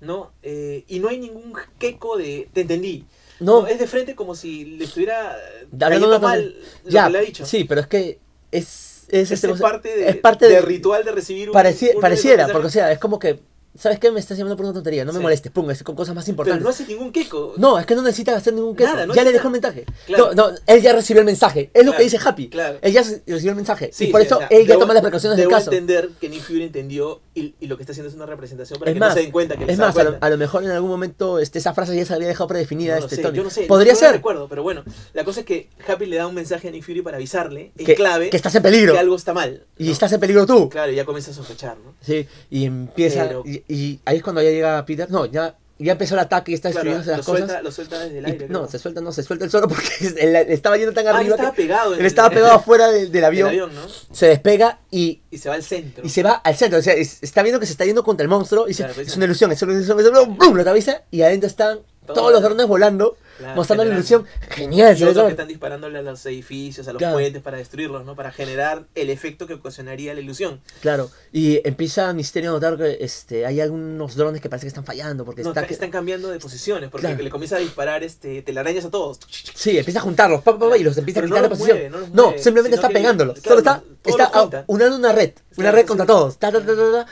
¿No? Eh, y no hay ningún queco de. Te entendí.
No.
Es de frente como si le estuviera. eh,
Hablando
cayendo
una cosa-
mal lo
ya,
que le ha dicho.
sí, pero es que es, es,
Es,
este, ¿cómo se-
parte de,
es parte
del
de-
ritual de recibir un.
pareci-
un- un
pareciera,
mensaje,
porque o sea, es como que, ¿sabes qué? Me estás llamando por una tontería, no me
Sí.
molestes, pum, es con cosas más
Pero
importantes.
no hace ningún queco.
No, es que no necesitas hacer ningún queso.
Nada, no
ya le
necesita-
dejó el mensaje.
Claro.
No, no, él ya recibió el mensaje. Es lo que
Claro,
dice Happy.
claro.
Él ya se- recibió el mensaje.
Sí,
y por
sí,
eso
o sea,
él ya
debo-
toma las precauciones del
debo
caso.
entender que Nick Fury entendió y, y lo que está haciendo es una representación para
Es
que
más,
no se den cuenta que
es
se dan
más a, lo,
cuenta.
a lo mejor en algún momento este, esa frase ya se habría dejado predefinida.
No lo
este,
sé,
Tony.
Yo no sé.
Podría
no lo
ser
recuerdo, pero bueno. La cosa es que Happy le da un mensaje a Nick Fury para avisarle, en
que,
clave,
que estás en peligro.
que algo está mal.
Y
¿no?
estás en peligro tú.
Claro, y ya comienza a sospechar, ¿no?
Sí, y empieza.
Pero-
Y, y ahí es cuando ya llega Peter. No, ya, ya empezó el ataque y está
Claro,
destruyéndose
lo,
las
suelta,
cosas.
lo suelta desde el
Y-
aire.
no,
creo.
se suelta, no, se suelta el solo porque él estaba yendo tan
Ah,
arriba.
estaba
que
pegado. en
él
el-
estaba pegado afuera del- del
del
avión.
avión, ¿no?
Se despega y
Y se va al centro.
Y se va al centro, o sea, es- está viendo que se está yendo contra el monstruo y dice,
Claro, pues,
es una ilusión, es una ilusión, es una ilusión", ¡brum! lo atraviesa y adentro están
Todo.
todos los drones volando,
Claro,
mostrando la
generando.
ilusión. Genial,
Ah, Y
se ve
otros que
todo.
están disparándole a los edificios, a los
Claro.
puentes para destruirlos, ¿no? Para generar el efecto que ocasionaría la ilusión.
Claro, y empieza Misterio a notar que este, hay algunos drones que parece que están fallando. Porque
No,
está
ca-
que-
están cambiando de posiciones porque
Claro.
le comienza a disparar este telarañas a todos.
Sí, empieza a juntarlos, pa, pa, pa, y los empieza
Pero
a quitar
no
de
los
posición.
mueve, no los mueve,
simplemente
sino
está
que-
pegándolos.
claro,
Solo
todo
está, está
lo junta.
ah, unando una red. Una
Claro,
red contra
sí.
todos. Ta, ta, ta, ta, ta.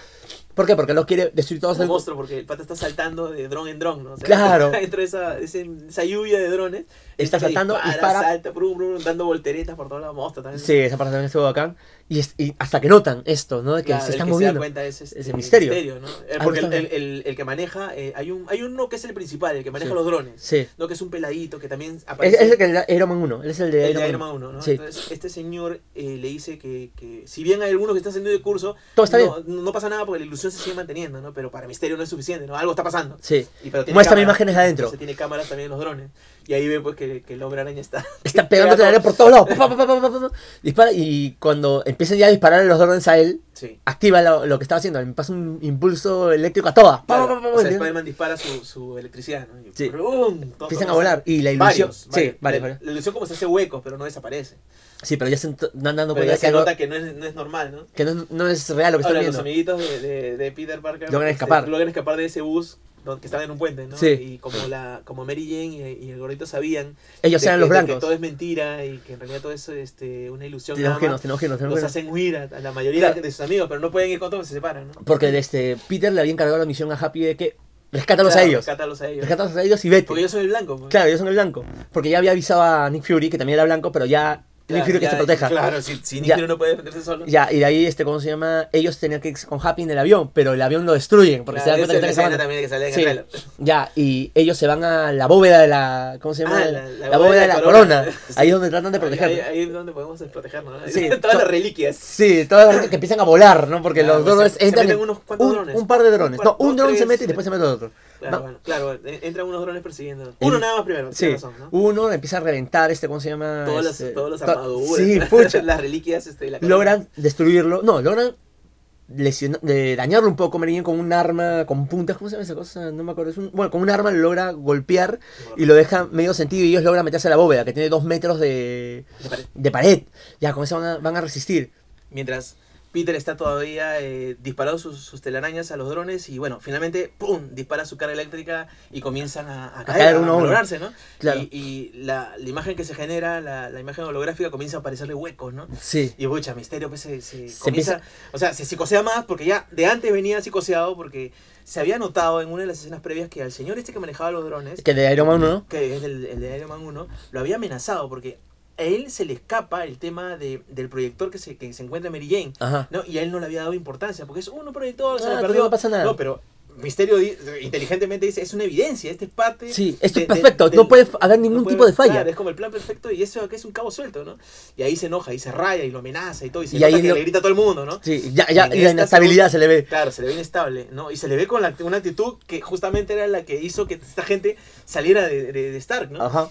¿Por qué? Porque los quiere destruir todos.
Un
al-
monstruo porque el pata está saltando de dron en dron, ¿no? O sea,
Claro.
Dentro de esa, ese- esa lluvia de drones.
Está
este
saltando, dispara.
salta, brum, brum, brum, dando volteretas por todos lados, monstruo también.
Sí, esa parte también estuvo bacán. Y, es- y hasta que notan esto, ¿no? De que
Claro,
se
el
están
que Se da
moviendo.
cuenta es este,
Ese misterio.
¿no? Eh,
Algo
Porque el,
está
el- el- el que maneja, eh, hay, un, hay uno que es el principal, el que maneja
Sí.
los drones.
Sí.
No, que es un peladito que también
Es,
aparece.
es el que de Iron Man 1. Él es el de,
el
Iron,
de
Man.
Iron Man 1, ¿no?
Sí.
Entonces, este señor eh, le dice que, que si bien hay algunos que están haciendo el curso,
Todo está
no, no pasa nada porque la ilusión se sigue manteniendo, ¿no? Pero para Misterio no es suficiente, ¿no? Algo está pasando.
Sí.
Y, pero tiene
Muéstrame
cámaras,
imágenes de adentro.
Entonces tiene cámaras también los drones. Y ahí ve pues que, que el hombre araña está.
Está pegándote la red por todos lados. Pa, pa, pa, pa, pa, pa, pa. Dispara y cuando empiezan ya a disparar los drones a él,
Sí.
activa lo, lo que estaba haciendo. Le pasa un impulso eléctrico a todas. Pa,
Claro,
pa, pa, pa,
o sea,
¿entiendes?
Spider-Man dispara su, su electricidad, ¿no? Y
Sí.
¡brum! Todo
Empiezan a
todo
volar. Y la ilusión.
Varios,
sí, vale,
la,
vale.
la ilusión como se hace hueco, pero no desaparece.
Sí, pero ya se ent- van dando
pero
cuenta
ya
que
se
algo-
nota que no es, no es normal, ¿no?
que no, no es real lo que
Ahora, los
están viendo.
amiguitos de, de- de Peter Parker
Logran
este,
escapar.
logran escapar de ese bus don- que estaba en un puente, ¿no?
Sí.
Y como la como Mary Jane y, y el gordito sabían
Ellos
de
eran
que-
los
de
blancos.
Que todo es mentira y que en realidad todo eso es este, una ilusión.
Tenemos
Nada
que nos,
más,
tenemos que nos, tenemos
los
que nos.
hacen huir a, a la mayoría
Claro.
de sus amigos, pero no pueden ir con todos, se separan, ¿no?
Porque este, Peter le había encargado la misión a Happy de que rescátalos a
Claro,
ellos.
rescátalos a ellos.
Rescátalos a ellos y vete.
Porque yo soy el blanco. pues.
Claro, ellos son el blanco. Porque ya había avisado a Nick Fury, que también era blanco, pero ya Nick
Claro,
Fury que
ya-
se proteja.
Claro, si, si Nick
Ya.
Fury no puede defenderse solo.
Ya, y de ahí, este, ¿cómo se llama? Ellos tenían que irse con Happy en el avión, pero el avión lo destruyen porque
Claro,
se dan cuenta que está
esa es la escena
escapando.
también que sale en
Sí.
el trailer.
Ya, y ellos se van a la bóveda de la. ¿Cómo se llama?
Ah,
la, la bóveda de la corona.
Sí.
Ahí es donde tratan de
Ahí,
protegerlo.
ahí es donde podemos protegernos. ¿no?
Sí.
Todas
So-
las reliquias.
Sí, todas las cosas que empiezan a volar, ¿no? Porque
Claro,
los
pues,
drones
se- se
entran.
meten
en-
unos cuantos
un,
drones.
un par de drones.
Un
no,
par-
un
dos,
dron se
tres,
mete y
sí.
después se mete otro.
Claro,
Va-
bueno, claro, en- entran unos drones persiguiendo. Uno
El-
nada más primero,
Sí,
tienes razón, ¿no?
uno empieza a reventar este, ¿cómo se llama?
Todas las,
Este,
todas las
to-
armaduras,
Sí, pucha.
las reliquias, este, la corona.
logran destruirlo. No, logran lesiona- de dañarlo un poco. Meridian con un arma con puntas. ¿Cómo se llama esa cosa? No me acuerdo. Es un- bueno, con un arma lo logra golpear y lo deja medio sentido. Y ellos logran meterse a la bóveda que tiene dos metros de,
Me parece.
de pared. Ya, con eso van a, van a resistir.
Mientras Peter está todavía eh, disparado sus, sus telarañas a los drones y bueno, finalmente, ¡pum!, dispara su carga eléctrica y comienzan a, a caer,
caer
a
uno a uno.
valorarse, ¿no?
Claro.
Y, y la, la imagen que se genera, la, la imagen holográfica, comienza a aparecerle huecos, ¿no?
Sí.
Y pucha, Misterio pues, se, se
Se
comienza, o sea, se psicosea más porque ya de antes venía psicoseado porque se había notado en una de las escenas previas que al señor este que manejaba los drones,
Que de Iron Man 1.
que es el, el de Iron Man 1, lo había amenazado porque a él se le escapa el tema de- del proyector que se, que se encuentra en Mary Jane,
Ajá.
¿no? Y a él no le había dado importancia porque es uno proyector, se
Ah,
le
tú
perdió.
no pasa nada.
No, pero Misterio di- inteligentemente dice, es una evidencia, este es parte...
Sí, esto es
de- de-
perfecto.
del-
no puede haber ningún
no puede-
tipo de falla.
claro, es como el plan perfecto y eso que es un cabo suelto, ¿no? Y ahí se enoja y se raya y lo amenaza y todo. Y se
Y
nota
ahí
que
lo-
le grita a todo el mundo, ¿no?
Sí, ya, ya
En
la
esta
inestabilidad se le ve.
Claro, se le ve inestable, ¿no? Y se le ve con la- una actitud que justamente era la que hizo que esta gente saliera de, de- de Stark, ¿no?
Ajá.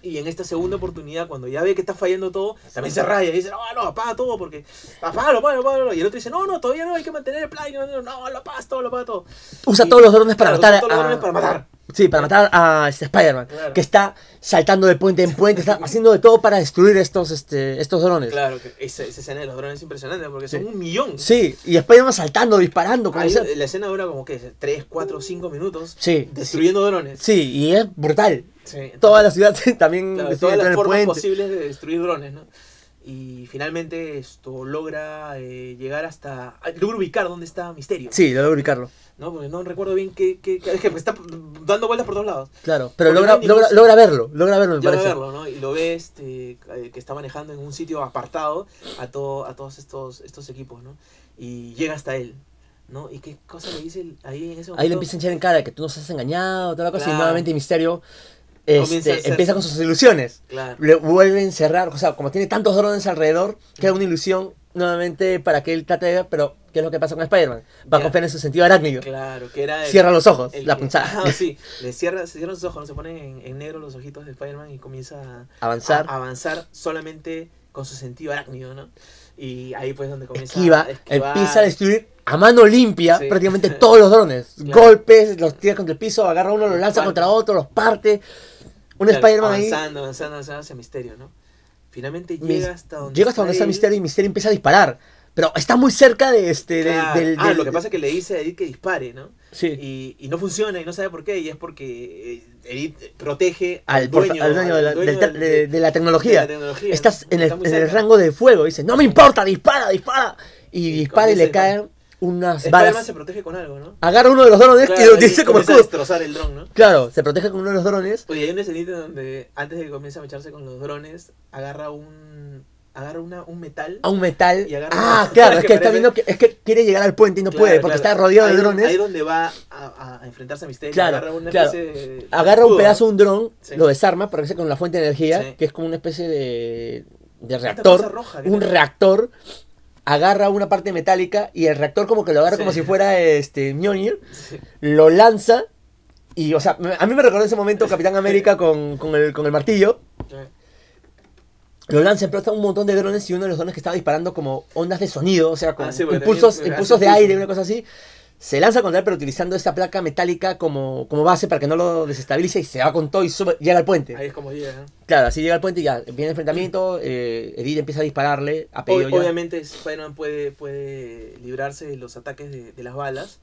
Y en esta segunda oportunidad, cuando ya ve que está fallando todo, también se raya y dice, no, no, apaga todo porque, apágalo, apágalo, apágalo. Y el otro dice, no, no, todavía no, hay que mantener el plan, hay que mantener- no, lo apagas todo, lo apagas todo.
Usa
Y-
todos los drones para
claro,
matar
usa todos los
a-
drones para matar.
Sí, para matar a este Spider-Man,
Claro.
que está saltando de puente en puente, está haciendo de todo para destruir estos, este, estos drones.
Claro, que esa, esa escena de los drones es impresionante porque son
Sí.
un millón.
Sí, y Spider-Man saltando, disparando, como
Ahí
sea.
la escena dura como que 3, 4, 5 minutos
Sí,
destruyendo drones.
Sí, y es brutal.
Sí,
Toda la ciudad también
Claro,
destruye
todas
todo
las
el
formas
puente.
posibles de destruir drones, ¿no? Y finalmente esto logra eh, llegar hasta... Logra ubicar dónde está Misterio,
Sí, logra ubicarlo,
¿no? Porque no recuerdo bien qué... qué- qué- es que está dando vueltas por todos lados.
claro. Pero
Porque
logra,
no hay
logra,
ningún-
logra verlo, logra verlo, me
Llega a
parece.
verlo, ¿no? Y lo ve este, eh, que está manejando en un sitio apartado a, todo, a todos estos, estos equipos, ¿no? Y llega hasta él, ¿no? ¿Y qué cosa le dice el- ahí en ese momento?
Ahí le empieza a echar en cara que tú nos has engañado, toda la cosa,
Claro.
y nuevamente Misterio
Comienza a
este,
hacer-
empieza con sus ilusiones.
Claro.
Le vuelve a encerrar, o sea, como tiene tantos drones alrededor, queda una ilusión nuevamente para que él trate de ver, pero ¿qué es lo que pasa con Spider-Man? Va a
Ya.
confiar en su sentido arácnido.
Claro, que era el-
Cierra los ojos,
el
la
que-
punzada.
Ah, sí, le cierra, se cierran sus ojos, ¿no? se ponen en, en negro los ojitos de Spider-Man y comienza a
Avanzar.
a avanzar solamente con su sentido arácnido, ¿no? Y ahí pues donde comienza
esquiva,
a esquivar.
empieza a destruir a mano limpia
Sí.
prácticamente todos los drones.
Claro.
Golpes, los tira contra el piso, agarra uno, lo lanza
Parte.
contra otro, los parte. Un
Claro,
Spider-Man ahí
avanzando, avanzando, avanzando hacia Misterio, ¿no? Finalmente
mis-
llega hasta donde
llega hasta donde está
él.
Misterio y Misterio empieza a disparar. Pero está muy cerca de este. de-
Claro.
del,
ah,
del-
lo que pasa es que le dice a Edith que dispare, ¿no?
Sí.
Y, y no funciona y no sabe por qué, y es porque eh, Edith protege al,
al, porta-
dueño,
al dueño de la, del
del-
ter- de- de la
de
tecnología.
la tecnología.
Estás
¿no?
en el,
Está muy
en el
cerca.
rango de fuego. Dice, no me importa, dispara, dispara. Y
Y
dispara y le
comienza a disparar.
caen unas
Spider-Man
balas.
se protege con algo, ¿no?
Agarra uno de los drones y
Claro,
lo
ahí
utiliza como
comienza a
escudo.
destrozar el dron, ¿no?
Claro, se protege con uno de los drones.
Oye, hay una escenita donde antes de que comience a mecharse con los drones, agarra un agarra una, un metal.
A un metal.
Y agarra una
Ah,
pistola
claro, es
que
que está
parece-
viendo que es que quiere llegar al puente y no
Claro,
puede porque
claro.
está rodeado de
Ahí-
drones.
Ahí donde va a, a enfrentarse a Misterio.
Claro,
agarra una
claro.
especie de-
agarra un
escudo,
pedazo
¿no?
de un dron,
Sí.
lo desarma, parece con la fuente de energía,
Sí.
que es como una especie de, de
Esta cosa
reactor,
roja que
un
tiene.
reactor, agarra una parte metálica y el reactor como que lo agarra
Sí.
como si fuera este Mjolnir,
Sí.
lo lanza y, o sea, me- a mí me recordó ese momento Capitán América con, con el, con el martillo, lo lanza, explota un montón de drones y uno de los drones que estaba disparando como ondas de sonido, o sea, con
Ah, sí, porque
impulsos,
también hace
impulsos de
impulso.
aire, una cosa así. Se lanza contra él, pero utilizando esta placa metálica como, como base para que no lo desestabilice y se va con todo y sube- llega al puente.
Ahí es como llega, ¿no?
Claro, así llega al puente y ya viene el enfrentamiento. Eh, Edith empieza a dispararle a
Ob-
pedido ya.
obviamente Spider-Man puede, puede librarse de los ataques de, de las balas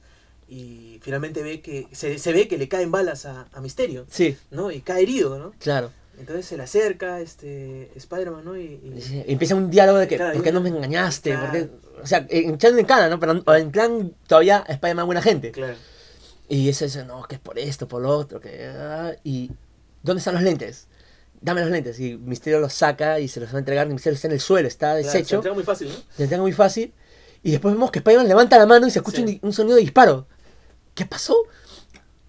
y finalmente ve que se, se ve que le caen balas a, a Misterio,
Sí,
¿no? Y cae herido, ¿no?
claro.
Entonces se le acerca este Spider-Man, ¿no? Y, y-
Sí, Empieza un diálogo de que,
Claro,
¿por qué
y-
no me engañaste? ¿Por qué?
Claro.
O sea, echando en cara, ¿no? Pero en plan, todavía Spider-Man buena gente.
claro.
Y ese dice, no, que es por esto, por lo otro, que... ah, y, ¿dónde están los lentes? Dame los lentes. Y Misterio los saca y se los va a entregar. Misterio está en el suelo, está
Claro, se
deshecho.
entrega muy fácil, ¿no?
Se entrega muy fácil. Y después vemos que Spider-Man levanta la mano y se escucha
Sí.
un, di- un sonido de disparo. ¿Qué pasó?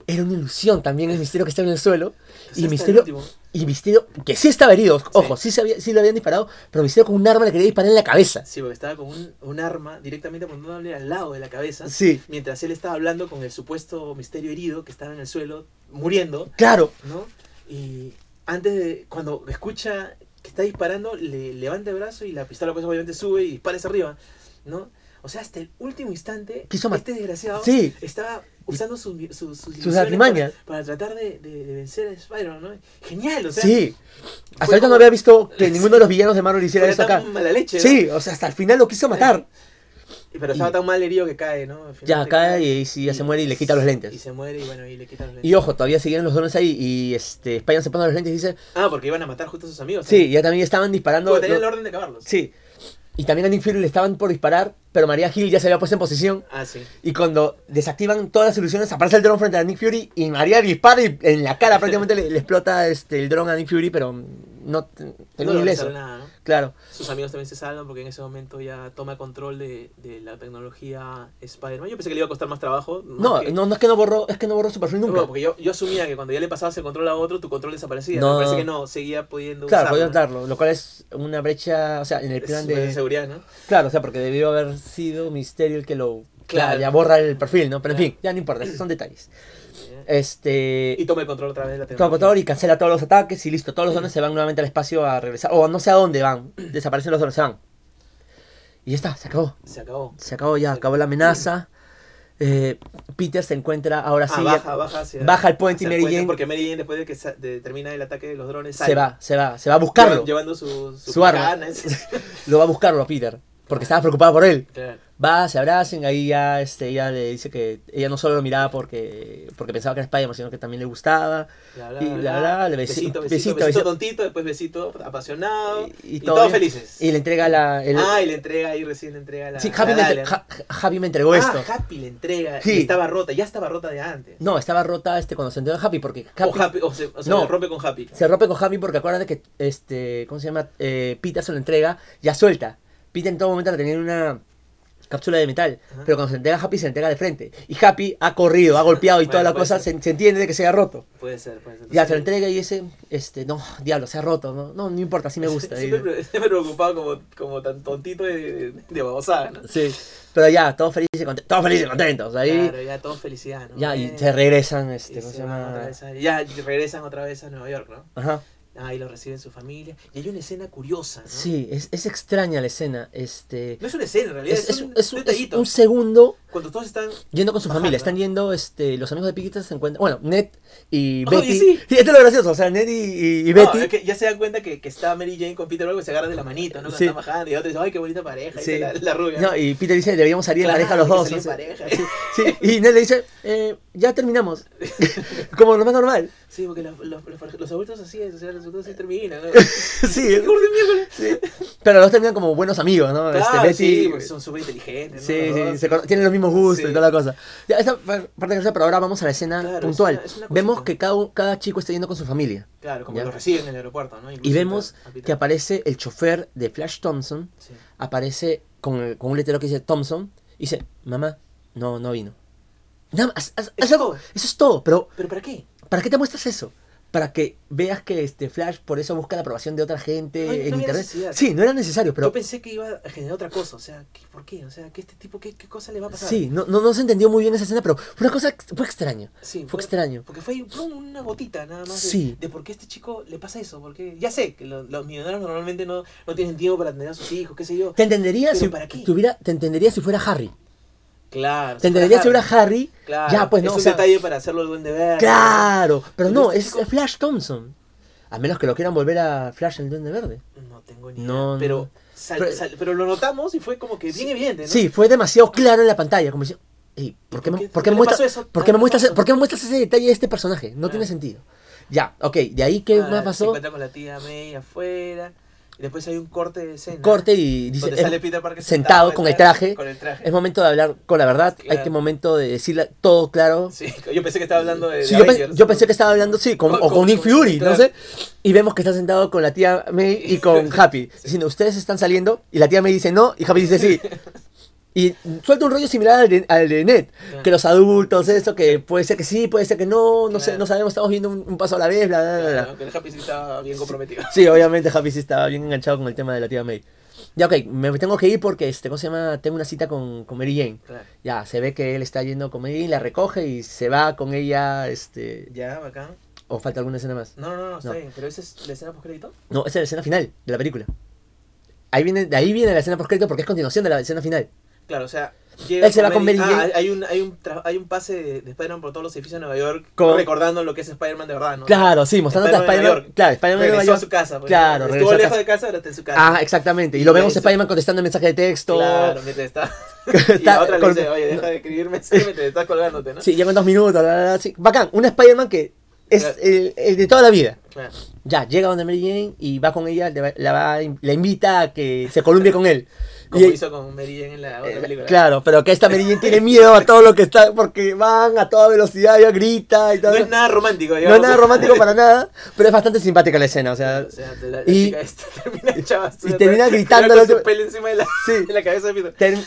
Era una ilusión también el misterio que estaba en el suelo.
Entonces,
Y
hasta
misterio,
este el último.
y misterio, que sí estaba herido, ojo, sí, se había- sí lo habían disparado, pero misterio con un arma le quería disparar en la cabeza.
Sí, porque estaba con un, un arma directamente apuntándole al lado de la cabeza.
Sí,
Mientras él estaba hablando con el supuesto misterio herido que estaba en el suelo, muriendo,
claro,
¿no? Y antes de. Cuando escucha que está disparando, le levanta el brazo y la pistola, pues obviamente sube y dispara hacia arriba, ¿no? O sea, hasta el último instante,
Quiso mat-
este desgraciado
sí.
estaba usando sus, mi- sus, sus,
Sus
ilusiones
artimañas.
Para, para tratar de, de- de vencer a Spider-Man, ¿no? Genial, o sea.
sí. Hasta
fue
ahorita
como-
no había visto que
Sí.
ninguno de los villanos de Marvel hiciera
Era
eso
tan
acá.
mala leche, ¿no?
Sí, o sea, hasta el final lo quiso matar.
Y- Pero estaba
Y-
tan mal herido que cae, ¿no?
Ya
Finalmente
cae y, y sí, ya se muere y le quita los
Y
lentes.
se muere y bueno, y le quita los lentes.
Y ojo, todavía siguen los drones ahí y este, Spider-Man se pone los lentes y dice,
Ah, porque iban a matar justo a sus amigos.
Sí,
¿no?
ya también estaban disparando.
Porque tenían
lo-
la orden de acabarlos.
Sí. Y también a Nick Fury le estaban por disparar, pero María Hill ya se había puesto en posición.
Ah, sí.
Y cuando desactivan todas las ilusiones, aparece el dron frente a Nick Fury y María dispara y en la cara prácticamente le, le explota este, el dron a Nick Fury, pero no te-
no
tenía
lograron
ileso.
hacer nada, ¿no?
Claro,
Sus amigos también se salvan porque en ese momento ya toma control de, de la tecnología Spider-Man. Yo pensé que le iba a costar más trabajo. más
no,
que-
no, no es que no borró, es que no borró su perfil nunca.
Bueno, porque yo, yo asumía que cuando ya le pasabas el control a otro, tu control desaparecía.
No,
Me parece
no.
que no, seguía pudiendo
claro, podía
usarlo.
darlo, lo cual es una brecha, o sea, en el
Es
plan
una
de...
seguridad, ¿no?
Claro, o sea, porque debió haber sido Misterio el que lo...
Claro.
Claro, ya borra el perfil, ¿no? Pero en
Claro.
fin, ya no importa, son detalles. Este...
Y toma el control otra vez de la
Toma
tecnología.
control y cancela todos los ataques y listo. Todos los dones se van nuevamente al espacio a regresar. O no sé a dónde van. Desaparecen los dones, se van. Y ya está, se acabó.
Se acabó.
Se acabó ya, acabó la amenaza. Eh, Peter se encuentra ahora
Ah,
sí. ya-
baja, baja hacia-
baja al puente y
hacia el
Mary Jane-
Porque Mary Jane, después de que sa- de- termina el ataque de los drones,
se
sale.
va, se va, se va a buscarlo.
Lleva- Llevando su, su,
Su arma.
katana, ese-
Lo va a buscarlo a Peter. Porque estaba preocupado por él.
Claro.
Va, se abracen, ahí ya este, ella le dice que ella no solo lo miraba porque, porque pensaba que era Spider-Man, sino que también le gustaba.
Bla,
Y bla, bla, le besi-
besito, besito,
besito,
besito,
besito.
tontito, después besito apasionado y,
Y- y
todos
todavía-
felices.
Y le entrega la... el-
Ah, y le entrega ahí recién le entrega la.
sí,
la
Happy me,
Dahlia,
entre-
¿no?
Ja- Happy me entregó esto.
Ah, Happy le entrega.
Sí.
Y estaba rota, ya estaba rota de antes.
No, estaba rota este cuando se enteró de Happy porque
O
Happy,
Happy, o se, o se
No.
rompe con Happy.
se rompe con Happy porque acuérdate que este, ¿cómo se llama? Eh, Peter se lo entrega, ya suelta. Peter en todo momento la tenía en una cápsula de metal,
Ajá.
pero cuando se entrega Happy se entrega de frente. Y Happy ha corrido, ha golpeado y
Bueno,
toda la
puede
cosa,
ser.
se, se entiende de que se ha roto.
Puede ser, puede ser.
Ya se lo entrega y ese, este, no, diablo, se ha roto, no, no, no importa, sí me gusta.
Siempre,
dice.
pre- siempre preocupado como, como tan tontito de, de babosada, ¿no?
Sí, pero ya, todos felices y contentos, todos felices y contentos, ahí,
Claro, ya todo felicidad, ¿no?
ya, y
Eh,
se regresan,
y
este, ¿cómo
se
se
van otra
llama?
vez a- Ya regresan otra vez a Nueva York, ¿no?
Ajá.
Ah, y lo reciben su familia. Y hay una escena curiosa, ¿no?
Sí, es, es extraña la escena, este...
No es una escena, en realidad.
Es,
Es,
es-
un
es un- es
detallito.
un segundo
cuando todos están.
Yendo con su
Ajá,
familia,
¿no?
están yendo, este, los amigos de Piquita se encuentran, bueno, Ned y
Oh,
Betty.
y sí.
esto es lo gracioso, o sea, Ned y, y- y
No,
Betty.
es que ya se dan cuenta que, que está Mary Jane con Peter Parker y se agarran de la manito, ¿no? Cuando
Sí.
están bajando y otro dice, ay, qué bonita pareja,
Sí.
dice la, la rubia.
No, y Peter dice, deberíamos salir
Claro,
en pareja los
hay que
dos.
salir
no
en
sé.
pareja.
Sí, y Ned le dice, eh, ya terminamos. Como lo más normal.
Sí, porque los, los, los, los adultos así es, o sea, los adultos así terminan, ¿no?
sí,
Curso de miércoles.
sí. Pero los dos terminan como buenos amigos, ¿no? Este,
Claro,
Betty-
sí, porque son súper inteligentes. ¿no?
Sí,
Los
sí,
dos.
se cono- tienen los mismos gustos
Sí.
y toda la cosa. Ya, esa par- parte graciosa, pero ahora vamos a la escena
Claro, es
puntual.
una- es una
vemos
cosita.
que cada, un- cada chico está yendo con su familia.
Claro, como
Ya.
los reciben en el aeropuerto, ¿no?
Y
Incluso
vemos
a Peter.
que aparece el chofer de Flash Thompson,
Sí.
aparece con, el- con un letrero que dice Thompson, y dice, mamá, no, no vino. Nada más, haz- haz- haz
Eso es
algo.
todo.
eso es todo, pero
¿Pero para qué?
¿para qué te muestras eso? Para que veas que este Flash por eso busca la aprobación de otra gente
No hay- no
en
había
internet.
necesidad.
Sí, no era necesario, pero
Yo pensé que iba a generar otra cosa, o sea, ¿qué- ¿por qué? O sea, que este tipo, ¿qué, qué cosa le va a pasar?
sí, no, no, no se entendió muy bien esa escena, pero fue una cosa, ex- fue extraña.
Sí,
Fue extraño.
Porque fue plum, una gotita nada más de,
Sí.
de por qué a este chico le pasa eso. Porque ya sé que lo- los millonarios normalmente no, no tienen tiempo para atender a sus hijos, qué sé yo.
Te entendería
¿Pero
si
para qué?
tuviera, te entendería si fuera Harry.
Claro.
Te entendería si
fuera
fuera Harry.
Claro,
Ya, pues no.
Es
o
un
sea,
detalle para hacerlo el duende verde.
Claro, pero
Pero
no,
este
es
chico-
Flash Thompson. A menos que lo quieran volver a Flash en el Duende Verde.
No tengo ni idea.
No, no.
pero, sal-
Pero-
sal- pero lo notamos y fue como que bien evidente, ¿no?
Sí, fue demasiado claro en la pantalla. Como diciendo, "Ey, ¿por qué,
por
me-
qué-
por
por
qué
qué
me
le
muestras-
pasó eso?
por qué me
Ah,
muestras-
pasó.
por qué me muestras ese detalle de este personaje? No
Claro.
tiene sentido. Ya, ok, de ahí, ¿qué
Ah,
más
Se
pasó?
encuentra con la tía May afuera. Y después hay un corte de escena.
Corte y dice.
Donde sale
"Es-
Peter Parker
sentado con el traje. Em,
Con el traje.
Es momento de hablar con la verdad. Hay
Claro.
que momento de decirle todo claro.
Sí, yo pensé que estaba hablando de.
Sí,
de
yo, pe-
Avengers.
yo pensé que estaba hablando, sí, con,
Con-
o con
con-
Nick
con-
Fury, no
claro.
sé. Y vemos que está sentado con la tía May y con Happy, diciendo, ustedes están saliendo, y la tía May dice no, y Happy dice sí. Y suelta un rollo similar al de, al de Ned,
Claro.
que los adultos, eso, que puede ser que sí, puede ser que no, no sé,
Claro.
no sabemos, estamos viendo un, un paso a la vez, bla, bla, bla, bla.
Claro, que el Happy sí estaba bien comprometido.
Sí, obviamente Happy sí estaba bien enganchado con el tema de la tía May. Ya, ok, me tengo que ir porque, este, ¿cómo se llama? Tengo una cita con, con Mary Jane.
Claro.
Ya, se ve que él está yendo con Mary Jane, la recoge y se va con ella, este...
Ya, bacán.
¿O falta alguna escena más?
No, no, no, no, está
No.
bien. Pero esa es la escena post-crédito.
No, esa es la escena final de la película. Ahí viene, de ahí viene la escena post porque es continuación de la escena final.
Claro, o sea. llega
Él se va con Mary
Ah,
Jane.
hay, un, hay, un tra- hay un pase de, de Spider-Man por todos los edificios de Nueva York.
Con-
Recordando lo que es Spider-Man de verdad, ¿no?
Claro, sí, mostrándote a
Spider-Man en Nueva
Spider-Man.
York.
Claro, Spider-Man en Nueva
regresó a
York.
su casa. pues,
Claro,
¿no?
regresó
Estuvo
a
lejos
casa.
de casa, ahora está en su casa.
Ah, exactamente. Y lo
Y
vemos
ahí
a
está.
Spider-Man contestando mensajes de texto.
Claro, mientras está. y
Está
la otra
con-
le dice, oye, deja de escribirme sí, mientras estás colgándote, ¿no?
Sí, llegan dos minutos. la, la, la, sí. Bacán, un Spider-Man que es
Claro.
el, el de toda la vida.
Claro.
Ya, llega donde Mary Jane y va con ella, le va- la, va- la invita a que se columbie con él.
Como
Y-
hizo con Mary Jane en la otra
Eh,
película.
Claro, pero que esta Mary Jane tiene miedo a todo lo que está, porque van a toda velocidad, ella grita y todo.
No es nada romántico,
No
digamos.
es nada romántico para nada, pero es bastante simpática la escena, o sea,
O sea, la, la
Y-
chica esta termina chava,
y termina gritando la
con
otra-
su pelo encima de la,
Sí.
de la cabeza de Peter.
ter-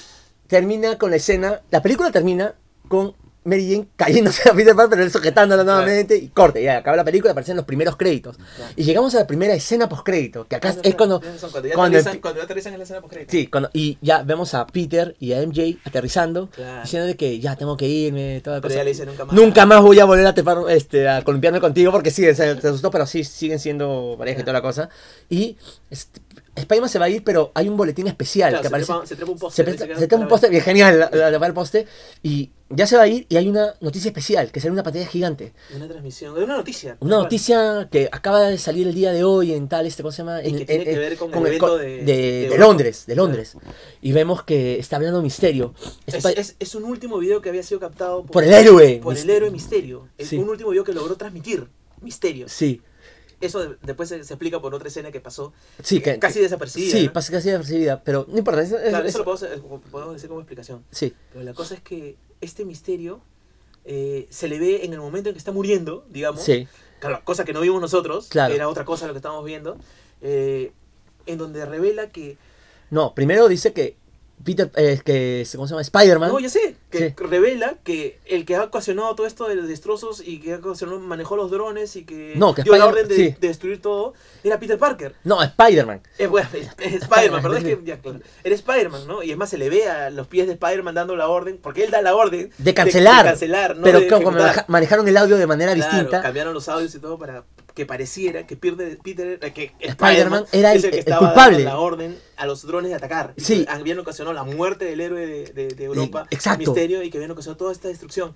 termina con la escena, la película termina con Mary Jane cayéndose a Peter Parker, pero él sujetándola
Claro.
nuevamente y corte, ya acaba la película, aparecen los primeros créditos. Y llegamos a la primera escena post crédito, que acá
Ah, no,
es
no,
cuando...
no, son Cuando ya
cuando
aterrizan,
empi-
cuando ya aterrizan en la escena post
Sí, cuando, y ya vemos a Peter y a MJ aterrizando,
Claro.
diciendo de que ya tengo que irme, toda la
Pero
cosa.
ya le dice nunca más.
Nunca más voy a volver a tepar, este, a columpiarme contigo porque sí, se, se asustó, pero sí, siguen siendo pareja y toda la cosa. Y este, Spiderman se va a ir, pero hay un boletín especial
Claro,
que aparece.
se, trepa, se trepa un
Se,
poste.
presta- se toma un poste, bien genial, la- la- la- va el poste. Y ya se va a ir y hay una noticia especial que sale en una pantalla gigante.
Una transmisión, una noticia.
Una noticia que acaba de salir el día de hoy en tal, este, ¿cómo se llama?
Y
En-
que tiene
en-
que
en-
ver con el evento
co-
de-
de,
de
de
Europa.
Londres, de Londres. Y vemos que está hablando Misterio.
Es,
Está-
es, es un último video que había sido captado
Por el héroe.
Por el
Misterio.
héroe Misterio. Es
Sí.
un último video que logró transmitir Misterio.
Sí,
Eso de- después se, se explica por otra escena que pasó.
sí,
eh,
que,
casi desapercibida.
Sí,
¿no?
pasa casi desapercibida, pero no importa. es- es-
Claro,
es-
eso lo podemos, podemos decir como explicación.
Sí,
Pero la cosa es que este misterio eh, se le ve en el momento en que está muriendo, digamos.
sí,
Claro, cosa que no vimos nosotros.
Claro.
Era otra cosa lo que estábamos viendo. eh, en donde revela que.
No, primero dice que Peter, eh, que, ¿cómo se llama? Spider-Man.
No, yo sé. Que
Sí.
revela que el que ha ocasionado todo esto de los destrozos y que ha ocasionado- manejó los drones y que
No, que
dio la
Spider-
orden de,
sí.
de destruir todo era Peter Parker.
No, Spider-Man.
Eh, bueno, es- es Spider-Man, perdón, es que ya, claro. Era Spider-Man, ¿no? Y es más, se le ve a los pies de Spider-Man dando la orden, porque él da la orden
De cancelar.
de cancelar, no
pero
de
como
ejecutar.
maneja- manejaron el audio de manera
Claro,
distinta.
Cambiaron los audios y todo para que pareciera que pierde Peter, eh, que
Spider-Man era
es
el-
que
el
estaba
culpable.
dando la orden a los drones de atacar. Y
Sí. Eh,
que Habían ocasionado la muerte del héroe de, de- de Europa,
exacto.
Misterio, y que habían ocasionado toda esta destrucción.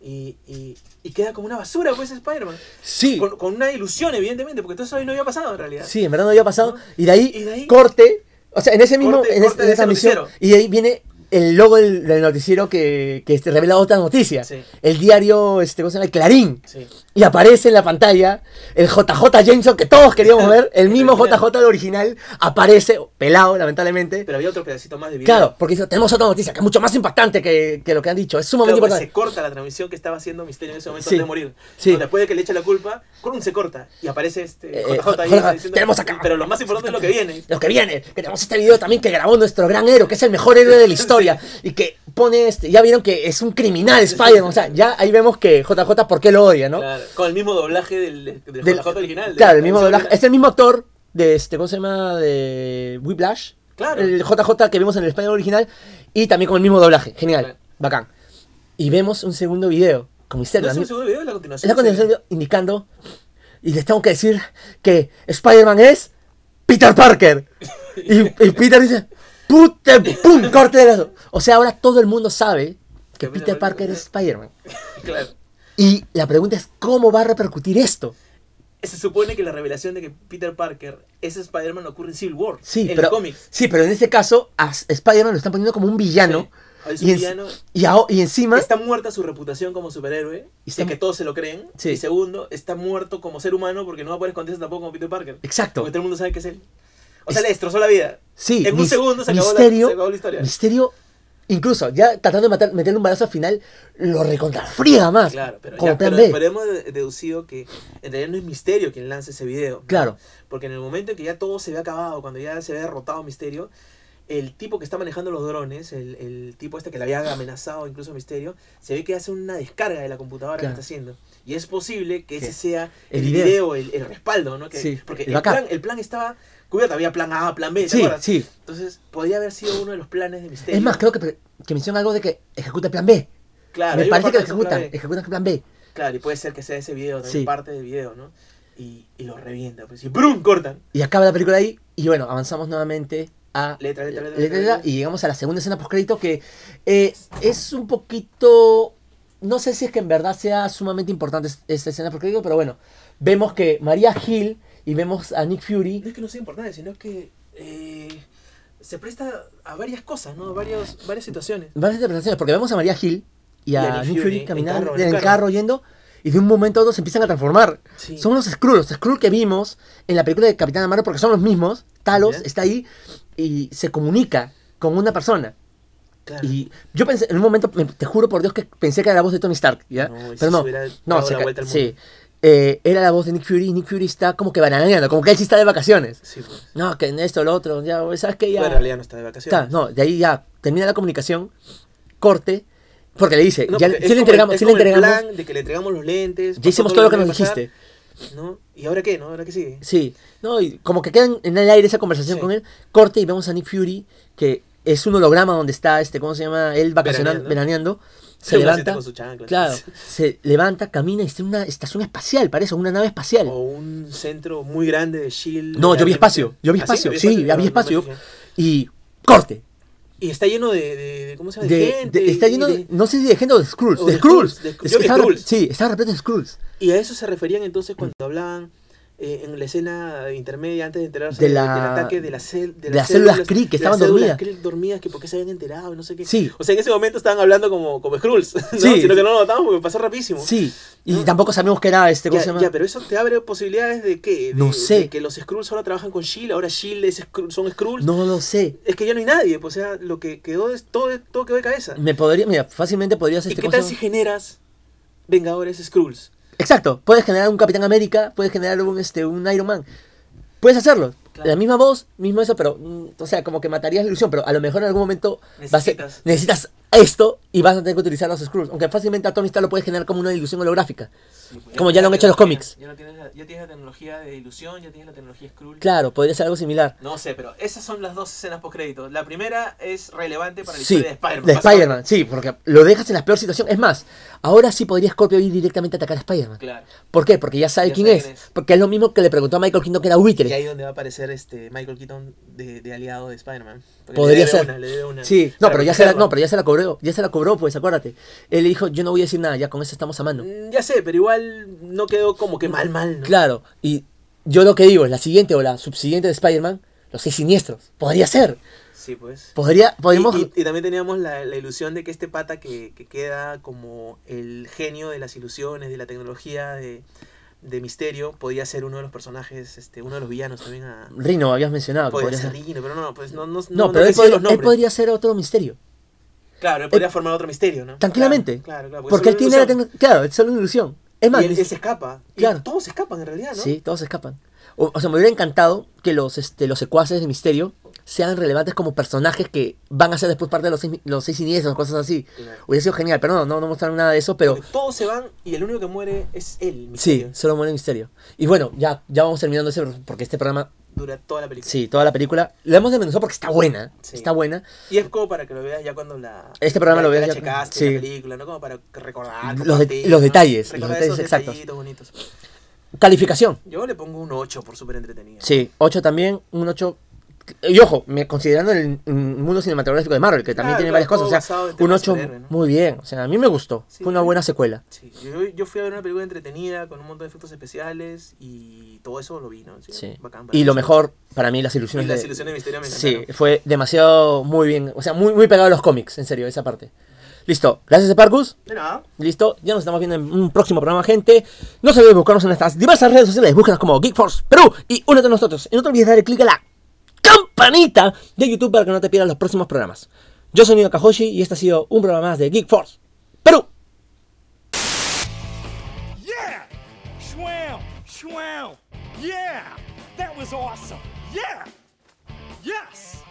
Y, y, y queda como una basura, pues, Spider-Man.
Sí,
Con, con una ilusión, evidentemente, porque todo eso ahí no había pasado en realidad.
sí, en verdad no había pasado. Y de ahí,
Y de ahí-
corte. O sea, en ese mismo,
Corte-
en, es-
corte
en
de
esa
ese
misión.
noticiero.
Y de ahí viene el logo del, del noticiero que, que este, revela otras noticias.
Sí.
El diario, este, ¿cómo se llama? Clarín.
Sí.
Y aparece en la pantalla el JJ Jameson que todos queríamos ver. El mismo JJ del original aparece, pelado, lamentablemente.
Pero había otro pedacito más de video.
Claro, porque dice, tenemos otra noticia que es mucho más impactante que, que lo que han dicho. Es
Claro,
sumamente
porque se
importante.
corta la transmisión que estaba haciendo Misterio en ese momento
Sí.
antes de morir.
Sí.
No, después de que le echa la culpa, Krum se corta y aparece este
Eh, eh,
JJ ahí
JJ,
diciendo,
tenemos acá.
Pero lo más importante es lo que viene.
Lo que viene, que tenemos este video también que grabó nuestro gran héroe, que es el mejor héroe de la historia. Y que pone este, ya vieron que es un criminal Spider-Man. O sea, ya ahí vemos que JJ por qué lo odia, ¿no?
Claro, con el mismo doblaje del, del
Del-
JJ original.
Claro, el
del-
mismo
del-
doblaje. Este Es el mismo actor de este, ¿cómo se llama? De Whiplash.
Claro.
El JJ que vimos en el español original. Y también con el mismo doblaje. Genial.
Claro.
Bacán. Y vemos un segundo video. Con misterio.
No
a
es
mí-
un segundo video, es la
Es
continuación.
la continuación de- indicando. Y les tengo que decir que Spider-Man es Peter Parker. Y, y Peter dice, ¡Pute! ¡Pum! Corte de lazo. O sea, ahora todo el mundo sabe que
Que Peter
Peter Parker es Spider-Man.
Claro.
Y la pregunta es, ¿cómo va a repercutir esto?
Eh, Se supone que la revelación de que Peter Parker es Spider-Man ocurre en Civil War.
Sí,
en
pero,
los cómics.
sí, pero en este caso a S- Spider-Man lo están poniendo como un villano.
Sí, Ah, es
y,
un
en-
villano.
y ao- y encima...
Está muerta su reputación como superhéroe,
Y
y
está-
que todos se lo creen.
Sí.
Y segundo, está muerto como ser humano porque no va a poder esconderse tampoco como Peter Parker.
Exacto.
Porque todo el mundo sabe que es él. O
Es-
sea, le destrozó la vida.
Sí,
En un
mis-
segundo se acabó, la-
misterio,
se acabó la historia.
Misterio, incluso ya tratando de matar- meterle un balazo al final, lo recontrafría más.
Claro, pero,
como
ya,
plan
pero,
B.
pero hemos de- deducido que en realidad no es Misterio quien lanza ese video.
Claro,
Porque en el momento en que ya todo se ve acabado, cuando ya se ve derrotado Misterio, el tipo que está manejando los drones, el, el tipo este que le había amenazado incluso a Misterio, se ve que hace una descarga de la computadora
Claro.
que está haciendo. Y es posible que ese
Sí.
sea
El
el,
video.
video, el, el respaldo, ¿no? Que-
Sí,
Porque
el
el,
backup.
plan, el plan estaba cubierto, había plan A, plan B, ¿te
sí,
acuerdas?
sí.
Entonces, podría haber sido uno de los planes de Misterio.
Es más, creo que, que mencionan algo de que ejecuta plan B.
claro,
Me
hay una
parece que lo
parte de su plan
ejecutan,
B.
ejecutan plan B.
Claro, y puede ser que sea ese video, también
Sí.
parte del video, ¿no? Y, y lo revienta, pues, y ¡brum! cortan.
Y acaba la película ahí, y bueno, avanzamos nuevamente a...
Letra, letra, letra,
letra,
letra,
letra, y llegamos a la segunda escena postcrédito que eh, es un poquito... No sé si es que en verdad sea sumamente importante es- esta escena postcrédito, pero bueno, vemos que María Hill y vemos a Nick Fury
No es que no sea importante, sino que eh, se presta a varias cosas, ¿no? A varios, varias situaciones.
varias interpretaciones, porque vemos a María Hill y
Y
a
a
Nick
Nick Fury
Fury
en
caminar
carro, en
en el
carro.
carro yendo, y de un momento a otro se empiezan a transformar.
Sí.
Son los Skrull, los Skrull que vimos en la película de Capitán Marvel, porque son los mismos. Talos
Ya.
está ahí y se comunica con una persona.
Claro.
Y yo pensé, en un momento, me- te juro por Dios que pensé que era la voz de Tony Stark, ¿ya?
No,
Pero
y si
no,
se hubiera
no,
dado
se
la
ca-
vuelta al mundo.
sí. Eh, era la voz de Nick Fury y Nick Fury está como que bananeando, como que él sí está de vacaciones.
Sí, pues.
No, que en esto, lo otro, ya, ¿sabes qué? Ya,
Bueno, en realidad no está de vacaciones.
Claro, no, de ahí ya termina la comunicación, corte, porque le dice,
No,
ya,
porque
si
es
le
como
entregamos,
el- es
si le
como el
entregamos,
plan de que le entregamos los lentes.
ya
pasó
hemos todo lo que nos
iba a pasar,
dijiste.
¿no? ¿Y ahora qué, no? ¿Ahora qué sigue?
Sí, no, y como que quedan en el aire esa conversación
Sí.
con él, corte y vemos a Nick Fury, que es un holograma donde está, este, ¿cómo se llama? Él vacacionando, veraneando, se
Una cita
levanta,
con su pues. chancla.
claro, se levanta, camina y está en una estación espacial, parece, una nave espacial.
O un centro muy grande de Shield.
no, yo vi
realmente.
espacio, yo vi
¿Ah, sí?
espacio,
¿Había
sí,
espacio?
había
No, no me
espacio,
fijé.
y corte.
Y está lleno de, de- de- ¿cómo se llama? De,
De-
gente.
de- está
y
lleno
de-
de, no sé si de gente o de Skrulls,
O
de
de
Skrulls,
Skrulls, de- yo
Es que
vi
estaba-
Skrulls.
sí, estaba repleto de Skrulls.
Y a eso se referían entonces cuando hablaban eh, en la escena intermedia antes de enterarse
De
de-
la-
del ataque de, la cel- de
de las células Kree que
de las
estaban
células
dormidas.
Kree dormidas, que por qué se habían enterado y no sé qué.
Sí.
O sea, en ese momento estaban hablando como, como Skrulls, ¿no?
Sí.
sino que no lo notamos porque pasó rapidísimo.
Sí, y
No.
tampoco sabíamos que era este, ¿cómo
Ah. Ya,
se llama?
ya, pero eso te abre posibilidades de que
No sé.
que los Skrulls ahora trabajan con Shield, ahora Shield es Skrull- son Skrulls.
No lo sé.
Es que ya no hay nadie, pues, o sea, lo que quedó es todo, todo quedó de cabeza.
Me podría, mira, fácilmente podrías
¿Y
este,
qué
¿cómo se
tal
llama?
si generas Vengadores Skrulls?
Exacto, puedes generar un Capitán América, puedes generar un este un Iron Man. Puedes hacerlo.
Claro.
La misma voz, mismo eso, pero. mm, o sea, como que matarías la ilusión, pero a lo mejor en algún momento. va a ser-
Necesitas.
necesitas esto y vas a tener que utilizar los Skrulls. Aunque fácilmente a Tony Stark lo puedes generar como una ilusión holográfica.
Sí, pues,
Como ya lo han
tienes
hecho
la
los cómics.
tecnología- Ya, no tienes la, ya tienes la tecnología de ilusión, ya tienes la tecnología Skrull.
Claro, podría ser algo similar.
No sé, pero esas son las dos escenas post-crédito. La primera es relevante para la
Sí,
historia de Spider-Man.
de
básicamente.
Spider-Man, sí, porque lo dejas en la peor situación. Es más, ahora sí podría Scorpio ir directamente a atacar a Spider-Man.
Claro.
¿Por qué? Porque ya sabe
Ya
quién
sabe
es.
quién es.
Porque es lo mismo que le preguntó a Michael Keaton que era
Y
buitre.
ahí donde va a aparecer este Michael Keaton de, de aliado de Spider-Man. Porque le
Podría
debe
ser.
una, le debe una.
Sí, no,
Para
pero ya se la,
protegerlo.
no, pero ya se la cobró, ya se la cobró, pues acuérdate. Él le dijo, yo no voy a decir nada, ya con eso estamos a mano.
Mm, Ya sé, pero igual no quedó como que mal, mal. ¿no?
Claro, y yo lo que digo es la siguiente o la subsiguiente de Spider-Man, los seis siniestros. Podría ser.
Sí, pues.
Podría, podemos.
Y, y- y también teníamos la, la ilusión de que este pata que, que queda como el genio de las ilusiones, de la tecnología, de, de misterio, podía ser uno de los personajes, este, uno de los villanos también. A,
Rino, habías mencionado. que
podría
podría
ser
ser.
Rino, pero no, pues no, no,
No,
no-
pero
no
él,
coinciden
podría-
los
él
nombres.
podría ser otro misterio.
Claro, él podría formar otro misterio, ¿no?
Tranquilamente.
Claro, claro, claro.
Porque él
solo
tiene la
ilusión.
tecno- Claro, es solo una ilusión. Es más,
Y él,
ni
él se escapa. Y
Claro.
todos se escapan en realidad, ¿no?
Sí, todos escapan. O, o sea, me hubiera encantado que los, este, los secuaces de Misterio sean relevantes como personajes que van a ser después parte de los seis, mi- los seis siniestros, cosas así.
Claro.
Hubiera sido genial, pero no, no, no mostraron nada de eso, pero
Porque todos se van y el único que muere es él.
sí,
misterio.
solo muere Misterio. Y bueno, ya, ya vamos terminando ese, porque este programa,
Dura toda la película.
sí, toda la película, la hemos desmenuzado porque está buena,
Sí.
está buena.
Y es como para que lo veas ya cuando la.
Este programa lo
ya- ya
veas
La
ya-
checaste,
sí.
la película, ¿no? Como para recordar.
Los de-
compartir,
los
¿no?
detalles,
Recordar
los detalles
esos
exactos.
detallitos bonitos.
Calificación,
Yo le pongo un 8 por súper entretenido.
sí, 8 también, un 8... Y ojo, me- considerando el mm, mundo cinematográfico de Marvel, que también
Claro,
tiene varias
claro,
cosas,
todo
o sea,
basado en
un
temas
8
superhéroes, ¿no?
muy bien, o sea, a mí me gustó,
Sí,
fue una
sí.
buena secuela.
Sí, yo, yo fui a ver una película entretenida con un montón de efectos especiales y todo eso lo vi, ¿no? Sí,
Sí.
bacán,
y
bacán.
lo mejor, para mí, las
Y
ilusiones.
las
de-
ilusiones de misterio me
Sí,
encantaron.
fue demasiado muy bien. O sea, muy, muy pegado a los cómics, en serio, esa parte. Listo. Gracias, Parkus.
De nada.
Listo. Ya nos estamos viendo en un próximo programa, gente. No se olviden buscarnos en nuestras diversas redes sociales. Búscanos como GeekForce Perú y únete a nosotros. Y no te olvides de darle clic a la campanita de YouTube para que no te pierdas los próximos programas. Yo soy Nino Kahoshi y este ha sido un programa más de Geek Force Perú.
Yeah! Schwam! Schwam! Yeah! That was awesome! Yeah! Yes!